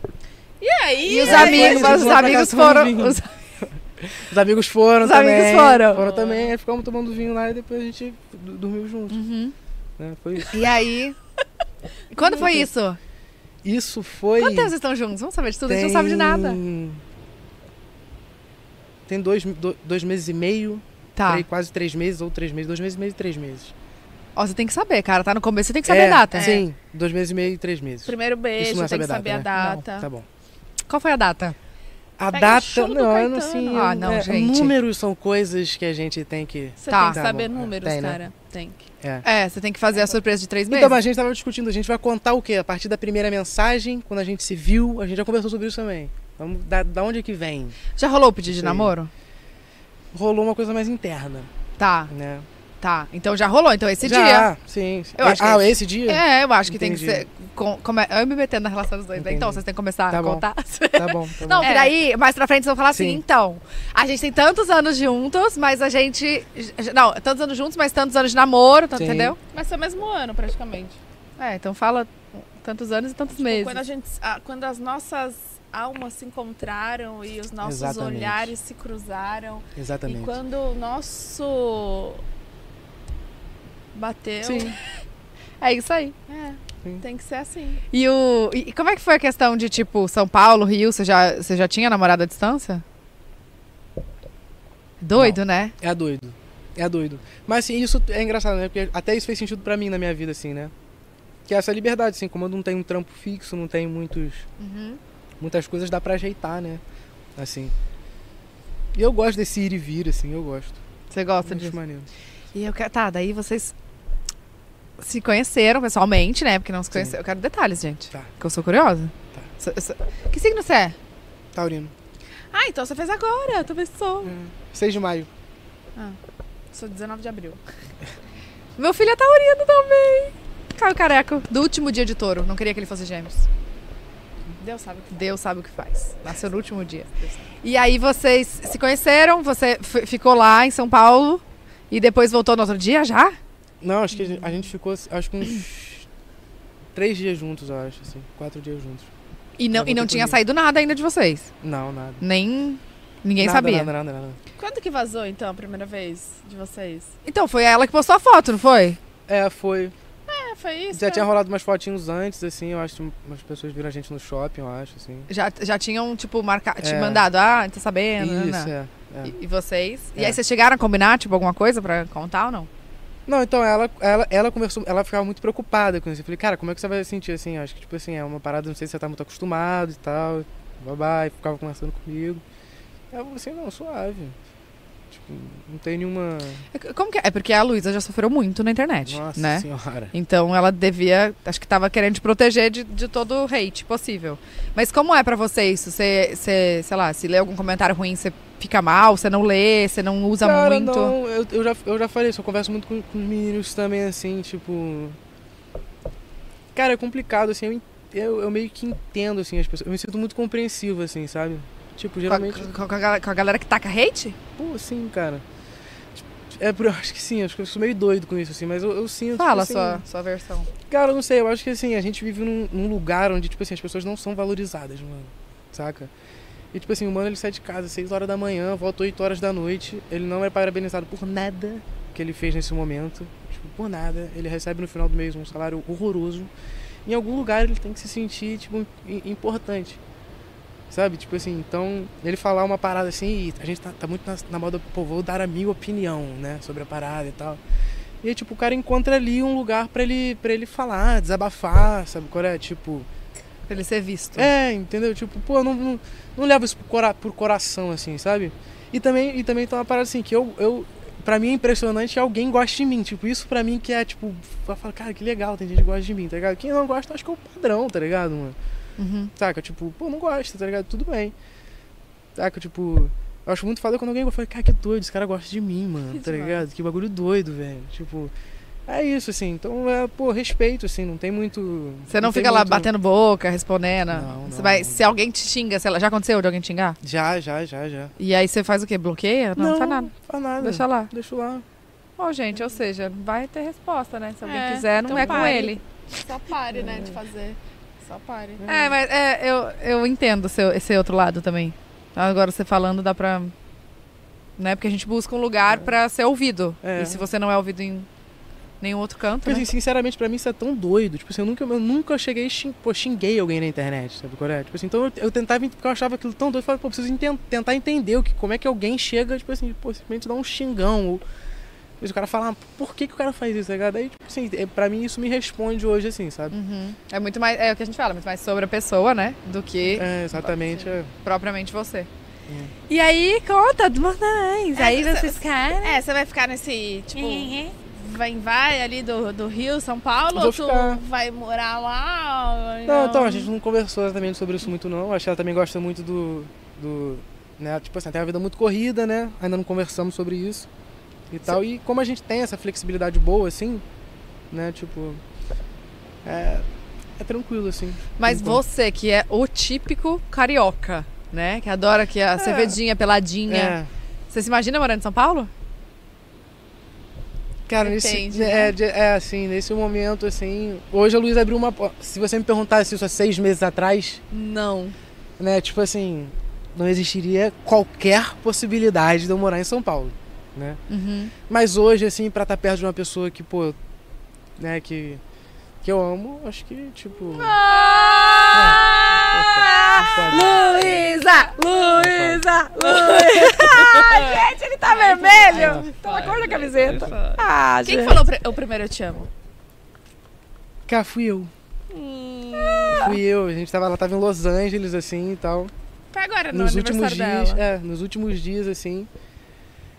E aí? E, os aí, amigos, depois os vão pra amigos casa tomar foram. vinho. os- Os amigos foram Os também. amigos foram. Foram também, aí ficamos tomando vinho lá e depois a gente d- dormiu junto. Uhum. Né, foi isso. E aí? Quando foi isso? Isso foi... Quanto tempo vocês estão juntos? Vamos saber de tudo, a gente tem- não sabe de nada. Tem dois, do- dois meses e meio, Tá. três- quase três meses, ou três meses, dois meses e meio e três meses. Ó, você tem que saber, cara. Tá no começo, você tem que saber a É, data. Sim, dois meses e meio e três meses. Primeiro beijo, isso não é tem que saber a saber data, a né? data. Tá bom. Qual foi a data? A Pega o data, show do não, eu não Caetano. sei. Ah, eu- não, é, gente. Números são coisas que a gente tem que... Você Tá. tem que Tá saber bom, é. números, Tem, né? cara. Tem que. É. É, você tem que fazer a surpresa de três meses. Então, mas a gente tava discutindo, a gente vai contar o quê? A partir da primeira mensagem, quando a gente se viu, a gente já conversou sobre isso também. Então, da, da onde que vem? Já rolou o pedido de Sim. namoro? Rolou uma coisa mais interna, Tá, né? tá. Então já rolou, então esse Já, dia. Sim. sim. Eu acho que ah, é esse dia? É, eu acho que tem que Entendi. ser. com- come- eu me metendo na relação dos dois, né? Então Entendi. vocês têm que começar a Tá bom. contar. Tá bom, tá bom. Não, por É. aí, mais pra frente, vocês vão falar assim, Sim. então, a gente tem tantos anos juntos, mas a gente. Não, tantos anos juntos, mas tantos anos de namoro, tanto, Sim. entendeu? Mas foi o mesmo ano, praticamente. Tipo, É, então fala tantos anos e tantos meses. Quando, a gente, ah, quando as nossas almas se encontraram e os nossos Exatamente. olhares se cruzaram. E Exatamente. quando o nosso bateu, Sim. É isso aí. é, Sim. tem que ser assim. E, o, e e como é que foi a questão de, tipo, São Paulo, Rio? Você já, você já tinha namorado à distância? Doido, né? É doido. É doido. Mas assim, isso é engraçado, né? Porque até isso fez sentido pra mim na minha vida, assim, né? Que é essa liberdade, assim, como eu não tenho um trampo fixo, não tenho muitos. Uhum. Muitas coisas dá pra ajeitar, né? Assim. E eu gosto desse ir e vir, assim, eu gosto. Você gosta Acho disso? maneiro. E eu quero. Tá, daí vocês se conheceram pessoalmente, né? Porque não se conheceram. Eu quero detalhes, gente. Tá. Que eu sou curiosa. Tá. So- so- Que signo você é? Taurino. Ah, então você fez agora, tu pensou. 6 de maio. Sou 19 de abril. Meu filho é taurino também. Caio Careco, do último dia de touro. Não queria que ele fosse gêmeos. Deus sabe o que Deus sabe o que faz. Nasceu no último dia. E aí vocês se conheceram, você f- ficou lá em São Paulo e depois voltou no outro dia já? Não, acho que a gente, a gente ficou, acho que uns. Três dias juntos, eu acho, assim. Quatro dias juntos. E não, Eu e não voltei pro tinha Rio. saído nada ainda de vocês. Não, nada. Nem. Ninguém Nada, sabia. Nada, nada, nada. Quando que vazou, então, a primeira vez de vocês? Então foi ela que postou a foto, não foi? É, foi. É, foi isso. Já né? tinha rolado umas fotinhos antes, assim, eu acho que umas pessoas viram a gente no shopping, eu acho, assim. Já, já tinham, tipo, marca... te É. mandado, ah, tá sabendo, né, Isso, né? é. é. E, e vocês? E É. aí vocês chegaram a combinar, tipo, alguma coisa pra contar ou não? Não, então ela, ela, ela conversou, ela ficava muito preocupada com isso. Eu falei, cara, como é que você vai se sentir assim? Acho que, tipo assim, é uma parada, não sei se você tá muito acostumado e tal, babá, e ficava conversando comigo. Ela falou assim, não, suave. Tipo, não tem nenhuma. É- Como que é? É porque a Luísa já sofreu muito na internet, Nossa né? senhora. Então ela devia, acho que tava querendo te proteger de, de todo o hate possível. Mas como é pra você isso? Você, você, sei lá, se lê algum comentário ruim, você fica mal, você não lê, você não usa Cara, Tá muito. Não, eu, eu, já, eu já falei isso, eu converso muito com, com os meninos também, assim, tipo. Cara, é complicado, assim, eu, en- eu, eu meio que entendo, assim, as pessoas. Eu me sinto muito compreensivo, assim, sabe? Tipo, Com a, geralmente. com a- com a gal- com a galera que taca hate? Pô, sim, cara. É, por- eu acho que sim, acho que eu sou meio doido com isso, assim, mas eu, eu sinto. Fala tipo, sua, assim, sua versão. Cara, eu não sei, eu acho que assim, a gente vive num, num lugar onde, tipo assim, as pessoas não são valorizadas, mano. Saca? E tipo assim, o mano ele sai de casa às 6 horas da manhã, volta 8 horas da noite, ele não é parabenizado por nada que ele fez nesse momento. Tipo, por nada. Ele recebe no final do mês um salário horroroso. Em algum lugar ele tem que se sentir, tipo, im- importante. Sabe? Tipo assim, então, ele falar uma parada assim, e a gente tá, tá muito na, na moda, pô, vou dar a minha opinião, né, sobre a parada e tal. E aí, tipo, o cara encontra ali um lugar pra ele, pra ele falar, desabafar, sabe qual é? Tipo, Pra ele ser visto. é, entendeu? Tipo, pô, não, não, não leva isso pro, cora, pro coração, assim, sabe? E também, e também tem uma parada assim, que eu, eu, pra mim é impressionante que alguém gosta de mim. Tipo, isso pra mim que é, tipo, eu falo, cara, que legal, tem gente que gosta de mim, tá ligado? Quem não gosta, acho que é o padrão, tá ligado, mano? Uhum. Saca? Tipo, pô, não gosta, tá ligado? Tudo bem. Saca? Tipo, eu acho muito foda quando alguém fala, cara, que doido, esse cara gosta de mim, mano, tá ligado? Que bagulho doido, velho. Tipo, é isso, assim. Então, é, pô, respeito, assim, não tem muito. Você não, tem fica lá muito- batendo boca, respondendo. Não, você não, vai, não. se alguém te xinga, sei lá, já aconteceu de alguém te xingar? Já, já, já, já. E aí você faz o quê? Bloqueia? Não, não faz nada. Faz nada. Deixa lá. Deixa lá. Ó, gente, ou seja, vai ter resposta, né? Se alguém É, quiser, não um então é com pare. ele. Só pare, né, de fazer. Só pare. É, mas é, eu, eu entendo seu, esse outro lado também. Agora você falando dá pra. Né? Porque a gente busca um lugar pra ser ouvido. É. E se você não é ouvido em nenhum outro canto, Porque, né? assim, sinceramente, pra mim isso é tão doido. Tipo assim, eu nunca, eu nunca cheguei e xing- pô, xinguei alguém na internet, sabe qual é? Tipo assim, então eu, eu tentava, ent- porque eu achava aquilo tão doido. Eu falava, pô, preciso enten- tentar entender o que, como é que alguém chega, tipo assim, pô, simplesmente dá um xingão. Ou, às vezes o cara fala, ah, por que, que o cara faz isso, tá ligado? Aí, tipo assim, é, pra mim isso me responde hoje, assim, sabe? Uhum. É muito mais. É o que a gente fala, muito mais sobre a pessoa, né? Do que É, exatamente. é. propriamente você. E aí, conta, manda mais. aí cê- vocês caem. É, você vai ficar nesse, tipo, vai, vai ali do, do Rio, São Paulo, Vou ou tu ficar. vai morar lá? ou Não, então, a gente não conversou exatamente sobre isso muito, não. Acho que ela também gosta muito do. do né? Tipo assim, tem uma vida muito corrida, né? Ainda não conversamos sobre isso e tal. E como a gente tem essa flexibilidade boa, assim, né? Tipo. É, é tranquilo, assim. Mas Então. você, que é o típico carioca, né? Que adora que a cervejinha peladinha. É. Você se imagina morando em São Paulo? Cara, nesse, Depende, é, de- é, assim, nesse momento, assim. Hoje a Luísa abriu uma. po- Se você me perguntasse isso há seis meses atrás, Não. né? Tipo assim, não existiria qualquer possibilidade de eu morar em São Paulo, né? Mas hoje, assim, pra estar perto de uma pessoa que, pô, né, que, que eu amo, acho que, tipo... Ah! Luísa! Luísa! Luísa! Ai, gente, ele tá vermelho! Tá na cor da camiseta. Ah, Quem gente. falou pr- o primeiro eu te amo? Cara, fui eu. Hum. Fui eu. A gente tava, ela tava em Los Angeles, assim, e tal. Foi Tá agora, no nos últimos aniversário dias, dela. é, nos últimos dias assim.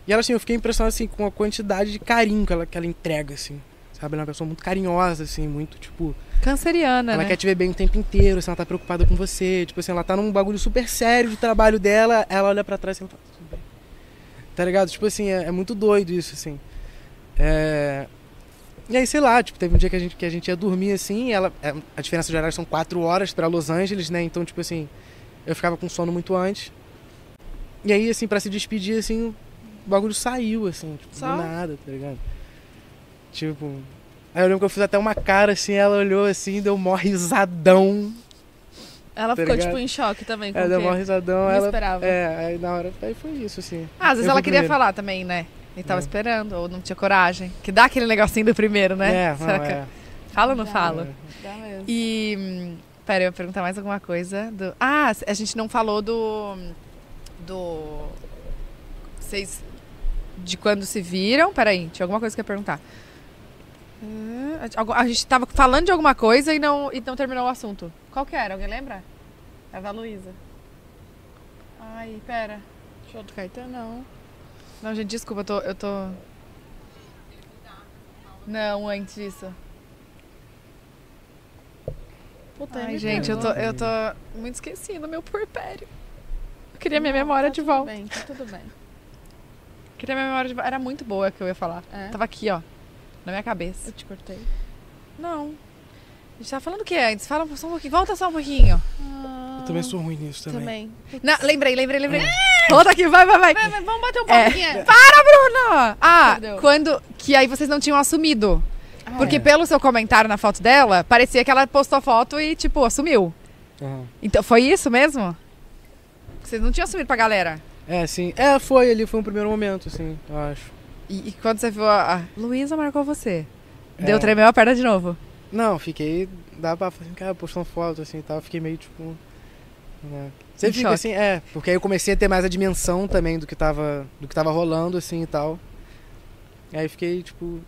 E ela assim, eu fiquei impressionado assim com a quantidade de carinho que ela, que ela entrega assim. Sabe, ela é uma pessoa muito carinhosa assim, muito tipo, Canceriana, ela né? quer te ver bem o tempo inteiro, assim, ela tá preocupada com você, tipo assim, ela tá num bagulho super sério do trabalho dela, ela olha pra trás e ela fala, tudo bem. Tá ligado? Tipo assim, é, é muito doido isso assim. É, E aí, sei lá, tipo, teve um dia que a gente, que a gente ia dormir assim, e ela, é, a diferença de horário são quatro horas pra Los Angeles, né? Então, tipo assim, eu ficava com sono muito antes. E aí, assim, pra se despedir, assim, o bagulho saiu, assim, tipo, Só? do nada, tá ligado? Tipo. Aí eu lembro que eu fiz até uma cara assim, ela olhou assim, deu mó risadão. Ela Tá ficou, ligado? tipo, em choque também com Ela deu o mó quê? risadão, Não ela. esperava. É, aí na hora aí foi isso, assim. Ah, às vezes Eu ela fui queria primeiro. falar também, né? E tava É. esperando, ou não tinha coragem. Que dá aquele negocinho do primeiro, né? É, não, Saca? é. Fala ou não fala? é. Dá mesmo. E. hum, Pera, eu ia perguntar mais alguma coisa. Do... Ah, a gente não falou do. Do. Vocês. De quando se viram. Peraí, tinha alguma coisa que eu ia perguntar. Hum, a- algu- A gente tava falando de alguma coisa e não, e não terminou o assunto. Qual que era? Alguém lembra? É da Luísa. Ai, pera. Show do Caetano, não. Não, gente, desculpa, eu tô. Eu tô... Não, antes disso. Puta, ele Ai, me gente, eu tô, pegou. eu tô muito esquecida, meu puerpério. Eu queria minha memória Tá de tudo volta. bem, tá tudo bem. Queria minha memória de volta. Era muito boa que eu ia falar. É? Tava aqui, ó. Na minha cabeça. Eu te cortei. Não. A gente tava falando o que antes? Fala só um pouquinho. Volta só um pouquinho. Eu também sou ruim nisso também. também. Não, lembrei, lembrei, lembrei. Volta aqui, vai, vai, vai. Vai, vai, vamos bater um É. pouquinho. Bruna! Ah, Entendeu? quando. Que aí vocês não tinham assumido. Porque pelo seu comentário na foto dela, parecia que ela postou foto e, tipo, assumiu. Aham. Então foi isso mesmo? Vocês não tinham assumido pra galera. É, sim. É, foi ali, foi um primeiro momento, assim, eu acho. E, e quando você viu a. a Luísa marcou você. Deu, É. tremeu a perna de novo. Não, fiquei. Dá pra falar assim, cara, postando foto assim e tal. Fiquei meio tipo. Né. Você Em fica choque. assim, é, porque aí eu comecei a ter mais a dimensão também do que tava, do que tava rolando, assim e tal. E aí fiquei, tipo.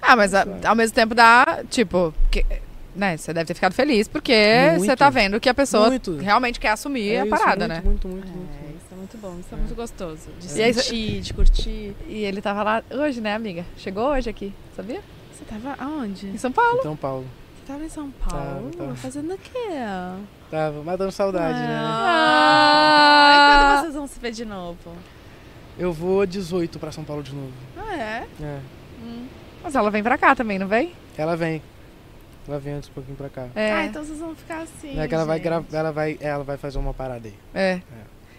Ah, mas a- ao mesmo tempo dá, tipo, que- né, você deve ter ficado feliz, porque Muito. você tá vendo que a pessoa muito. realmente quer assumir É a isso, parada, muito, né? Muito, muito, muito. É, muito. isso é muito bom, isso é muito gostoso. De E aí, sentir, de curtir. E ele tava lá hoje, né, amiga? Chegou hoje aqui, sabia? Você tava aonde? Em São Paulo. Então, Paulo. Você tava em São Paulo? Tava, tava. Fazendo o quê? Tava matando saudade, né? Ah, e Ah, quando vocês vão se ver de novo? Eu vou 18 pra São Paulo de novo. Ah, é? É. mas ela vem pra cá também, não vem? Ela vem. Ela vem antes um pouquinho pra cá. É, Ah, então vocês vão ficar assim. É que ela vai gente. gravar, ela vai, ela vai fazer uma parada aí. é.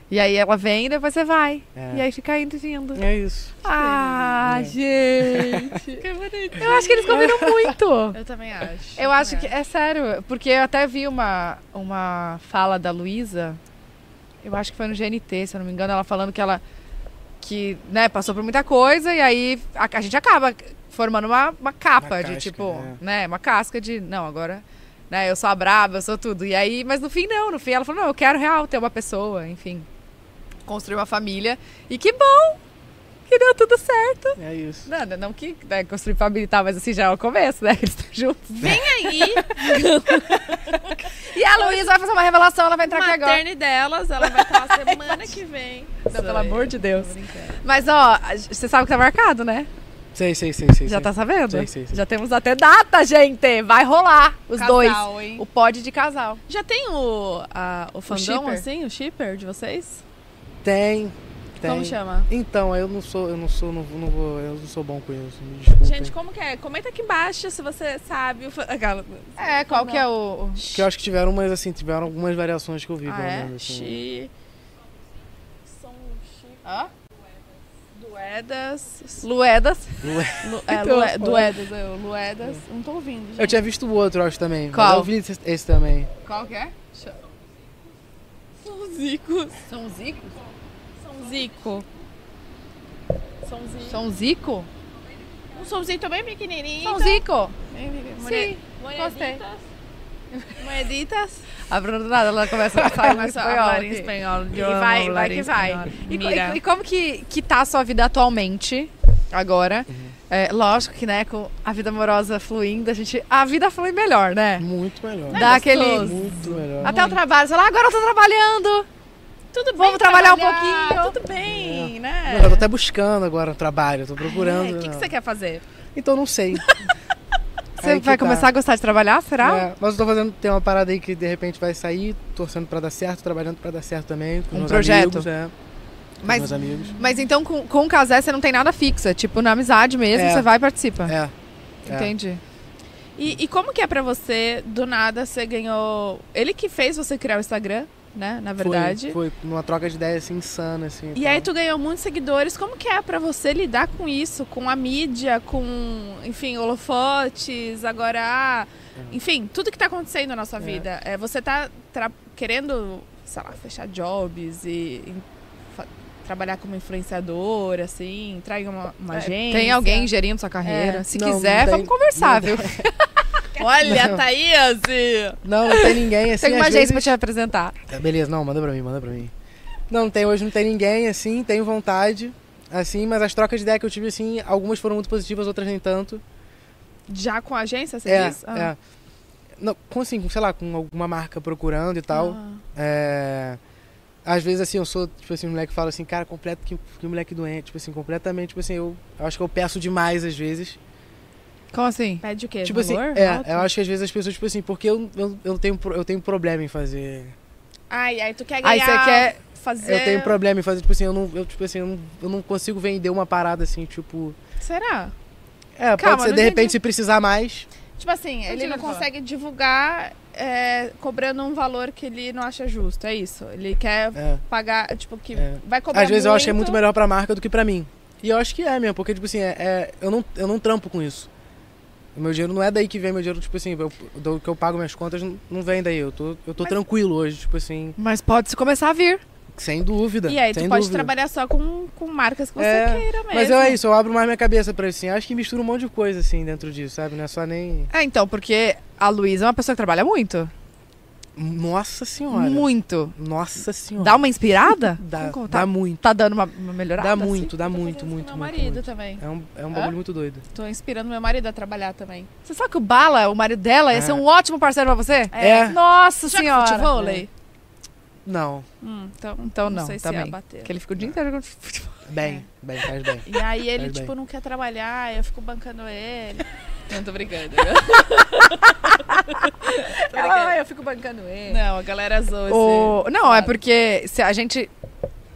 E aí ela vem e depois você vai. É. E aí fica indo e vindo. É isso. Ah, gente. Que bonitinho. Eu acho que eles combinam muito. Eu também acho. Tipo, Eu acho que também é sério, porque eu até vi uma, uma fala da Luísa, eu acho que foi no GNT, se eu não me engano, ela falando que ela que, né, passou por muita coisa e aí a, a gente acaba formando uma, uma capa Uma de casca, tipo, né? né, uma casca de, não, agora, né, eu sou a braba, eu sou tudo. E aí, mas no fim não, no fim ela falou, não, eu quero real ter uma pessoa, enfim, construir uma família e que bom que deu tudo certo. É isso. Não, não que né, construir pra habilitar, mas assim já é o começo, né? Eles estão juntos. aí, E a Luísa vai fazer uma revelação, ela vai entrar aqui agora. materne delas, ela vai estar lá semana que vem. Não, pelo amor de Deus. Tô brincando. Mas ó, a gente- você sabe que tá marcado, né? Sei, sei, sei, sei. Já sei. tá sabendo? Sei, sei, sei. Já temos até data, gente. Vai rolar os dois. Casal, hein? O pod de casal. Já tem o, a, o fandom, shipper? assim, o shipper de vocês? Tem. Tem. um- Como chama? Então, eu não sou, eu não sou, não, vou- não vou, eu não sou bom com isso. Me desculpa. Gente, como que é? Comenta aqui embaixo se você sabe. O fa- Aquela- É, qual que é o. que eu acho que tiveram umas assim, tiveram algumas variações que eu vi, Ah, pelo é? menos, assim. Shi. São Hã? Duedas. Luedas. Lu, é, Então, Lue- Duedas, eu. Luedas. Não tô ouvindo, gente. Eu tinha visto o outro, eu acho também. mas Qual? Eu vi esse, esse também. Qual que é? São Zico. São Zico? São Zico. São Zico. São Zico? Um somzinho bem pequenininho. São Zico? Bem pequenininho. Sim. Moe- gostei. Moeditas. Moeditas. A Bruna do nada, ela começa a sair mais Começa a espanhol. falar em aqui. espanhol. E Eu vai, amo vai falar em que vai. espanhol. E, co- Mira. e como que, que tá a sua vida atualmente, agora? É, lógico que, né, com a vida amorosa fluindo, a gente. A vida flui melhor, né? Muito melhor. É Dá aquele. Muito melhor. Até o trabalho, você fala, "Ah, agora eu tô trabalhando. Tudo bem Vamos trabalhar É. um pouquinho. Tudo bem, Não, eu né? tô até buscando agora um Ah, trabalho, tô procurando. É, O que, que você quer fazer? Então não sei. Você Aí que vai tá. começar a gostar de trabalhar, será? É, mas eu tô fazendo, tem uma parada aí que de repente vai sair, torcendo pra dar certo, trabalhando pra dar certo também. Com Um meus projeto. Amigos, é, com Mas, meus amigos. mas então com, com o casé você não tem nada fixo, é tipo na amizade mesmo, É. você vai e participa. É. É. Entendi. E, e como que é pra você, do nada, você ganhou... Ele que fez você criar o Instagram, né? é Na verdade. Foi, foi numa troca de ideias assim, insana, assim. E tal. aí tu ganhou muitos seguidores. Como que é pra você lidar com isso? Com a mídia, com, enfim, holofotes, agora... ah, Enfim, tudo que tá acontecendo na sua É. vida. É, você tá tra- querendo, sei lá, fechar jobs e... em- fa- Trabalhar como influenciador, assim, traga uma, uma agência. É, Tem alguém gerindo sua carreira? É. Se Não, quiser, não tem- vamos conversar, viu? Olha, Thaís! Não, não tem ninguém assim. Tem uma às agência pra vezes- te apresentar. Ah, Beleza, não, manda pra mim, manda pra mim. Não, não tem, hoje não tem ninguém, assim, tenho vontade, assim, mas as trocas de ideia que eu tive, assim, algumas foram muito positivas, outras nem tanto. Já com a agência, você é, diz? Ah. é. Não, com assim, com, sei lá, com alguma marca procurando e tal. Ah. É, Às vezes, assim, eu sou, tipo assim, um moleque que fala assim, cara, completo que, que moleque doente, tipo assim, completamente, tipo assim, eu, eu acho que eu peço demais às vezes. Como assim? Pede o quê? tipo assim, Valor? é, Alto? eu acho que às vezes as pessoas, tipo assim, porque eu, eu, eu, tenho, pro- eu tenho problema em fazer Ai, aí tu quer ganhar... Aí você quer fazer... Eu tenho problema em fazer, tipo assim, eu não, eu, tipo assim, eu não, eu não consigo vender uma parada assim, tipo. Será? É, Calma, pode ser não de entendi. repente se precisar mais. Tipo assim, ele entendi o não que você consegue divulgar é, cobrando um valor que ele não acha justo, é isso. Ele quer É. pagar, tipo, que É. vai cobrar Às vezes eu acho que é muito muito melhor pra marca do que pra mim. E eu acho que é mesmo, porque, tipo assim, é, é- eu, não, eu não trampo com isso. O meu dinheiro não é daí que vem, meu dinheiro, tipo assim, eu, do que eu pago minhas contas não não vem daí. Eu tô, eu tô tranquilo hoje, tipo assim, Mas pode se começar a vir. sem dúvida. E aí sem tu pode dúvida. trabalhar só com, com marcas que você É, queira mesmo. Mas eu, é isso, eu abro mais minha cabeça pra isso, assim. Acho que mistura um monte de coisa, assim, dentro disso, sabe? Não é só nem. É, então, porque a Luísa é uma pessoa que trabalha muito. Nossa senhora. Muito. Nossa senhora. Dá uma inspirada? Dá, Vamos contar. dá muito. Tá dando uma, uma melhorada? Dá Tipo assim? muito, dá muito, Fazendo isso com muito, Meu muito. marido muito. também. É um, é um bagulho muito doido. Tô inspirando meu marido a trabalhar também. Você sabe que o Bala, o marido dela, ia ser um ótimo parceiro pra você? É. É. Nossa senhora. Joga futevôlei? Não. né? Hum, então, Então não, sei se também. ia bater. Porque ele fica o dia inteiro jogando futebol. Bem, bem, faz bem. E aí ele, Faz bem. tipo, não quer trabalhar, eu fico bancando ele. Não tô brincando. Ah, eu fico bancando ele. Não, a galera zoa. O- Não, é porque se a gente.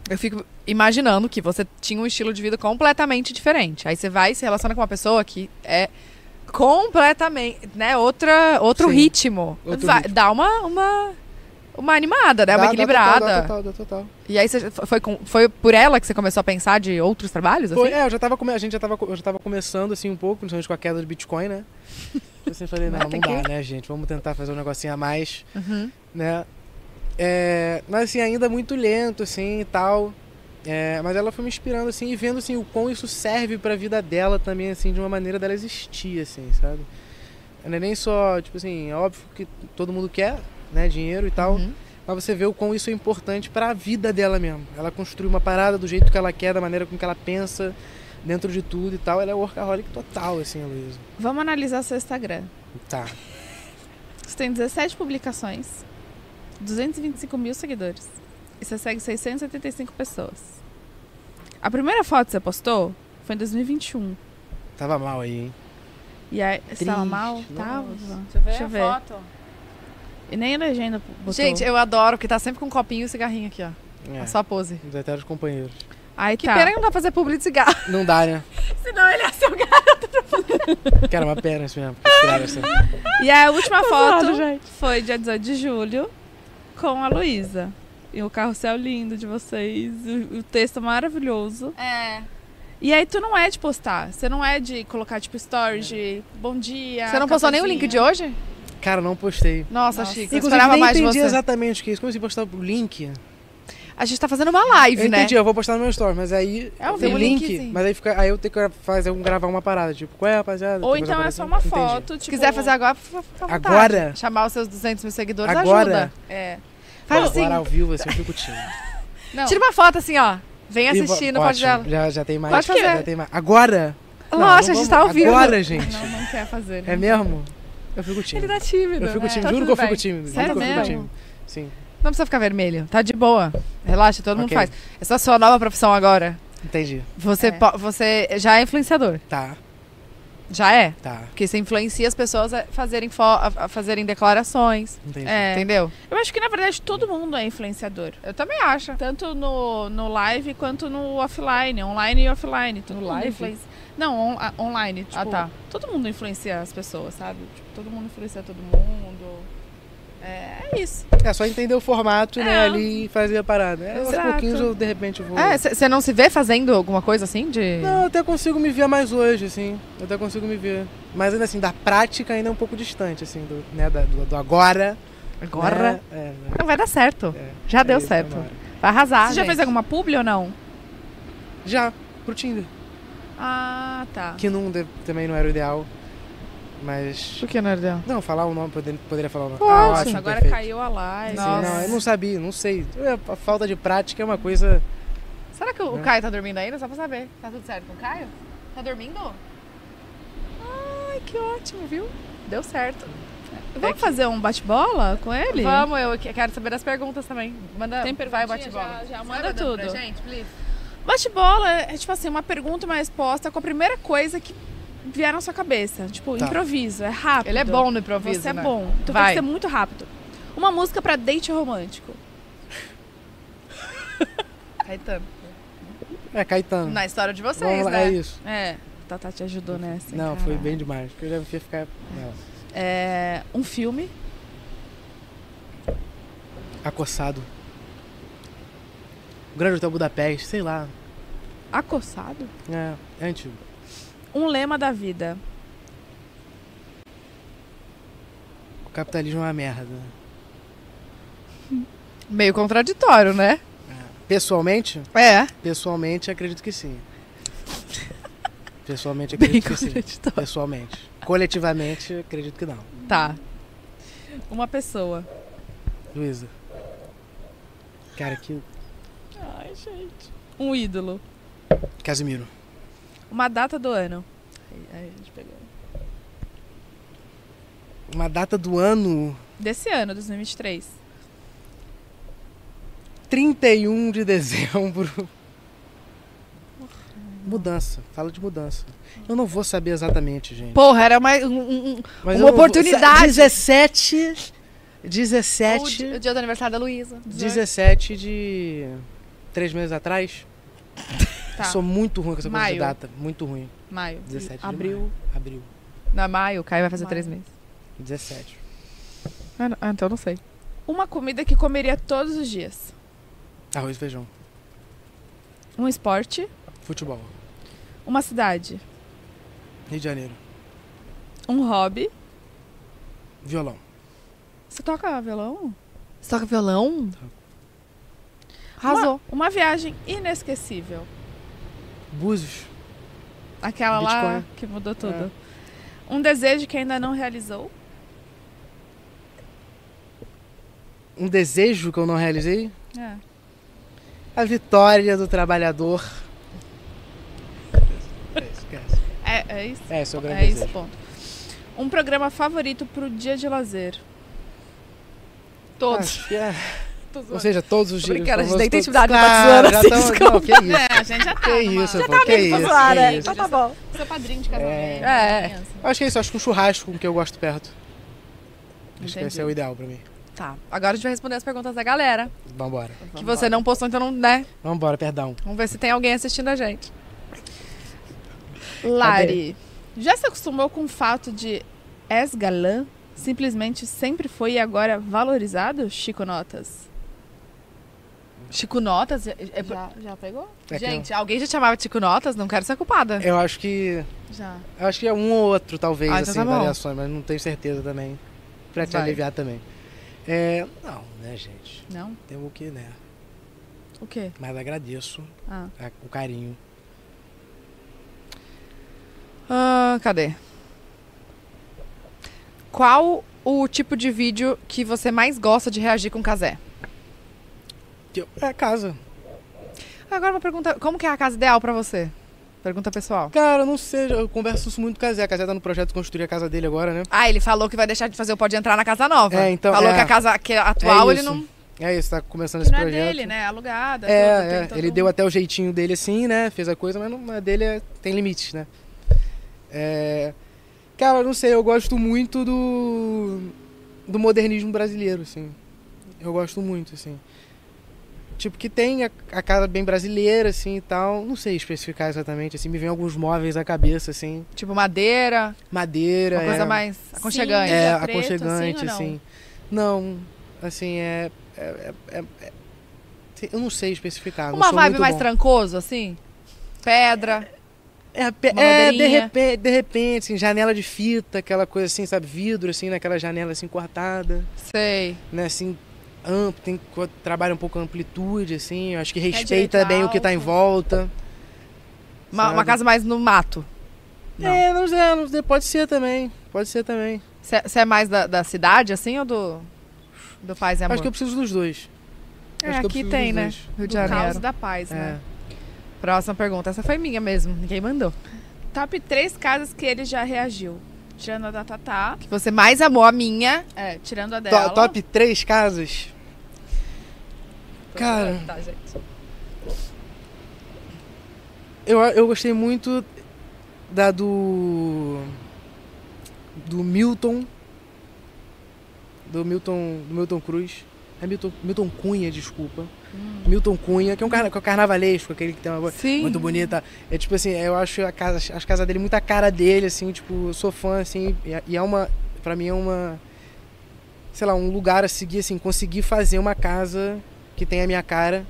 Eu fico imaginando que você tinha um estilo de vida completamente diferente. Aí você vai e se relaciona com uma pessoa que é completamente, né, outra, outro Sim. ritmo. Outro Vai- ritmo. Dá uma, uma, uma animada, né? Dá- uma dá equilibrada. total, Dá total, dá total. E aí você foi, com- foi por ela que você começou a pensar de outros trabalhos? Assim? Foi, é, eu já tava, come- a gente já tava, co- eu já tava começando assim um pouco, principalmente com a queda do Bitcoin, né? Eu sempre falei, não, não dá, né, gente? Vamos tentar fazer um negocinho a mais, Uhum. né? É, mas assim, ainda muito lento, assim, e tal. É, mas ela foi me inspirando, assim, e vendo, assim, o quão isso serve pra vida dela também, assim, de uma maneira dela existir, assim, sabe? Não é nem só, tipo assim, é óbvio que todo mundo quer, né, dinheiro e tal. Uhum. Mas você vê o quão isso é importante pra vida dela mesmo. Ela construiu uma parada do jeito que ela quer, da maneira com que ela pensa, dentro de tudo e tal. Ela é workaholic total, assim, a Luísa. Vamos analisar seu Instagram. Tá. Você tem 17 publicações, 225 mil seguidores. E você segue 675 pessoas. A primeira foto que você postou foi em 2021. Tava mal aí, hein? E aí, você tava Triste, mal? nossa. Tava. Deixa eu ver Deixa eu a ver. foto. E nem a legenda botou. Gente, eu adoro que tá sempre com um copinho e cigarrinho aqui, ó. É. A sua pose. Detesto os companheiros. aí Que tá. pena que não dá pra fazer publi de cigarro. Não dá, né? Senão ele é seu gato. Cara, uma pena isso mesmo. porque tiraram essa- E a última zoando, foto gente. foi dia 18 de julho com a Luísa. E o carrossel lindo de vocês, o, o texto maravilhoso. É. E aí tu não é de postar, você não é de colocar tipo stories de bom dia. Você não postou nem o cafezinho. link de hoje? Cara, não postei. Nossa, Chico, eu Inclusive, esperava nem mais de entendi você. exatamente o que é isso. Como se postar o link? A gente tá fazendo uma live, Eu né? entendi, eu vou postar no meu story, mas aí É, eu vi tem um um link, linkzinho. mas aí fica, aí eu tenho que fazer um gravar uma parada, tipo, qual é, rapaziada? Ou Tem coisa então é aparecendo? só uma assim? Entendi. foto, tipo. Se quiser fazer agora, fica fica à vontade. Agora? Chamar os seus 200 mil seguidores Agora? ajuda. É. Faz assim, Agora ao vivo, assim, eu fico tímido. não. tira uma foto assim, ó. Vem E assistir va- no pod ótimo, dela. Já, já tem mais. Pode fazer. Já tem mais. Agora? Não, não Lógico, a gente vamos- tá ao vivo. Agora, gente. Não, não quer fazer. né? É mesmo? Eu fico tímido. tá tímido. Eu fico né? tímido. Tá Juro que tudo eu fico bem. tímido. juro Sério que eu fico mesmo? tímido. Sim, Não precisa ficar vermelho. Tá de boa. Relaxa, todo mundo Ok. faz. Essa é a sua nova profissão agora. entendi. Você, É. po- você já é influenciador. Tá, Já é. tá. Porque você influencia as pessoas a fazerem, fo- a a fazerem declarações. Entendi. É. Entendeu? Eu acho que na verdade todo mundo é influenciador. Eu também acho. Tanto no, no live quanto no offline, online e offline. Todo No mundo live? influencia- Não, on- a- online. Tipo, Ah, tá. Todo mundo influencia as pessoas, sabe? Tipo, todo mundo influencia todo mundo. É, é isso. É só entender o formato, né, É. ali e fazer a parada. É, aos Exato. pouquinhos eu, de repente, eu vou... É, você não se vê fazendo alguma coisa assim de. Não, eu até consigo me ver mais hoje, assim. Eu até consigo me ver. Mas ainda assim, da prática ainda é um pouco distante, assim, do, né, da- do, do agora. Agora. Né? É, né? Não vai dar certo. É, Já é deu isso, certo. vambora. Vai arrasar. Você já fez alguma publi ou não? Já, pro Tinder. Ah, tá. Que não, de- também não era o ideal. Mas. O que, Nerdão? Não, falar o nome, poder- poderia falar o nome. Ah, ótimo, Nossa, agora perfeito. caiu a live. Sim, Nossa. não, é eu não sabia, não sei. É, A falta de prática é uma coisa. Será que o Né? Caio tá dormindo ainda? Só pra saber. Tá tudo certo com o Caio? Tá dormindo? Ai, que ótimo, viu? Deu certo. Vamos fazer um bate-bola com ele? Vamos, eu que- quero saber das perguntas também. Manda, Tem vai perguntinha? bate-bola. Já- já Você manda vai mandando pra tudo. gente, please? Bate-bola é tipo assim, uma pergunta e uma resposta com a primeira coisa que vier na sua cabeça. Tipo, Tá. improviso, é rápido. Ele é bom no improviso, Você é né? bom. Tu Vai. vai. tem que ser muito rápido. Uma música pra date romântico. Caetano. É, Caetano. Na história de vocês, Vamos lá, né? é é isso. É. Tata te ajudou um- nessa. hein, não, cara. foi bem demais. Porque eu já ia ficar. Não. É, um filme. Acossado. O Grande Hotel Budapeste, sei lá. Acossado? É, é antigo. Um lema da vida. O capitalismo é uma merda. Meio contraditório, né? Pessoalmente? É. Pessoalmente, acredito que sim. Pessoalmente, acredito que sim. Pessoalmente. Coletivamente, acredito que não. Tá. Uma pessoa. Luísa. Cara, que. Ai, gente. Um ídolo. Casimiro. Uma data do ano. Aí, aí a gente pegou. Uma data do ano Desse ano, 2023. 31 de dezembro. Mudança. Fala de mudança. Eu não vou saber exatamente, gente. Porra, era mais um- um- um- Mas uma eu não vou- oportunidade. 17. o, dia, 17. o dia do aniversário da Luísa. 17 de. Três meses atrás. Tá. Eu sou muito ruim com essa coisa Maio. de data. Muito ruim. Maio. 17 de Abril. maio. Abril. Na maio, o Caio vai fazer três meses. 17. Ah, não- ah, então não sei. Uma comida que comeria todos os dias. Arroz e feijão. Um esporte. Futebol. Uma cidade. Rio de Janeiro. Um hobby. Violão. Você toca violão? Você toca violão? Arrasou. Uma, uma viagem inesquecível. Búzios. Aquela lá Bitcoin. que mudou tudo. Um desejo que ainda não realizou. Um desejo que eu não realizei. É. A vitória do trabalhador. É isso, é isso. É, é isso? É, esse é o grande É desejo. isso, ponto. Um programa favorito pro dia de lazer. Todos. Acho que é. Ou seja, todos os dias. brincando, a gente famosos tem todos- intimidade, não tá Cara, zoando já assim, tão- desculpa. não, que isso. É, a gente já tá. Que isso, pô, que isso. que isso. tá bom. Seu padrinho de casamento. É. criança. Eu Acho que é isso, acho que um churrasco que eu gosto perto. Acho que Entendi. esse é o ideal pra mim. Tá. Agora a gente vai responder as perguntas da galera. Vambora. Que você não postou, então não, né? Vambora, perdão. Vamos ver se tem alguém assistindo a gente. Lari, já se acostumou com o fato de ex-galã simplesmente sempre foi e agora valorizado? Chico Notas. Chico Notas? é- é- Já, já pegou? É que gente, alguém já te chamava de Chico Notas? Não quero ser culpada. eu, eu acho que. Já. Eu acho que é um ou outro, talvez, Ah, então assim, tá bom. variações, mas não tenho certeza também. Pra te Vai. aliviar também. É, não, né, gente? Não? Tem o que, né? O quê? Mas agradeço Ah. a- o carinho. Ah, cadê? Qual o tipo de vídeo que você mais gosta de reagir com casé? Que eu- é casa. Agora uma pergunta, como que é a casa ideal pra você? Pergunta pessoal. Cara, eu não sei, eu converso isso muito com a Zé. A Zé tá no projeto de construir a casa dele agora, né? Ah, ele falou que vai deixar de fazer o pode entrar na casa nova. É, então, falou é. que a casa que é É atual ele isso. não. É isso, tá começando Que esse não é projeto. dele, né? Alugada. É, tudo, é, tem todo ele um- deu até o jeitinho dele assim, né? Fez a coisa, mas não, a dele é- tem limite, né? É, cara, eu não sei, eu gosto muito do, do modernismo brasileiro, assim. Eu gosto muito, assim. Tipo, que tem a, a casa bem brasileira, assim, e tal. Não sei especificar exatamente, assim. Me vem alguns móveis à cabeça, assim. Tipo madeira, Madeira. uma coisa é, mais aconchegante. É, Cinza, preto, aconchegante, assim, ou não? assim. Não, assim, é... é- é- é- é- eu não sei especificar. não Uma sou vibe muito mais bom. trancoso assim? Pedra. É, pe- Uma é de, madeirinha. repente, de repente, assim, janela de fita, aquela coisa assim, sabe? Vidro, assim, naquela janela assim cortada, Sei. né? Assim, amplo, tem, co- trabalha um pouco a amplitude, assim. eu acho que direito é respeita ao bem o que tá em alto. volta. Uma, Sabe? uma casa mais no mato. Não. É, não sei, não sei, pode ser também. Pode ser também. Você é mais da, da cidade assim ou do do paz e amor? Acho que eu preciso dos dois. É, acho que eu aqui preciso tem, dos né? dois. Rio de do caos Janeiro. da paz, né? um É. Próxima pergunta. Essa foi minha mesmo. Ninguém mandou. Top três casas que ele já reagiu. Tirando a da Tatá. Que você mais amou a minha. É, tirando a To- dela. top três casas? Cara, Tá, gente. eu, eu gostei muito da do. Do Milton. Do Milton. Do Milton Cruz. É Milton, Milton Cunha, desculpa. Milton Cunha, que é um carna, que é um carnavalesco, aquele que tem uma voz Hum. Sim. muito bonita. É tipo assim, eu acho a casa, as casas dele muito a cara dele, assim, tipo, sou fã, assim, e, e é uma. Pra mim é uma. sei lá, um lugar a seguir, assim, conseguir fazer uma casa que tem a minha cara.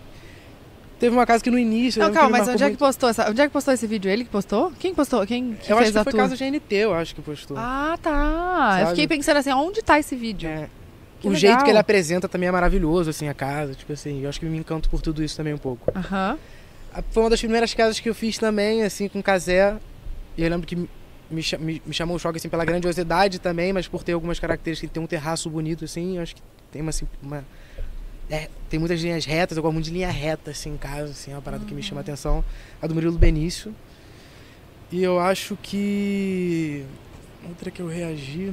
Teve uma casa que no início. eu Não, lembro calma, um que me mas marcou onde é que muito. postou essa, onde é que postou esse vídeo? Ele que postou? Quem postou? Quem que Eu fez acho que a foi tua? casa GNT, eu acho que postou. Ah, tá. Eu Sabe? fiquei pensando assim, onde tá esse vídeo? É. Que O jeito legal. que ele apresenta também é maravilhoso, assim, a casa, tipo assim, eu acho que me encanto por tudo isso também um pouco. Aham. A- Foi uma das primeiras casas que eu fiz também, assim, com casé. E eu lembro que me, cha- me- me chamou o choque, assim, pela grandiosidade também, mas por ter algumas características. Ele tem um terraço bonito, assim, eu acho que tem uma, assim, uma... é, tem muitas linhas retas, eu gosto muito de linha reta, assim, em casa, assim, é uma parada que me chama a atenção. A do Murilo Benício. E eu acho que... Outra que eu reagi...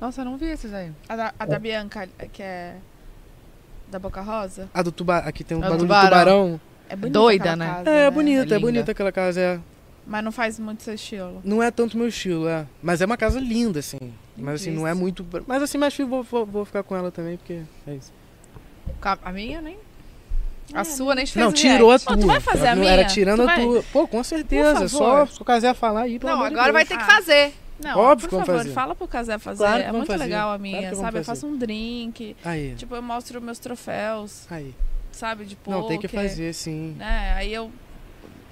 Nossa, eu não vi esses aí. A da, a da Bianca, que é da Boca Rosa, A do tubarão, aqui tem um A bagulho do tubarão. do tubarão. é bonita Doida, aquela né? casa, É, é bonita, É é, linda. bonita aquela casa, é. Mas não faz muito seu estilo. Não é tanto meu estilo, é. Mas é uma casa linda, assim. Mas assim, não é muito. Mas assim, mas eu vou, vou, vou ficar com ela também, porque é isso. Ca- A minha nem. A sua nem te fez não, o tirou a react. tua. tu vai fazer a não era minha? tirando Tu a vai? tua. Pô, com certeza. Por Só favor. se eu quiser falar aí, pelo Não, amor de agora vai Deus. ter que Ah. fazer. Não, Óbvio que por vamos favor, fazer. fala pro Casé fazer. Claro que é vamos muito fazer. legal a Claro minha, que vamos sabe? Eu fazer. faço um drink, Aí. tipo, eu mostro meus troféus, Aí. Tipo, sabe? De poker. Não, tem que fazer, sim. Né? Aí eu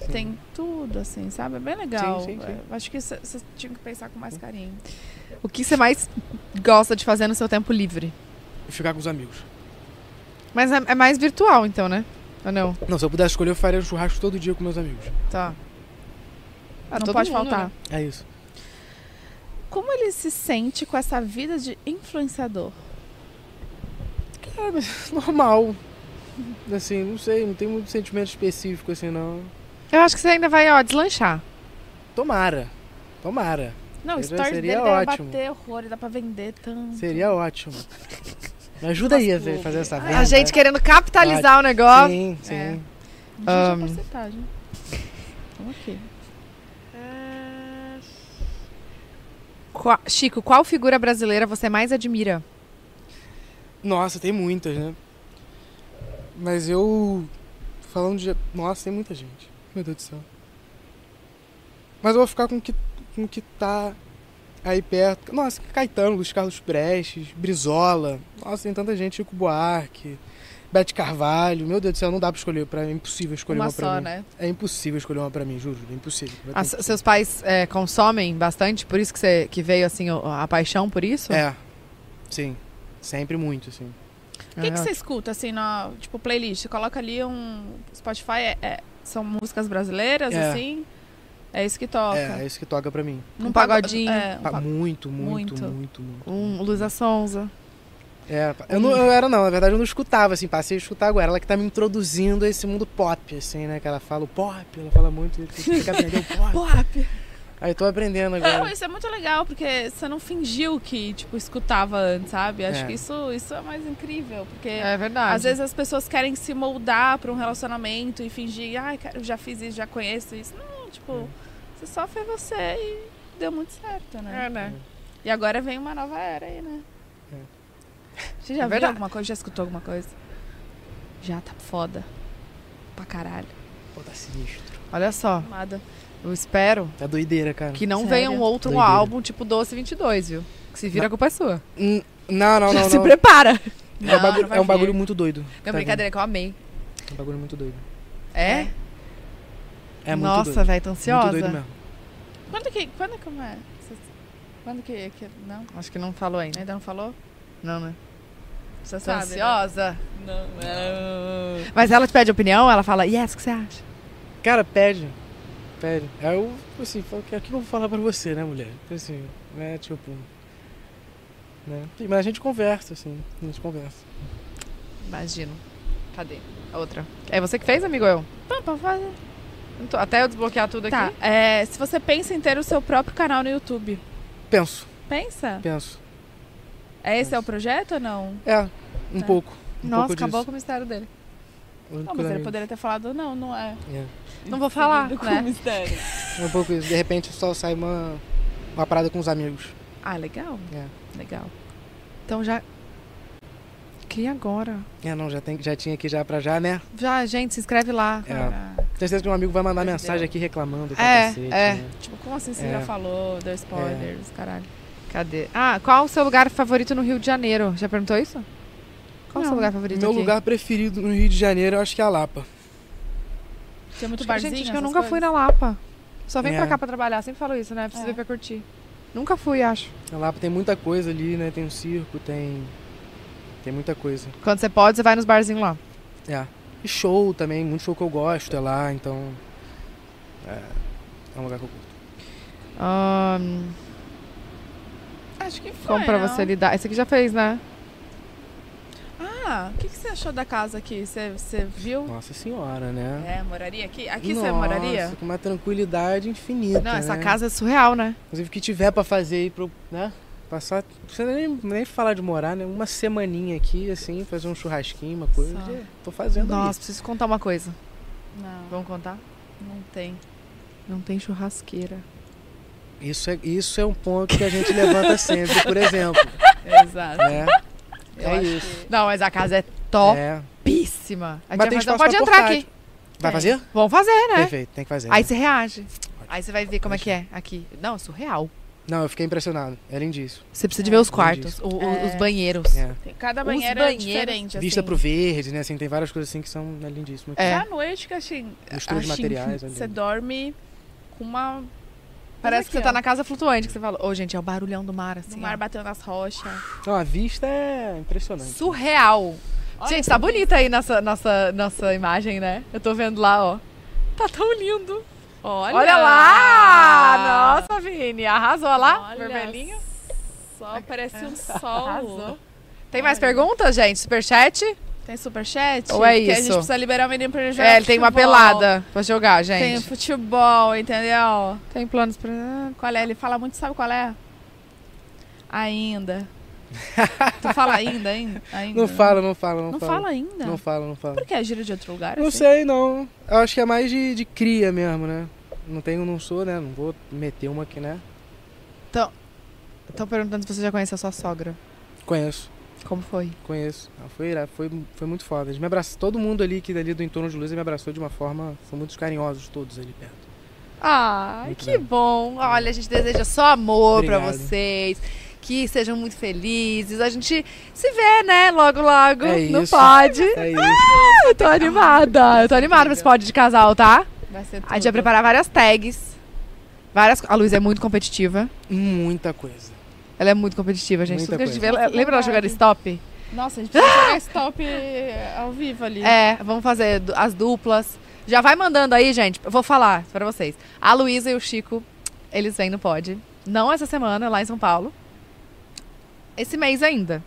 sim. tem tudo, assim, sabe? É bem legal. Sim, sim, sim. Eu Acho que vocês tinham que pensar com mais carinho. O que você mais gosta de fazer no seu tempo livre? E Ficar com os amigos. Mas é, é mais virtual, então, né? Ou não? Não, se eu pudesse escolher, eu faria um churrasco todo dia com meus amigos. Tá. Ah, não todo pode mundo, faltar. né? É isso. Como ele se sente com essa vida de influenciador? Normal. Assim, não sei, não tem muito sentimento específico, assim, não. Eu acho que você ainda vai, ó, deslanchar. Tomara. Tomara. Não, o Seria- story dele seria deve ótimo. bater horror, dá pra vender tanto. Seria ótimo. Me ajuda aí a ver- fazer essa venda. a gente querendo capitalizar o negócio. Sim, sim. É. Diz Ahn. a porcentagem. Vamos aqui. Qua- Chico, qual figura brasileira você mais admira? Nossa, tem muitas, né? Mas eu. Falando de. Nossa, tem muita gente. Meu Deus do céu. Mas eu vou ficar com o que, com o que tá aí perto. Nossa, Caetano, Luiz Carlos Prestes, Brizola. Nossa, tem tanta gente. Chico Buarque, Bete Carvalho. Meu Deus do céu, não dá pra escolher. Pra... É impossível escolher uma, Uma pra só, mim. né? É impossível escolher uma pra mim, juro. É impossível. Vai ter- Ah, se- seus pais é, consomem bastante? Por isso que, você, que veio, assim, o- a paixão por isso? É. Sim. Sempre muito, assim. O Ah, que, que você escuta, assim, na, tipo, playlist? Você coloca ali um... Spotify é- é- são músicas brasileiras, É. assim? É isso que toca. É, é isso que toca pra mim. Um pago- pagodinho. É, um Pa- pa- Tá muito, muito, muito. muito, muito, Um Lusa Sonza. É, pa- eu, não, eu era não, na verdade eu não escutava, assim, passei a escutar agora. Ela que tá me introduzindo a esse mundo pop, assim, né? Que ela fala o pop, ela fala muito, eu tenho que aprender o pop. Pop. Aí eu tô aprendendo Não, agora. isso é muito legal, porque você não fingiu que, tipo, escutava antes, sabe? Acho É. que isso, isso é mais incrível, porque... É verdade. Às vezes as pessoas querem se moldar pra um relacionamento e fingir, ai, cara, eu já fiz isso, já conheço isso. Não, tipo, você só foi você e deu muito certo, né? É, né? E agora vem uma nova era aí, né? Você já É viu verdade. alguma coisa? Já escutou alguma coisa? Já tá foda. Pra caralho. Pô, tá sinistro. Olha só, Nada. eu espero Tá doideira, cara. que não Sério? venha um outro Doideira. álbum tipo Doce 22, viu? Que se vira, a culpa é sua. Hum, Não, não, não, Se não. prepara. É um Não, bagulho, não vai é um bagulho vir. muito doido. Não, tá brincadeira, que eu amei. vindo. É um bagulho muito doido. É? É muito Nossa, doido. velho, tô ansiosa. Muito doido mesmo. Quando que. Quando que. é? Vocês- Quando que, que- Não? Acho que não falou ainda. Ainda não falou? Não, né? Você Tô sabe? né? ansiosa. Não, não. Mas ela te pede opinião, ela fala, yes, o que você acha? Cara, pede. Pede. Aí eu, assim, falo, o que o que eu vou falar pra você, né, mulher? Assim, né, tipo. Né? Mas a gente conversa, assim. A gente conversa. Imagino. Cadê? A outra. É você que fez, amigo, eu? Pô, pode fazer. Não Então, tô- Até eu desbloquear tudo Tá, aqui. é, se você pensa em ter o seu próprio canal no YouTube, Penso, pensa? penso. É esse é o projeto ou não? É, um É. pouco. Um Tá. Nossa, pouco acabou disso. com o mistério dele. Um Não, pouco mas ele da- poderia ter falado não, não é. Não vou falar, Seguido com né? mistério. Um pouco isso. De repente só sai uma, uma parada com os amigos. Ah, legal. É. Legal. Então já... Cria agora. É, não, já, tem, já tinha aqui já pra já, né? Já, gente, se inscreve lá. É. Tenho certeza que um amigo vai mandar Deus. mensagem aqui reclamando. pra É, cacete, é. né? Tipo, como assim você É. já falou, deu spoilers, caralho. Cadê? Ah, qual o seu lugar favorito no Rio de Janeiro? Já perguntou isso? Qual o seu Não. lugar favorito Meu aqui? lugar preferido no Rio de Janeiro, eu acho que é a Lapa. Tinha muito Acho que- barzinho, Tipo, Gente, acho que eu essas nunca fui coisas? na Lapa. Só vem pra É. cá pra trabalhar, sempre falo isso, né? Preciso ver É. pra curtir. Nunca fui, acho. A Lapa tem muita coisa ali, né? Tem um circo, tem. Tem muita coisa. Quando você pode, você vai nos barzinhos lá. É. E show também, muito show que eu gosto é lá, então. É, é um lugar que eu curto. Ahn, Acho que foi. como pra não? você lidar? Esse aqui já fez, né? Ah, o que, que você achou da casa aqui? Você, você viu? Nossa senhora, né? É, moraria aqui? Aqui Nossa, você moraria? Com uma tranquilidade infinita. Não, essa né? casa é surreal, né? Inclusive, o que tiver pra fazer aí pra eu, né? Passar. Não precisa nem, nem falar de morar, né? Uma semaninha aqui, assim, fazer um churrasquinho, uma coisa. Só. já Tô fazendo Nossa, preciso contar uma coisa. Não, Vamos contar? não tem. Não tem churrasqueira. ali. Isso é, isso é um ponto que a gente levanta sempre, por exemplo. Exato. Né? Eu é acho isso. Não, mas a casa é É. topíssima. A Mas tem gente vai espaço pra fazer- pode tipo. entrar portátil. aqui. Vai fazer? Vamos fazer, É. né? Perfeito, tem que fazer. Aí né? você reage. Aí você vai ver como é que é aqui. Não, é surreal. Não, eu fiquei impressionado. É lindíssimo. Você precisa de ver os quartos, entendi. o- o- É. os banheiros. É. que- Cada Os banheiro é banheiros- diferente, Vista assim. pro verde, né? Assim, tem várias coisas assim que são né, lindíssimas. É. À noite, que assim... Mistura de assim, materiais, é Você lindo. dorme com uma... Parece que aqui, você tá ó. na casa flutuante que você falou. Ô, gente, é o barulhão do mar, assim. Do mar ó. batendo nas rochas. Não, a vista é impressionante. Surreal. Olha gente, que tá bonita aí nossa, nossa, nossa imagem, né? Eu tô vendo lá, ó. Tá tão lindo. Olha, lá! Nossa, Vini, arrasou olha lá. Olha Vermelhinho. Só parece um sol. Arrasou. Tem mais Olha. perguntas, gente? Superchat? Tem superchat? Ou é Porque a isso? gente precisa liberar o menino pra ele jogar É, ele tem uma futebol. pelada pra jogar, gente. Tem futebol, entendeu? Tem planos pra. Qual é? Ele fala muito, sabe qual é? Ainda. tu fala ainda, ainda? ainda? Não fala, não fala, não, Não fala. fala ainda? Não fala, não fala. Por que? Gira de outro lugar? Não assim? sei, não. Eu acho que é mais de, de cria mesmo, né? Não tenho, não sou, né? Não vou meter uma aqui, né? Estão perguntando se você já conhece a sua sogra. Conheço, Como foi? conheço. Ah, foi, irado, foi, foi muito foda. Eles me abraçaram, todo mundo ali que dali do entorno de luz me abraçou de uma forma. São muito carinhosos todos ali perto. Ah, Muito que bem. bom. Olha, a gente deseja só amor pra Obrigado. vocês. Que sejam muito felizes. A gente se vê, né? Logo, logo. É Não isso. pode. É isso. Eu tô animada. Eu tô animada pra esse pod de casal, tá? Vai ser A gente vai tudo. preparar várias tags. Várias... co- A Luísa é muito competitiva. Muita coisa. Ela é muito competitiva, gente. Muita Tudo que a gente vê, coisa. ela- lembra ela jogando stop? Nossa, a gente precisa jogar stop ao vivo ali. É, vamos fazer du- as duplas. Já vai mandando aí, gente. Eu vou falar pra vocês. A Luísa e o Chico, eles vêm no pod. Não essa semana, lá em São Paulo. Esse mês ainda.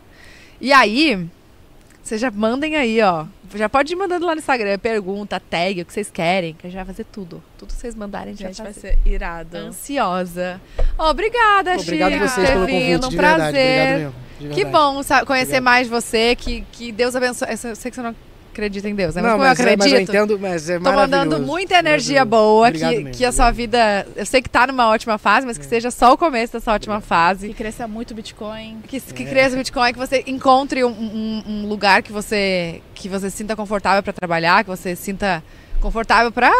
E aí, vocês já mandem aí, ó. Já pode ir mandando lá no Instagram. Pergunta, tag, o que vocês querem. Que a gente vai fazer tudo. Tudo que vocês mandarem, a gente, Gente, vai vai fazer. ser irado. Ansiosa. Obrigada, Obrigado Chico, vocês por ter pelo vindo. convite, de Um verdade. prazer. Obrigado mesmo. de Que É verdade. bom sa- conhecer Obrigado. mais você, que, que Deus abençoe. Eu sei que você não acredita em Deus, né? Mas Não, como mas, eu é- mas acredito, eu entendo, mas é tô mandando maravilhoso. muita energia Maravilhoso. boa, Obrigado que, mesmo, que a sua obrigado. vida. Eu sei que tá numa ótima fase, mas que É. seja só o começo dessa ótima Que fase. cresça muito o Bitcoin. Que, que É. cresça o Bitcoin, que você encontre um, um- um lugar que você que você sinta confortável pra trabalhar, que você sinta confortável pra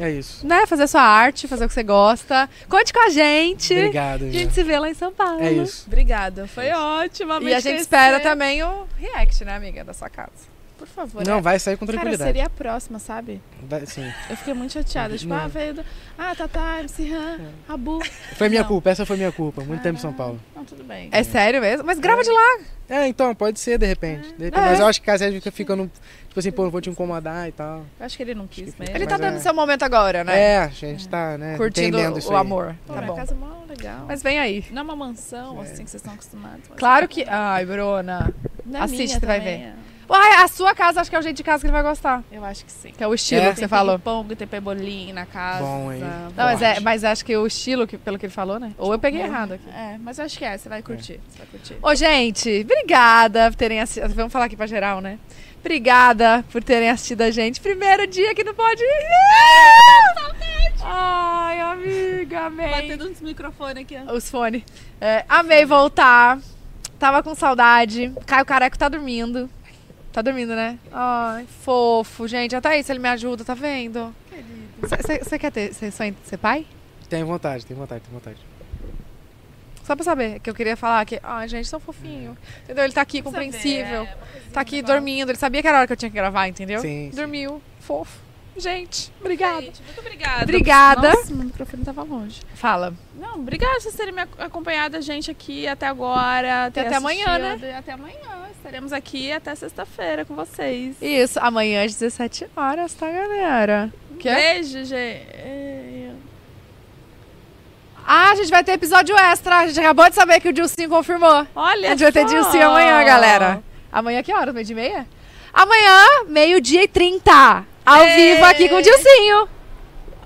É isso. né, fazer sua arte, fazer o que você gosta. Conte com a gente. Obrigado. A mesmo. gente se vê lá em São Paulo. É isso. Obrigada, foi ótimo. amei E a te gente conhecer. espera também o react, né, amiga, da sua casa. Por favor. Não, é. vai sair com Cara, tranquilidade. seria a próxima, sabe? Vai- sim. Eu fiquei muito chateada. Tipo, Não. É. ah, veio do... Ah, Tata, MC Han, Rabu. Foi minha Não. culpa, essa foi minha culpa. Muito tempo em São Paulo. Não, tudo bem. É sério mesmo? Mas grava de lá. É, então, pode ser, de repente. De repente, É. Mas eu acho que às vezes fica ficando, tipo assim, pô, não vou te incomodar e tal. Eu acho que ele não quis mesmo. Ele Mas tá dando é. seu momento agora, né? É, a gente tá, né, Curtindo entendendo isso o aí. amor. Pô, tá minha bom. casa é mó legal. Mas vem aí. Não é uma mansão, assim, que vocês estão acostumados. mas- Claro que. Ai, Bruna. Não é Assiste, minha você vai também, Ai, a sua casa, acho que é o jeito de casa que ele vai gostar. é. Eu acho que sim. Que é o estilo É? que você falou. Tem pongo, tem pebolim na casa. Bom, hein? Não, mas, é, Forte. mas acho que o estilo, que, pelo que ele falou, né? Ou eu peguei errado aqui. É, mas eu acho que é, você vai curtir. Você vai curtir. Ô, gente, obrigada por terem assistido. Vamos falar aqui pra geral, né? Obrigada por terem assistido a gente. Primeiro dia que não pode. Ai, amiga, amei. Batendo nos microfones aqui, ó. Os fones. É, amei voltar. Tava com saudade. Caio Careco tá dormindo. Tá dormindo, né? Ai, fofo, gente. Até isso ele me ajuda, tá vendo? Você quer ter, você sonha em ser pai? Tem vontade, tem vontade, tem vontade. Só pra saber, que eu queria falar que, ai, gente, tão fofinho. Entendeu? Ele tá aqui compreensível. é, tá aqui dormindo. Ele sabia que era a hora que eu tinha que gravar, entendeu? Sim, sim. Dormiu. Fofo. Gente, obrigada. Gente, muito obrigada. Obrigada. Nossa, meu microfone tava longe. Fala. Não, obrigada por vocês terem me ac- acompanhado a gente aqui até agora. ter até amanhã, né? assistido. Até amanhã. Estaremos aqui até sexta-feira com vocês. Isso, amanhã às 17 horas, tá, galera? Quê? Um Beijo, gente. Ah, a gente vai ter episódio extra. A gente acabou de saber que o Dilcinho confirmou. Olha A gente vai ter só. Dilcinho amanhã, galera. Amanhã que horas? Meio-dia e meia? Amanhã, meio-dia e trinta. Ao Ei. vivo aqui com o Dilcinho.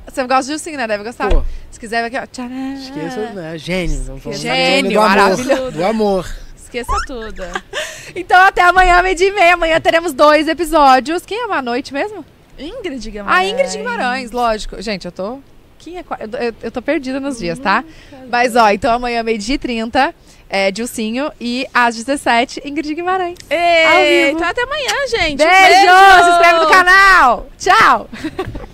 Você gosta do Dilcinho, né? Deve gostar. Pô, Se quiser, vai aqui, ó. Tcharam. esqueça, né? Gênio. Vamos falar do Gênio, do amor. maravilhoso. Do amor. Esqueça tudo. Então até amanhã, meio-dia e meia. Amanhã teremos dois episódios. Quem é uma noite mesmo? Ah, Ingrid Guimarães. A Ingrid Guimarães, lógico. Gente, eu tô. Quem é qua- eu, eu, eu tô perdida nos dias, tá? Mas ó, então amanhã, meio-dia e 30, é Dilcinho e às 17, Ingrid Guimarães. Ei, Ao vivo. Então até amanhã, gente. Beijo! Se inscreve no canal! Tchau!